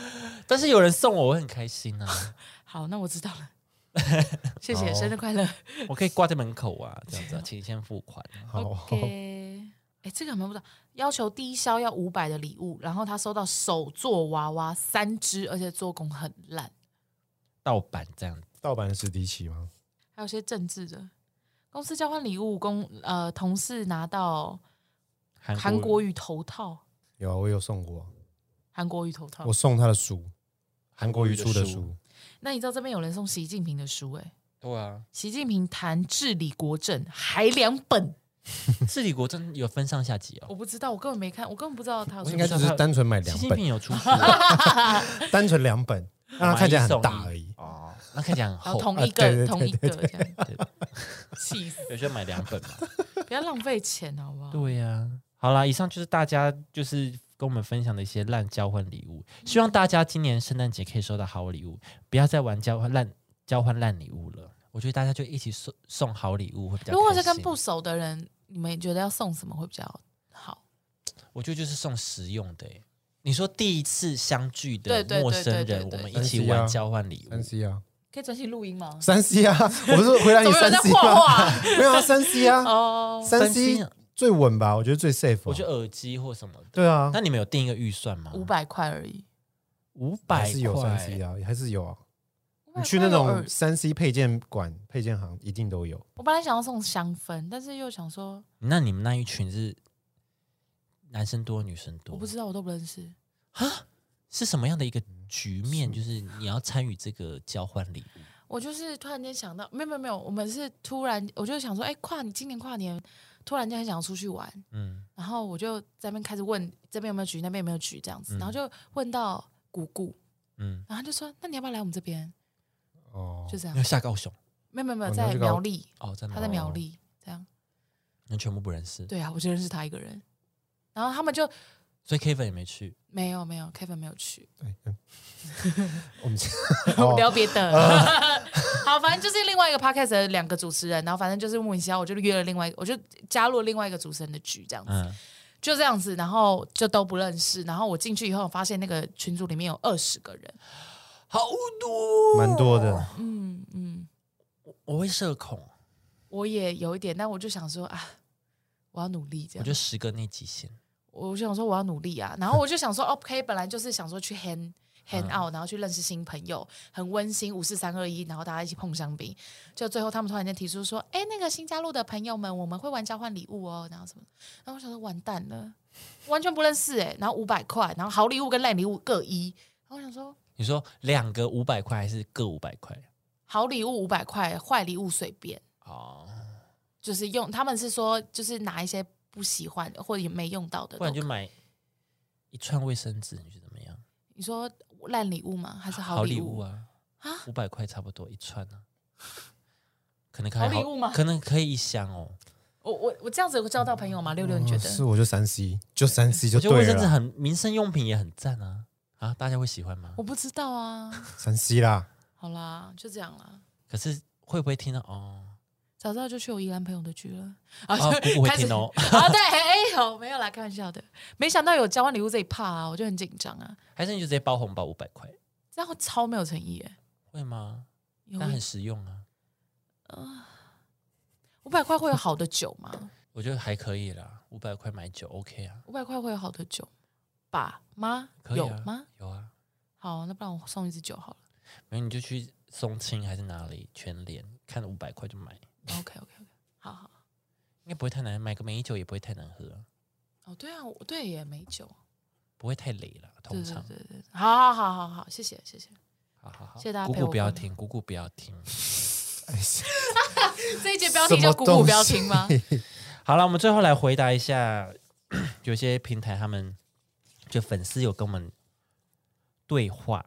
Speaker 1: 但是有人送我，我会很开心啊！
Speaker 2: 好，那我知道了，谢谢，
Speaker 3: 好
Speaker 2: 生日快乐。
Speaker 1: 我可以挂在门口啊，这 样子、啊，请先付款、啊。
Speaker 3: 好，
Speaker 2: OK，哎，这个蛮不知道，要求低消要五百的礼物，然后他收到手做娃娃三只，而且做工很烂，
Speaker 1: 盗版这样子，
Speaker 3: 盗版的史迪奇吗？
Speaker 2: 还有些政治的。公司交换礼物，公呃同事拿到
Speaker 1: 韩国
Speaker 2: 韩国语头套，
Speaker 3: 有啊，我有送过啊，
Speaker 2: 韩国语头套
Speaker 3: 我。送他的书，韩国瑜出的
Speaker 1: 韩国瑜的
Speaker 3: 书，
Speaker 2: 那你知道这边有人送习近平的书哎、
Speaker 1: 对啊，
Speaker 2: 习近平谈治理国政还两本。
Speaker 1: 治理国真有分上下级哦。
Speaker 2: 我不知道，我根本没看，我根本不知道他有
Speaker 3: 我
Speaker 2: 什
Speaker 3: 应
Speaker 2: 么
Speaker 3: 该只是单纯买两
Speaker 1: 习近
Speaker 3: 本
Speaker 1: 平，有出 书啊
Speaker 3: 单纯 两本，让他看起来很大而已。
Speaker 1: 哦，那看起来很
Speaker 2: 然后
Speaker 1: 厚。
Speaker 2: 同一
Speaker 3: 啊对
Speaker 2: 个
Speaker 3: 对
Speaker 2: 同一个这样，
Speaker 1: 对
Speaker 2: 气死！
Speaker 1: 有些买两本嘛。
Speaker 2: 不要浪费钱好不好？
Speaker 1: 对呀、好啦，以上就是大家就是跟我们分享的一些烂交换礼物，希望大家今年圣诞节可以收到好礼物，不要再玩交换烂交换烂礼物了。我觉得大家就一起送送好礼物会比较开心。
Speaker 2: 如果是跟不熟的人，你们觉得要送什么会比较好？
Speaker 1: 我觉得就是送实用的欸。你说第一次相聚
Speaker 2: 对
Speaker 1: 的
Speaker 2: 对对
Speaker 1: 陌生
Speaker 2: 对对
Speaker 1: 人，我
Speaker 2: 对
Speaker 1: 们
Speaker 3: 对
Speaker 1: 一起
Speaker 3: 三 C 啊
Speaker 1: 玩交换礼
Speaker 3: 三
Speaker 1: 物，
Speaker 3: C 啊，
Speaker 2: 可以专心录音吗？
Speaker 3: 三 C 啊， 我不是回答你
Speaker 2: 怎么有
Speaker 3: 三
Speaker 2: 人在
Speaker 3: C
Speaker 2: 画
Speaker 3: 吗？
Speaker 2: 画？
Speaker 3: 没有啊，三 C 啊，
Speaker 2: 哦，
Speaker 3: 三
Speaker 1: C
Speaker 3: C
Speaker 1: 啊
Speaker 3: 最稳吧，我觉得最 safe 啊。
Speaker 1: 我觉得耳机或什么的。
Speaker 3: 对啊，
Speaker 1: 那你们有定一个预算吗？
Speaker 2: 五百块而已。
Speaker 1: 五
Speaker 3: 还
Speaker 1: 百
Speaker 3: 是有三 C
Speaker 1: 块，
Speaker 3: 啊，还是有啊。你去那种三 C 配件馆、配件行一定都有。
Speaker 2: 我本来想要送香氛，但是又想说
Speaker 1: 那你们那一群是男生多女生
Speaker 2: 我
Speaker 1: 多
Speaker 2: 不？知道，我都不认识。
Speaker 1: 是什么样的一个局面？就是你要参与这个交换礼物，
Speaker 2: 我就是突然间想到，没有没有没有，我们是突然，我就想说，哎、跨你今年跨年，突然间很想出去玩，
Speaker 1: 嗯，
Speaker 2: 然后我就在那边开始问这边有没有局，那边有没有局这样子，然
Speaker 3: 嗯
Speaker 2: 后就问到姑姑，
Speaker 1: 嗯，
Speaker 2: 然后他就说，那你要不要来我们这边？
Speaker 3: 哦，
Speaker 2: 就这样
Speaker 1: 没有，下高雄
Speaker 2: 没有没有没有，
Speaker 3: 哦你要
Speaker 2: 在
Speaker 3: 去搞
Speaker 2: 苗栗，
Speaker 1: 哦，真的
Speaker 2: 他在
Speaker 1: 哦
Speaker 2: 苗栗，这样，
Speaker 1: 那全部不认识，
Speaker 2: 对啊，我就认识他一个人，然后他们就
Speaker 1: 所以 Kevin 也没去，
Speaker 2: 没有没有，Kevin 没有去，
Speaker 3: 哎嗯 我们
Speaker 2: 我们
Speaker 3: 哦
Speaker 2: 聊别的。 好，反正就是另外一个 podcast 的两个主持人，然后反正就是莫名其妙，我就约了另外一个，我就加入了另外一个主持人的局，这样子，
Speaker 1: 嗯，
Speaker 2: 就这样子，然后就都不认识。然后我进去以后，发现那个群组里面有二十个人，
Speaker 1: 好多哦
Speaker 3: 蛮多的，
Speaker 2: 嗯嗯，
Speaker 1: 我会社恐，
Speaker 2: 我也有一点，但我就想说啊，我要努力
Speaker 1: 我
Speaker 2: 这样
Speaker 1: 觉。得十个那极限，
Speaker 2: 我就想说我要努力啊，然后我就想说 OK，本来就是想说去 hang hang out，然后去认识新朋友，很温馨，五四三二一，然后大家一起碰香槟。就最后他们突然间提出说，哎，那个新加入的朋友们，我们会玩交换礼物哦，然后什么？然后我想说完蛋了，完全不认识哎、然后五百块，然后好礼物跟烂礼物各一，然后我想说
Speaker 1: 你说两个五百块还是各五百块？
Speaker 2: 好礼物五百块，坏礼物随便，
Speaker 1: 哦，
Speaker 2: 呃就是用他们是说就是拿一些不喜欢或者也没用到的
Speaker 1: 不
Speaker 2: 都可
Speaker 1: 然
Speaker 2: 以，
Speaker 1: 就买一串卫生纸，你觉得怎么样？
Speaker 2: 你说烂礼物吗？还是
Speaker 1: 好
Speaker 2: 礼
Speaker 1: 礼物？啊，
Speaker 2: 啊
Speaker 1: 五百块差不多一串啊，可能可以
Speaker 2: 好礼物吗
Speaker 1: 可能可以一箱哦。
Speaker 2: 我我我这样子有交到朋友吗？六六，你觉
Speaker 3: 哦
Speaker 2: 得？
Speaker 3: 是我就三 C，就三 C 就
Speaker 1: 我觉得卫
Speaker 3: 对
Speaker 1: 生纸
Speaker 3: 了啦，
Speaker 1: 很民生用品也很赞啊啊，大家会喜欢吗
Speaker 2: 我？不知道啊。
Speaker 3: 三 C 啦，
Speaker 2: 好啦，就这样啦。
Speaker 1: 可是会不会听到哦？
Speaker 2: 早知道就去我宜兰朋友的局了
Speaker 1: 啊，
Speaker 2: 啊
Speaker 1: 姑姑会听哦。
Speaker 2: 啊，对，哎、好，没有啦，开玩笑的。没想到有交换礼物这一趴啊，我就很紧张啊。
Speaker 1: 还是你就直接包红包五百块，
Speaker 2: 这样超没有诚意耶、
Speaker 1: 会吗？
Speaker 2: 有
Speaker 1: 但很实用啊，
Speaker 2: 五百块会有好的酒吗？
Speaker 1: 我觉得还可以啦，五百块买酒 OK 啊，
Speaker 2: 五百块会有好的酒吧吗？
Speaker 1: 可以
Speaker 2: 有
Speaker 1: 啊，
Speaker 2: 吗？？
Speaker 1: 有啊，
Speaker 2: 好，那不然我送一支酒好了。
Speaker 1: 没有你就去松青还是哪里全联，看五百块就买，
Speaker 2: OK OK OK，好好。
Speaker 1: 应该不会太难，买个美酒也不会太难喝啊、
Speaker 2: 哦，对啊，我对耶，没酒。
Speaker 1: 不会太累了，
Speaker 2: 对
Speaker 1: 通
Speaker 2: 对
Speaker 1: 常。
Speaker 2: 对对，好好好好好，谢谢谢谢。
Speaker 1: 好好好，
Speaker 2: 谢谢大家
Speaker 1: 姑
Speaker 2: 陪
Speaker 1: 姑
Speaker 2: 我
Speaker 1: 不要
Speaker 2: 逛
Speaker 1: 听，姑姑不要听。
Speaker 3: 哎
Speaker 2: 这一节标题叫“姑姑不要听” 吗？
Speaker 1: 好了，我们最后来回答一下， 有些平台他们就粉丝有跟我们对话，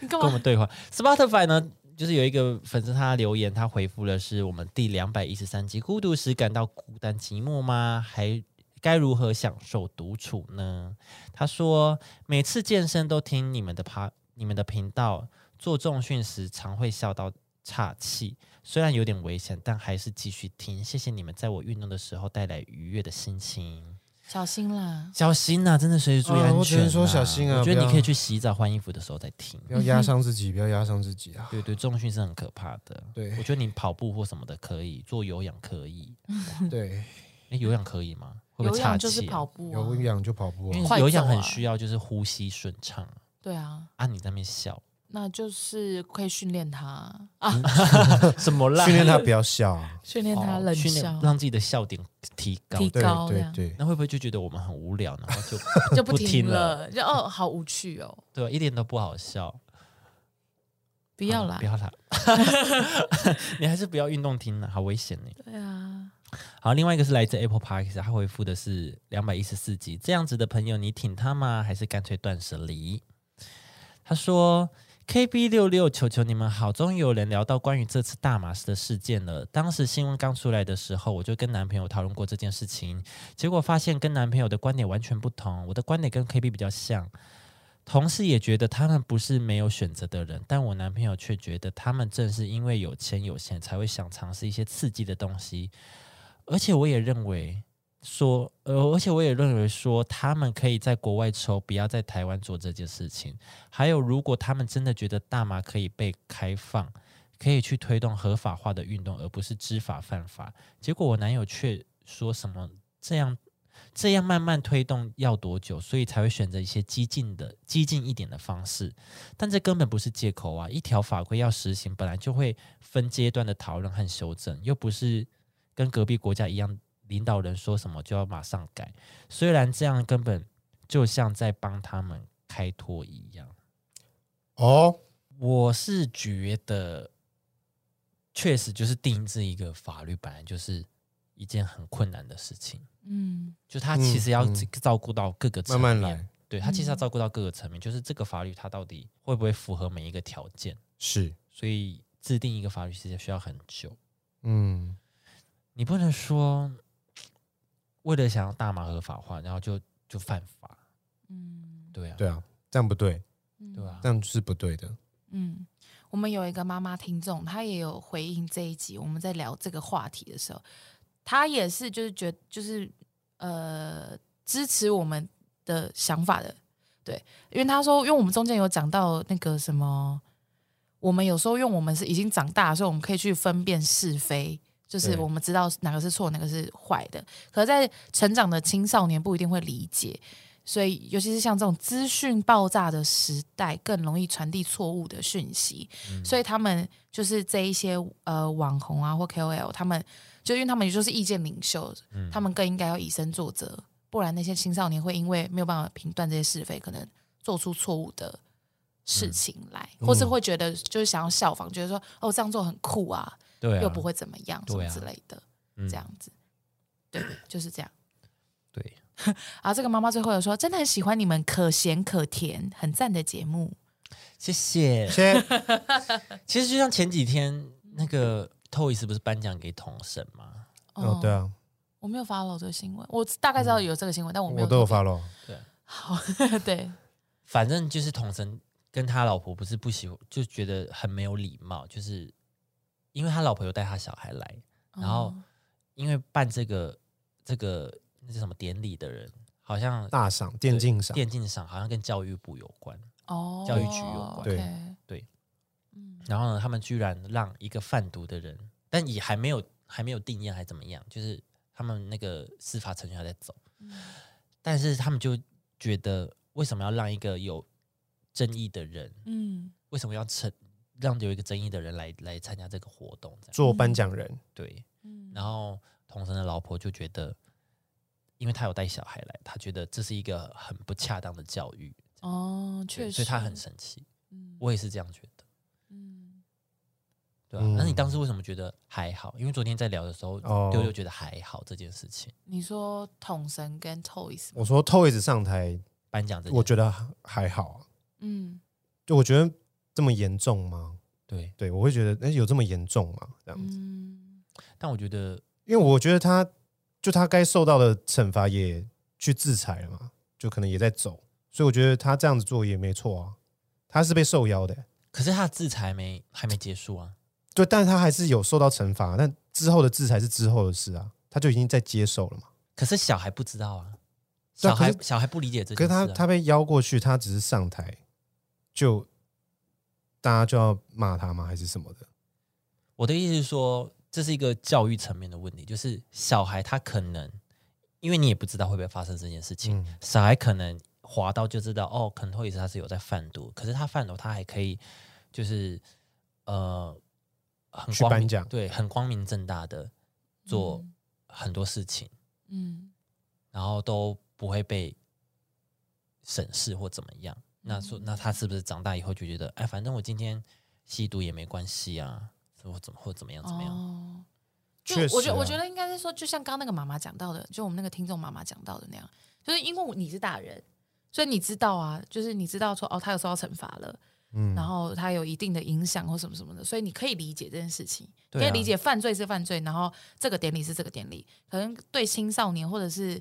Speaker 2: 你干
Speaker 1: 跟我
Speaker 2: 嘛
Speaker 1: 们？对话。Spotify 呢，就是有一个粉丝他留言，他回复了是我们第两百一十三集，孤独时感到孤单寂寞吗？还该如何享受独处呢？他说每次健身都听你们的趴，你们的频道，做重训时常会笑到。岔气，虽然有点危险，但还是继续听。谢谢你们在我运动的时候带来愉悦的心情。
Speaker 2: 小心啦！
Speaker 1: 小心呐、真的随时注意
Speaker 3: 啊
Speaker 1: 安全、
Speaker 3: 我只能说小心啊
Speaker 1: 我觉得你
Speaker 3: 不要
Speaker 1: 可以去洗澡、换衣服的时候再听。
Speaker 3: 不要压伤自己，不 要压伤自 己啊！
Speaker 1: 对对，重训是很可怕的。
Speaker 3: 对
Speaker 1: 我觉得你跑步或什么的可以，做有氧可以。
Speaker 3: 对，
Speaker 1: 哎，有氧可以吗？会不
Speaker 2: 有
Speaker 1: 会岔
Speaker 2: 氧
Speaker 1: 气、
Speaker 2: 就是跑，步、啊，
Speaker 3: 有氧就跑步啊
Speaker 1: 因，
Speaker 2: 快
Speaker 1: 为有
Speaker 2: 走
Speaker 1: 氧很
Speaker 2: 啊
Speaker 1: 需要就是呼吸顺畅
Speaker 2: 对啊，
Speaker 1: 啊。你在那边笑
Speaker 2: 那就是可以训练他啊，
Speaker 1: 什么啦？
Speaker 3: 训练他不要笑啊。
Speaker 2: 训练他
Speaker 1: 哦
Speaker 2: 冷
Speaker 1: 训练
Speaker 2: 笑，
Speaker 1: 让自己的笑点提高。
Speaker 2: 提
Speaker 3: 对
Speaker 2: 高这
Speaker 3: 对
Speaker 2: 样
Speaker 3: 对，
Speaker 1: 那会不会就觉得我们很无聊，然后 就
Speaker 2: 就
Speaker 1: 不听
Speaker 2: 停了，就哦，好无趣哦，
Speaker 1: 对，啊一点都不好笑？
Speaker 2: 不要
Speaker 1: 好
Speaker 2: 啦
Speaker 1: 啊不， 要啦！ 你还是不要运动听了，好危险呢。
Speaker 2: 对啊，
Speaker 1: 好，另外一个是来自 Apple Park，他回复的是两百一十四集，这样子的朋友，你挺他吗？还是干脆断舍离？他说：“KB 六六，求求你们好，终于有人聊到关于这次大马士的事件了。当时新闻刚出来的时候，我就跟男朋友讨论过这件事情，结果发现跟男朋友的观点完全不同。我的观点跟 KB 比较像，同事也觉得他们不是没有选择的人，但我男朋友却觉得他们正是因为有钱有闲，才会想尝试一些刺激的东西。而且我也认为说，呃，而且我也认为说，他们可以在国外抽，不要在台湾做这件事情。还有，如果他们真的觉得大麻可以被开放，可以去推动合法化的运动，而不是知法犯法。结果我男友却说什么这样。这样慢慢推动要多久？所以才会选择一些激进的、激进一点的方式。但这根本不是借口啊！一条法规要实行，本来就会分阶段的讨论和修正，又不是跟隔壁国家一样领导人说什么就要马上改，虽然这样根本就像在帮他们开脱一样。
Speaker 3: 哦，
Speaker 1: 我是觉得，确实就是定制一个法律本来就是一件很困难的事情，
Speaker 2: 嗯
Speaker 1: 就它其实要
Speaker 3: 嗯嗯
Speaker 1: 照顾到各个层
Speaker 3: 慢
Speaker 1: 面，
Speaker 3: 慢来，
Speaker 1: 对它其实要
Speaker 2: 嗯
Speaker 1: 照顾到各个层面，就是这个法律它到底会不会符合每一个条件，
Speaker 3: 是，
Speaker 1: 所以制定一个法律其实需要很久，
Speaker 3: 嗯，
Speaker 1: 你不能说为了想要大麻合法化，然后就就犯法，
Speaker 2: 嗯，
Speaker 1: 对啊，
Speaker 3: 对啊，这样不对，
Speaker 2: 嗯
Speaker 1: 对啊
Speaker 3: 这样是不对的。
Speaker 2: 嗯，我们有一个妈妈听众，她也有回应这一集我们在聊这个话题的时候，她也是就是觉就是呃支持我们的想法的，对，因为她说，因为我们中间有讲到那个什么，我们有时候用我们是已经长大，所以我们可以去分辨是非。就是
Speaker 1: 对
Speaker 2: 我们知道哪个是错，哪个是坏的。可是在成长的青少年不一定会理解，所以，尤其是像这种资讯爆炸的时代，更容易传递错误的讯息。
Speaker 1: 嗯
Speaker 2: 所以他们就是这一些呃网红啊或 KOL，他们就因为他们就是意见领袖，
Speaker 1: 嗯
Speaker 2: 他们更应该要以身作则，不然那些青少年会因为没有办法评断这些是非，可能做出错误的事情来，
Speaker 3: 嗯
Speaker 1: 哦
Speaker 2: 或是会觉得就是想要效仿，觉得说哦这样做很酷啊，
Speaker 1: 对啊，
Speaker 2: 又不会怎么样什么
Speaker 1: 对啊
Speaker 2: 之类的，
Speaker 1: 嗯
Speaker 2: 这样子。对，就是这样。
Speaker 1: 对，
Speaker 2: 然啊后这个妈妈最后有说，真的很喜欢你们可咸可甜，很赞的节目。
Speaker 1: 谢谢。
Speaker 3: 先
Speaker 1: 其实就像前几天那个 Toys 不是颁奖给童神吗？
Speaker 3: 哦，对啊，嗯
Speaker 2: 我没有 follow 这个新闻，我大概知道有这个新闻，但我没
Speaker 3: 我
Speaker 2: 有
Speaker 3: 都有
Speaker 2: 特
Speaker 3: 发了，
Speaker 2: 好， 对，
Speaker 1: 反正就是童神跟他老婆不是不喜欢，就觉得很没有礼貌，就是因为他老婆有带他小孩来，然后
Speaker 2: 嗯
Speaker 1: 因为办这个这个那是什么典礼的人，好像
Speaker 3: 大赏、电竞赏，
Speaker 1: 电竞上好像跟教育部有关，
Speaker 2: 哦，
Speaker 1: 教育局有关
Speaker 3: 对
Speaker 2: OK
Speaker 1: 对，
Speaker 2: 嗯
Speaker 1: 然后呢，他们居然让一个贩毒的人，但也还没有还没有定验，还怎么样？就是他们那个司法程序还在走，但是他们就觉得为什么要让一个有争议的人，
Speaker 2: 嗯
Speaker 1: 为什么要成让有一个争议的人来来参加这个活动？这样
Speaker 3: 做颁奖人，
Speaker 1: 对。
Speaker 2: 嗯，
Speaker 1: 然后童神的老婆就觉得，因为他有带小孩来，他觉得这是一个很不恰当的教育，
Speaker 2: 哦，
Speaker 1: 对
Speaker 2: 确实，
Speaker 1: 所以他很，生气。
Speaker 2: 嗯
Speaker 1: 我也是这样觉得。
Speaker 2: 嗯
Speaker 1: 对啊，
Speaker 3: 嗯
Speaker 1: 那你当时为什么觉得还好？因为昨天在聊的时候，
Speaker 3: 哦
Speaker 1: 丢丢觉得还好这件事情，
Speaker 2: 你说统神跟 Toys，吗
Speaker 3: 我说 Toys 上台，
Speaker 1: 颁奖这件
Speaker 3: 我觉得还好啊，
Speaker 2: 嗯
Speaker 3: 就我觉得这么严重吗？
Speaker 1: 对，
Speaker 3: 对，我会觉得，哎，有这么严重吗？这样子，
Speaker 2: 嗯
Speaker 1: 但我觉得
Speaker 3: 因为我觉得他就他该受到的惩罚也去制裁了嘛，就可能也在走，所以我觉得他这样子做也没错啊，他是被受邀的、欸
Speaker 1: 可是他的制裁没还没结束啊，
Speaker 3: 对，但是他还是有受到惩罚，但之后的制裁是之后的事啊，他就已经在接受了嘛。
Speaker 1: 可是小孩不知道啊，
Speaker 3: 对
Speaker 1: 小
Speaker 3: 啊可
Speaker 1: 孩
Speaker 3: 是
Speaker 1: 小孩不理解这
Speaker 3: 可
Speaker 1: 件
Speaker 3: 是
Speaker 1: 事、
Speaker 3: 他
Speaker 1: 啊，
Speaker 3: 他被邀过去，他只是上台，就大家就要骂他吗？还是什么的？
Speaker 1: 我的意思是说，这是一个教育层面的问题，就是小孩他可能，因为你也不知道会不会发生这件事情，
Speaker 3: 嗯
Speaker 1: 小孩可能滑到就知道，哦，可能托也是他是有在贩毒，可是他贩毒他还可以，就是呃，很
Speaker 3: 去
Speaker 1: 光
Speaker 3: 颁
Speaker 1: 明
Speaker 3: 奖
Speaker 1: 对，很光明正大的做
Speaker 2: 嗯
Speaker 1: 很多事情，
Speaker 2: 嗯
Speaker 1: 然后都不会被审视或怎么样。那
Speaker 2: 嗯
Speaker 1: 说，那他是不是长大以后就觉得，哎，反正我今天吸毒也没关系啊，或怎么或怎么样怎么样？
Speaker 2: 哦就
Speaker 3: 确实、啊，
Speaker 2: 我觉得，我觉得应该是说，就像刚刚那个妈妈讲到的，就我们那个听众妈妈讲到的那样，就是因为你是大人，所以你知道啊，就是你知道说哦，他有受到惩罚了，
Speaker 3: 嗯
Speaker 2: 然后他有一定的影响或什么什么的，所以你可以理解这件事情，
Speaker 1: 对
Speaker 2: 你可以
Speaker 1: 啊
Speaker 2: 理解犯罪是犯罪，然后这个典礼是这个典礼，可能对青少年或者是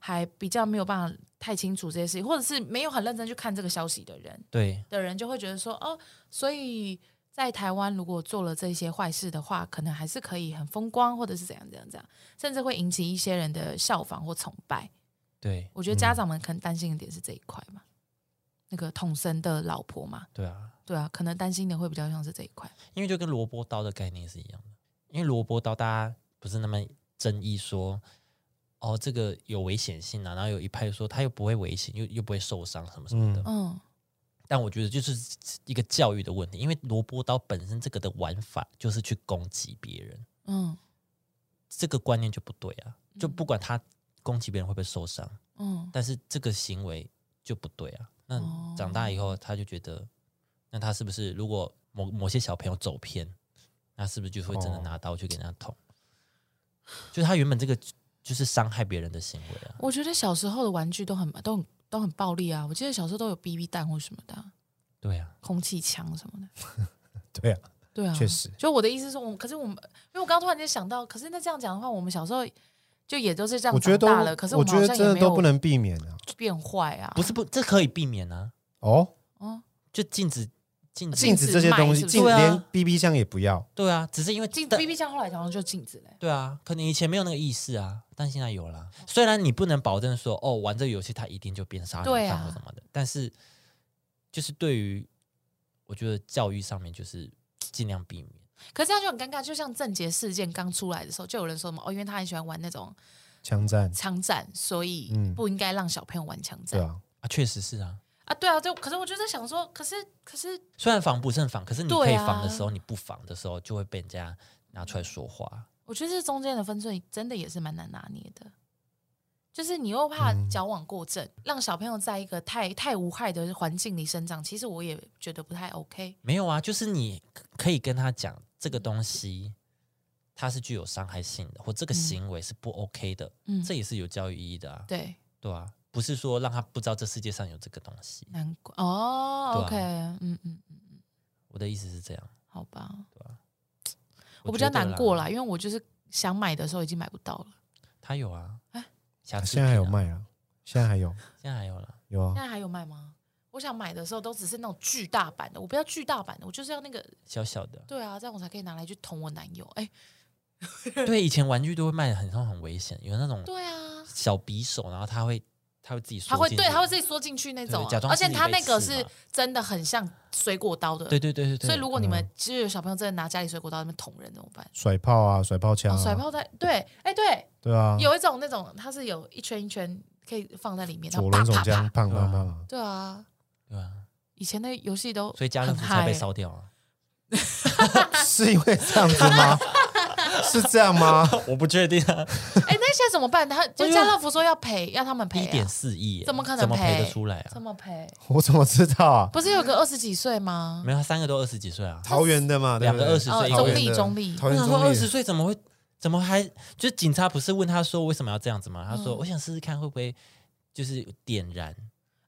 Speaker 2: 还比较没有办法太清楚这些事情，或者是没有很认真去看这个消息的人，
Speaker 1: 对，
Speaker 2: 的人就会觉得说，哦，所以在台湾如果做了这些坏事的话，可能还是可以很风光，或者是怎样怎样怎样，甚至会引起一些人的效仿或崇拜。
Speaker 1: 对
Speaker 2: 我觉得家长们可能担心的点是这一块嘛，那个统神的老婆嘛，
Speaker 1: 对啊，
Speaker 2: 对啊，可能担心的会比较像是这一块。
Speaker 1: 因为就跟萝卜刀的概念是一样的。因为萝卜刀大家不是那么争议说，哦，这个有危险性啊，然后有一派说它又不会危险，又又不会受伤什么什么的。
Speaker 2: 嗯
Speaker 1: 但我觉得就是一个教育的问题，因为萝卜刀本身这个的玩法就是去攻击别人，
Speaker 2: 嗯
Speaker 1: 这个观念就不对啊。就不管他攻击别人会不会受伤，
Speaker 2: 嗯，
Speaker 1: 但是这个行为就不对啊。那
Speaker 2: 哦
Speaker 1: 长大以后，他就觉得，那他是不是如果某某些小朋友走偏，那是不是就会真的
Speaker 3: 哦
Speaker 1: 拿刀去给人家捅？就是他原本这个就是伤害别人的行为啊。
Speaker 2: 我觉得小时候的玩具都很都很都很暴力啊，我记得小时候都有 BB 弹或什么的啊、
Speaker 1: 对啊，
Speaker 2: 空气枪什么的。
Speaker 3: 对啊，
Speaker 2: 对啊，
Speaker 3: 确实
Speaker 2: 就我的意思是我们，可是我们，因为我刚刚突然间想到，可是那这样讲的话，我们小时候就也都是这样
Speaker 3: 我觉得
Speaker 2: 长
Speaker 3: 都
Speaker 2: 大了，可是
Speaker 3: 我
Speaker 2: 们
Speaker 3: 觉
Speaker 2: 好
Speaker 3: 得
Speaker 2: 像
Speaker 3: 真
Speaker 2: 也
Speaker 3: 的
Speaker 2: 没
Speaker 3: 都
Speaker 2: 有
Speaker 3: 不能避免啊。
Speaker 2: 变坏啊，
Speaker 1: 不是不，这可以避免啊，
Speaker 3: 哦，
Speaker 2: 嗯，
Speaker 1: 就禁止禁止
Speaker 3: 禁止这些东西，
Speaker 2: 禁止卖是不是
Speaker 3: 禁
Speaker 1: 对啊
Speaker 3: 连 BB 枪也不要。
Speaker 1: 对啊，只是因为
Speaker 2: 禁
Speaker 1: 但
Speaker 2: BB 枪后来好像就禁止嘞、欸
Speaker 1: 对啊，可能以前没有那个意识啊，但现在有啦。虽然你不能保证说哦，玩这个游戏他一定就变杀
Speaker 2: 对
Speaker 1: 人
Speaker 2: 啊
Speaker 1: 犯或什么的，但是就是对于我觉得教育上面就是尽量避免。
Speaker 2: 可是这样就很尴尬，就像郑杰事件刚出来的时候，就有人说什么哦，因为他很喜欢玩那种
Speaker 3: 枪战，
Speaker 2: 枪战，所以
Speaker 3: 嗯
Speaker 2: 不应该让小朋友玩枪
Speaker 3: 对
Speaker 2: 战
Speaker 3: 啊，
Speaker 1: 啊，确实是啊。
Speaker 2: 啊。对啊，就可是我就在想说，可是可是
Speaker 1: 虽然防不胜防，可是你
Speaker 2: 对
Speaker 1: 可以
Speaker 2: 啊
Speaker 1: 防的时候，你不防的时候就会被人家拿出来说话。
Speaker 2: 我觉得这中间的分寸真的也是蛮难拿捏的，就是你又怕
Speaker 3: 嗯
Speaker 2: 矫枉过正，让小朋友在一个太太无害的环境里生长，其实我也觉得不太 OK。
Speaker 1: 没有啊，就是你可以跟他讲这个东西，它是具有伤害性的，或这个
Speaker 2: 嗯
Speaker 1: 行为是不 OK 的，
Speaker 2: 嗯，
Speaker 1: 这也是有教育意义的啊。
Speaker 2: 对，
Speaker 1: 对啊，不是说让他不知道这世界上有这个东西。
Speaker 2: 难怪
Speaker 1: 对啊
Speaker 2: 哦。OK，嗯嗯，嗯
Speaker 1: 我的意思是这样，
Speaker 2: 好吧，
Speaker 1: 对啊吧、
Speaker 2: 我比较难过
Speaker 1: 了。
Speaker 2: 啦，因为我就是想买的时候已经买不到了，
Speaker 1: 他有啊，
Speaker 2: 哎
Speaker 1: 瑕疵
Speaker 3: 现在还有
Speaker 1: 品啊，
Speaker 3: 卖啊，现在还有
Speaker 1: 现在还有了。
Speaker 3: 有
Speaker 2: 现
Speaker 3: 啊，
Speaker 2: 在还有卖吗？我想买的时候都只是那种巨大版的，我不要巨大版的，我就是要那个，，
Speaker 1: 小小的
Speaker 2: 对啊，这样我才可以拿来去捅我男友。哎，
Speaker 1: 对，以前玩具都会卖的很像很危险，有那种
Speaker 2: 对啊，
Speaker 1: 小匕首，然后他会，他会自己缩
Speaker 2: 他会
Speaker 1: 进
Speaker 2: 对，
Speaker 1: 去
Speaker 2: 他会自己缩进去那
Speaker 1: 对
Speaker 2: 种啊、
Speaker 1: 假装
Speaker 2: 而且
Speaker 1: 自己
Speaker 2: 他
Speaker 1: 被
Speaker 2: 那个
Speaker 1: 刺
Speaker 2: 是
Speaker 1: 嘛
Speaker 2: 真的很像水果刀的，
Speaker 1: 对对对对对，
Speaker 2: 所以如果你们
Speaker 3: 嗯
Speaker 2: 其实有小朋友真的拿家里水果刀在那边捅人怎么办？
Speaker 3: 甩炮啊，甩炮
Speaker 2: 哦，
Speaker 3: 枪啊，
Speaker 2: 甩炮弹，对，哎、对，
Speaker 3: 对啊，
Speaker 2: 有一种那种它是有一圈一圈可以放在里面，然后
Speaker 3: 左轮
Speaker 2: 啪
Speaker 3: 手
Speaker 2: 啪
Speaker 3: 枪，
Speaker 2: 啪，
Speaker 3: 胖
Speaker 1: 对
Speaker 3: 胖
Speaker 1: 啊
Speaker 3: 胖啊，
Speaker 2: 对啊，
Speaker 1: 对啊，
Speaker 2: 以前的游戏都
Speaker 1: 所以家政
Speaker 2: 很
Speaker 1: 服才
Speaker 2: 嗨
Speaker 1: 被
Speaker 2: 欸
Speaker 1: 烧掉啊。
Speaker 3: 是因为这样子 吗？是这样吗？
Speaker 1: 我不确定啊，
Speaker 2: 哎、那现在怎么办？他就
Speaker 1: 哎呦
Speaker 2: 家乐福说要赔，要他们赔、
Speaker 1: 一
Speaker 2: 啊，
Speaker 1: 点四亿耶，
Speaker 2: 怎么可能
Speaker 1: 怎么赔得
Speaker 2: 赔
Speaker 1: 出来啊
Speaker 2: 怎？么赔？
Speaker 3: 我怎么知道 啊？
Speaker 2: 不是有个二十几岁吗？
Speaker 1: 没有，他三个都二十几岁啊。
Speaker 3: 桃园的嘛，对不对
Speaker 1: 两个20
Speaker 2: 哦，
Speaker 1: 岁
Speaker 3: 桃
Speaker 2: 中
Speaker 3: 园
Speaker 2: 立
Speaker 3: 的
Speaker 2: 中立，
Speaker 3: 桃
Speaker 1: 我
Speaker 3: 园
Speaker 1: 想说嗯
Speaker 3: 中
Speaker 1: 二
Speaker 3: 立
Speaker 1: 十岁怎么会？怎么还就是警察不是问他说为什么要这样子吗？他
Speaker 2: 嗯
Speaker 1: 说、我想试试看会不会就是点燃，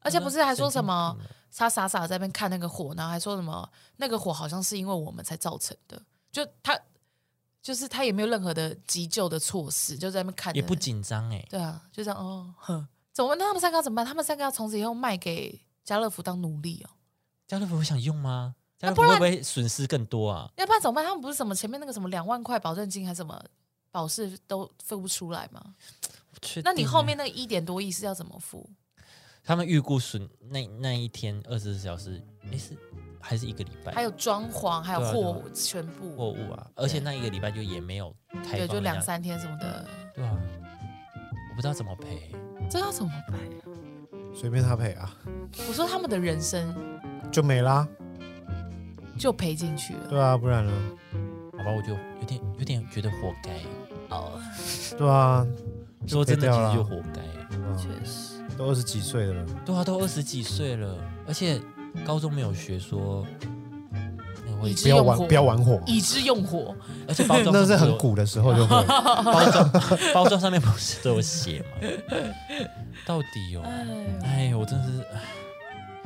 Speaker 2: 而且不是还说什么
Speaker 1: 神经病啊
Speaker 2: 他傻傻地在那边看那个火，然后还说什么那个火好像是因为我们才造成的，就他就是他也没有任何的急救的措施，就在那边看着，
Speaker 1: 也不紧张哎，
Speaker 2: 对啊，就这样哦，哼，怎么办？那他们三个要怎么办？他们三个要从此以后卖给家乐福当奴隶哦，
Speaker 1: 家乐福会想用吗？家乐
Speaker 2: 那啊
Speaker 1: 福
Speaker 2: 不然
Speaker 1: 会不会损失更多啊？
Speaker 2: 要不然怎么办？他们不是什么前面那个什么两万块保证金还是什么保释都付不出来吗？
Speaker 1: 不确定
Speaker 2: 那你
Speaker 3: 啊
Speaker 1: 欸
Speaker 2: 后面那个一点多亿是要怎么付？
Speaker 1: 他们预估损那那一天二十四小时，诶是还是一个礼拜？
Speaker 2: 还有装潢，还有
Speaker 1: 对啊对
Speaker 2: 货物，全
Speaker 1: 货
Speaker 2: 部，
Speaker 1: 物啊，而且那一个礼拜就也没有开
Speaker 2: 对，
Speaker 1: 放，
Speaker 2: 就两，三天什么的，
Speaker 1: 对啊，我不知道怎么赔，
Speaker 2: 这要怎么办？
Speaker 3: 随便他赔啊，
Speaker 2: 我说他们的人生
Speaker 3: 就没啦。
Speaker 2: 就赔进去了。
Speaker 3: 对啊，不然呢？
Speaker 1: 好吧，我就有点有点觉得活该，
Speaker 2: 哦，
Speaker 3: 对啊，
Speaker 1: 说真的，
Speaker 3: 就赔掉
Speaker 1: 其
Speaker 3: 了
Speaker 1: 实就活该欸。
Speaker 3: 对啊
Speaker 2: 确实，
Speaker 3: 都二十几岁了，
Speaker 1: 对啊，都二十几岁了，
Speaker 3: 嗯
Speaker 1: 而且高中没有学说，那会
Speaker 2: 以
Speaker 3: 不
Speaker 2: 致
Speaker 3: 要
Speaker 2: 用
Speaker 3: 玩
Speaker 2: 火，
Speaker 3: 不要玩火，
Speaker 2: 以之用火，
Speaker 1: 而且包装
Speaker 3: 那
Speaker 1: 上
Speaker 3: 是
Speaker 1: 面
Speaker 3: 很
Speaker 1: 有
Speaker 3: 古的时候就 会。
Speaker 1: 包装 包装上面不是都有写吗？到底有、
Speaker 2: 哎
Speaker 1: 哦，，哎，我真的是，哎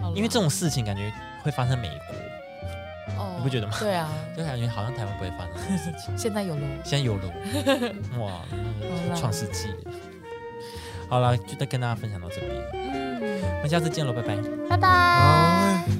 Speaker 2: 好啦
Speaker 1: 因为这种事情感觉会发生美国，
Speaker 2: 哦
Speaker 1: 你不觉得吗
Speaker 2: 对啊，
Speaker 1: 就感觉好像台湾不会发生这种事情。
Speaker 2: 现在有了，
Speaker 1: 现在有了，哇，那
Speaker 2: 好啦
Speaker 1: 个创世纪。好了，就再跟大家分享到这边，
Speaker 2: 嗯，
Speaker 1: 我们下次见喽，拜拜。
Speaker 2: 拜拜。
Speaker 3: 哎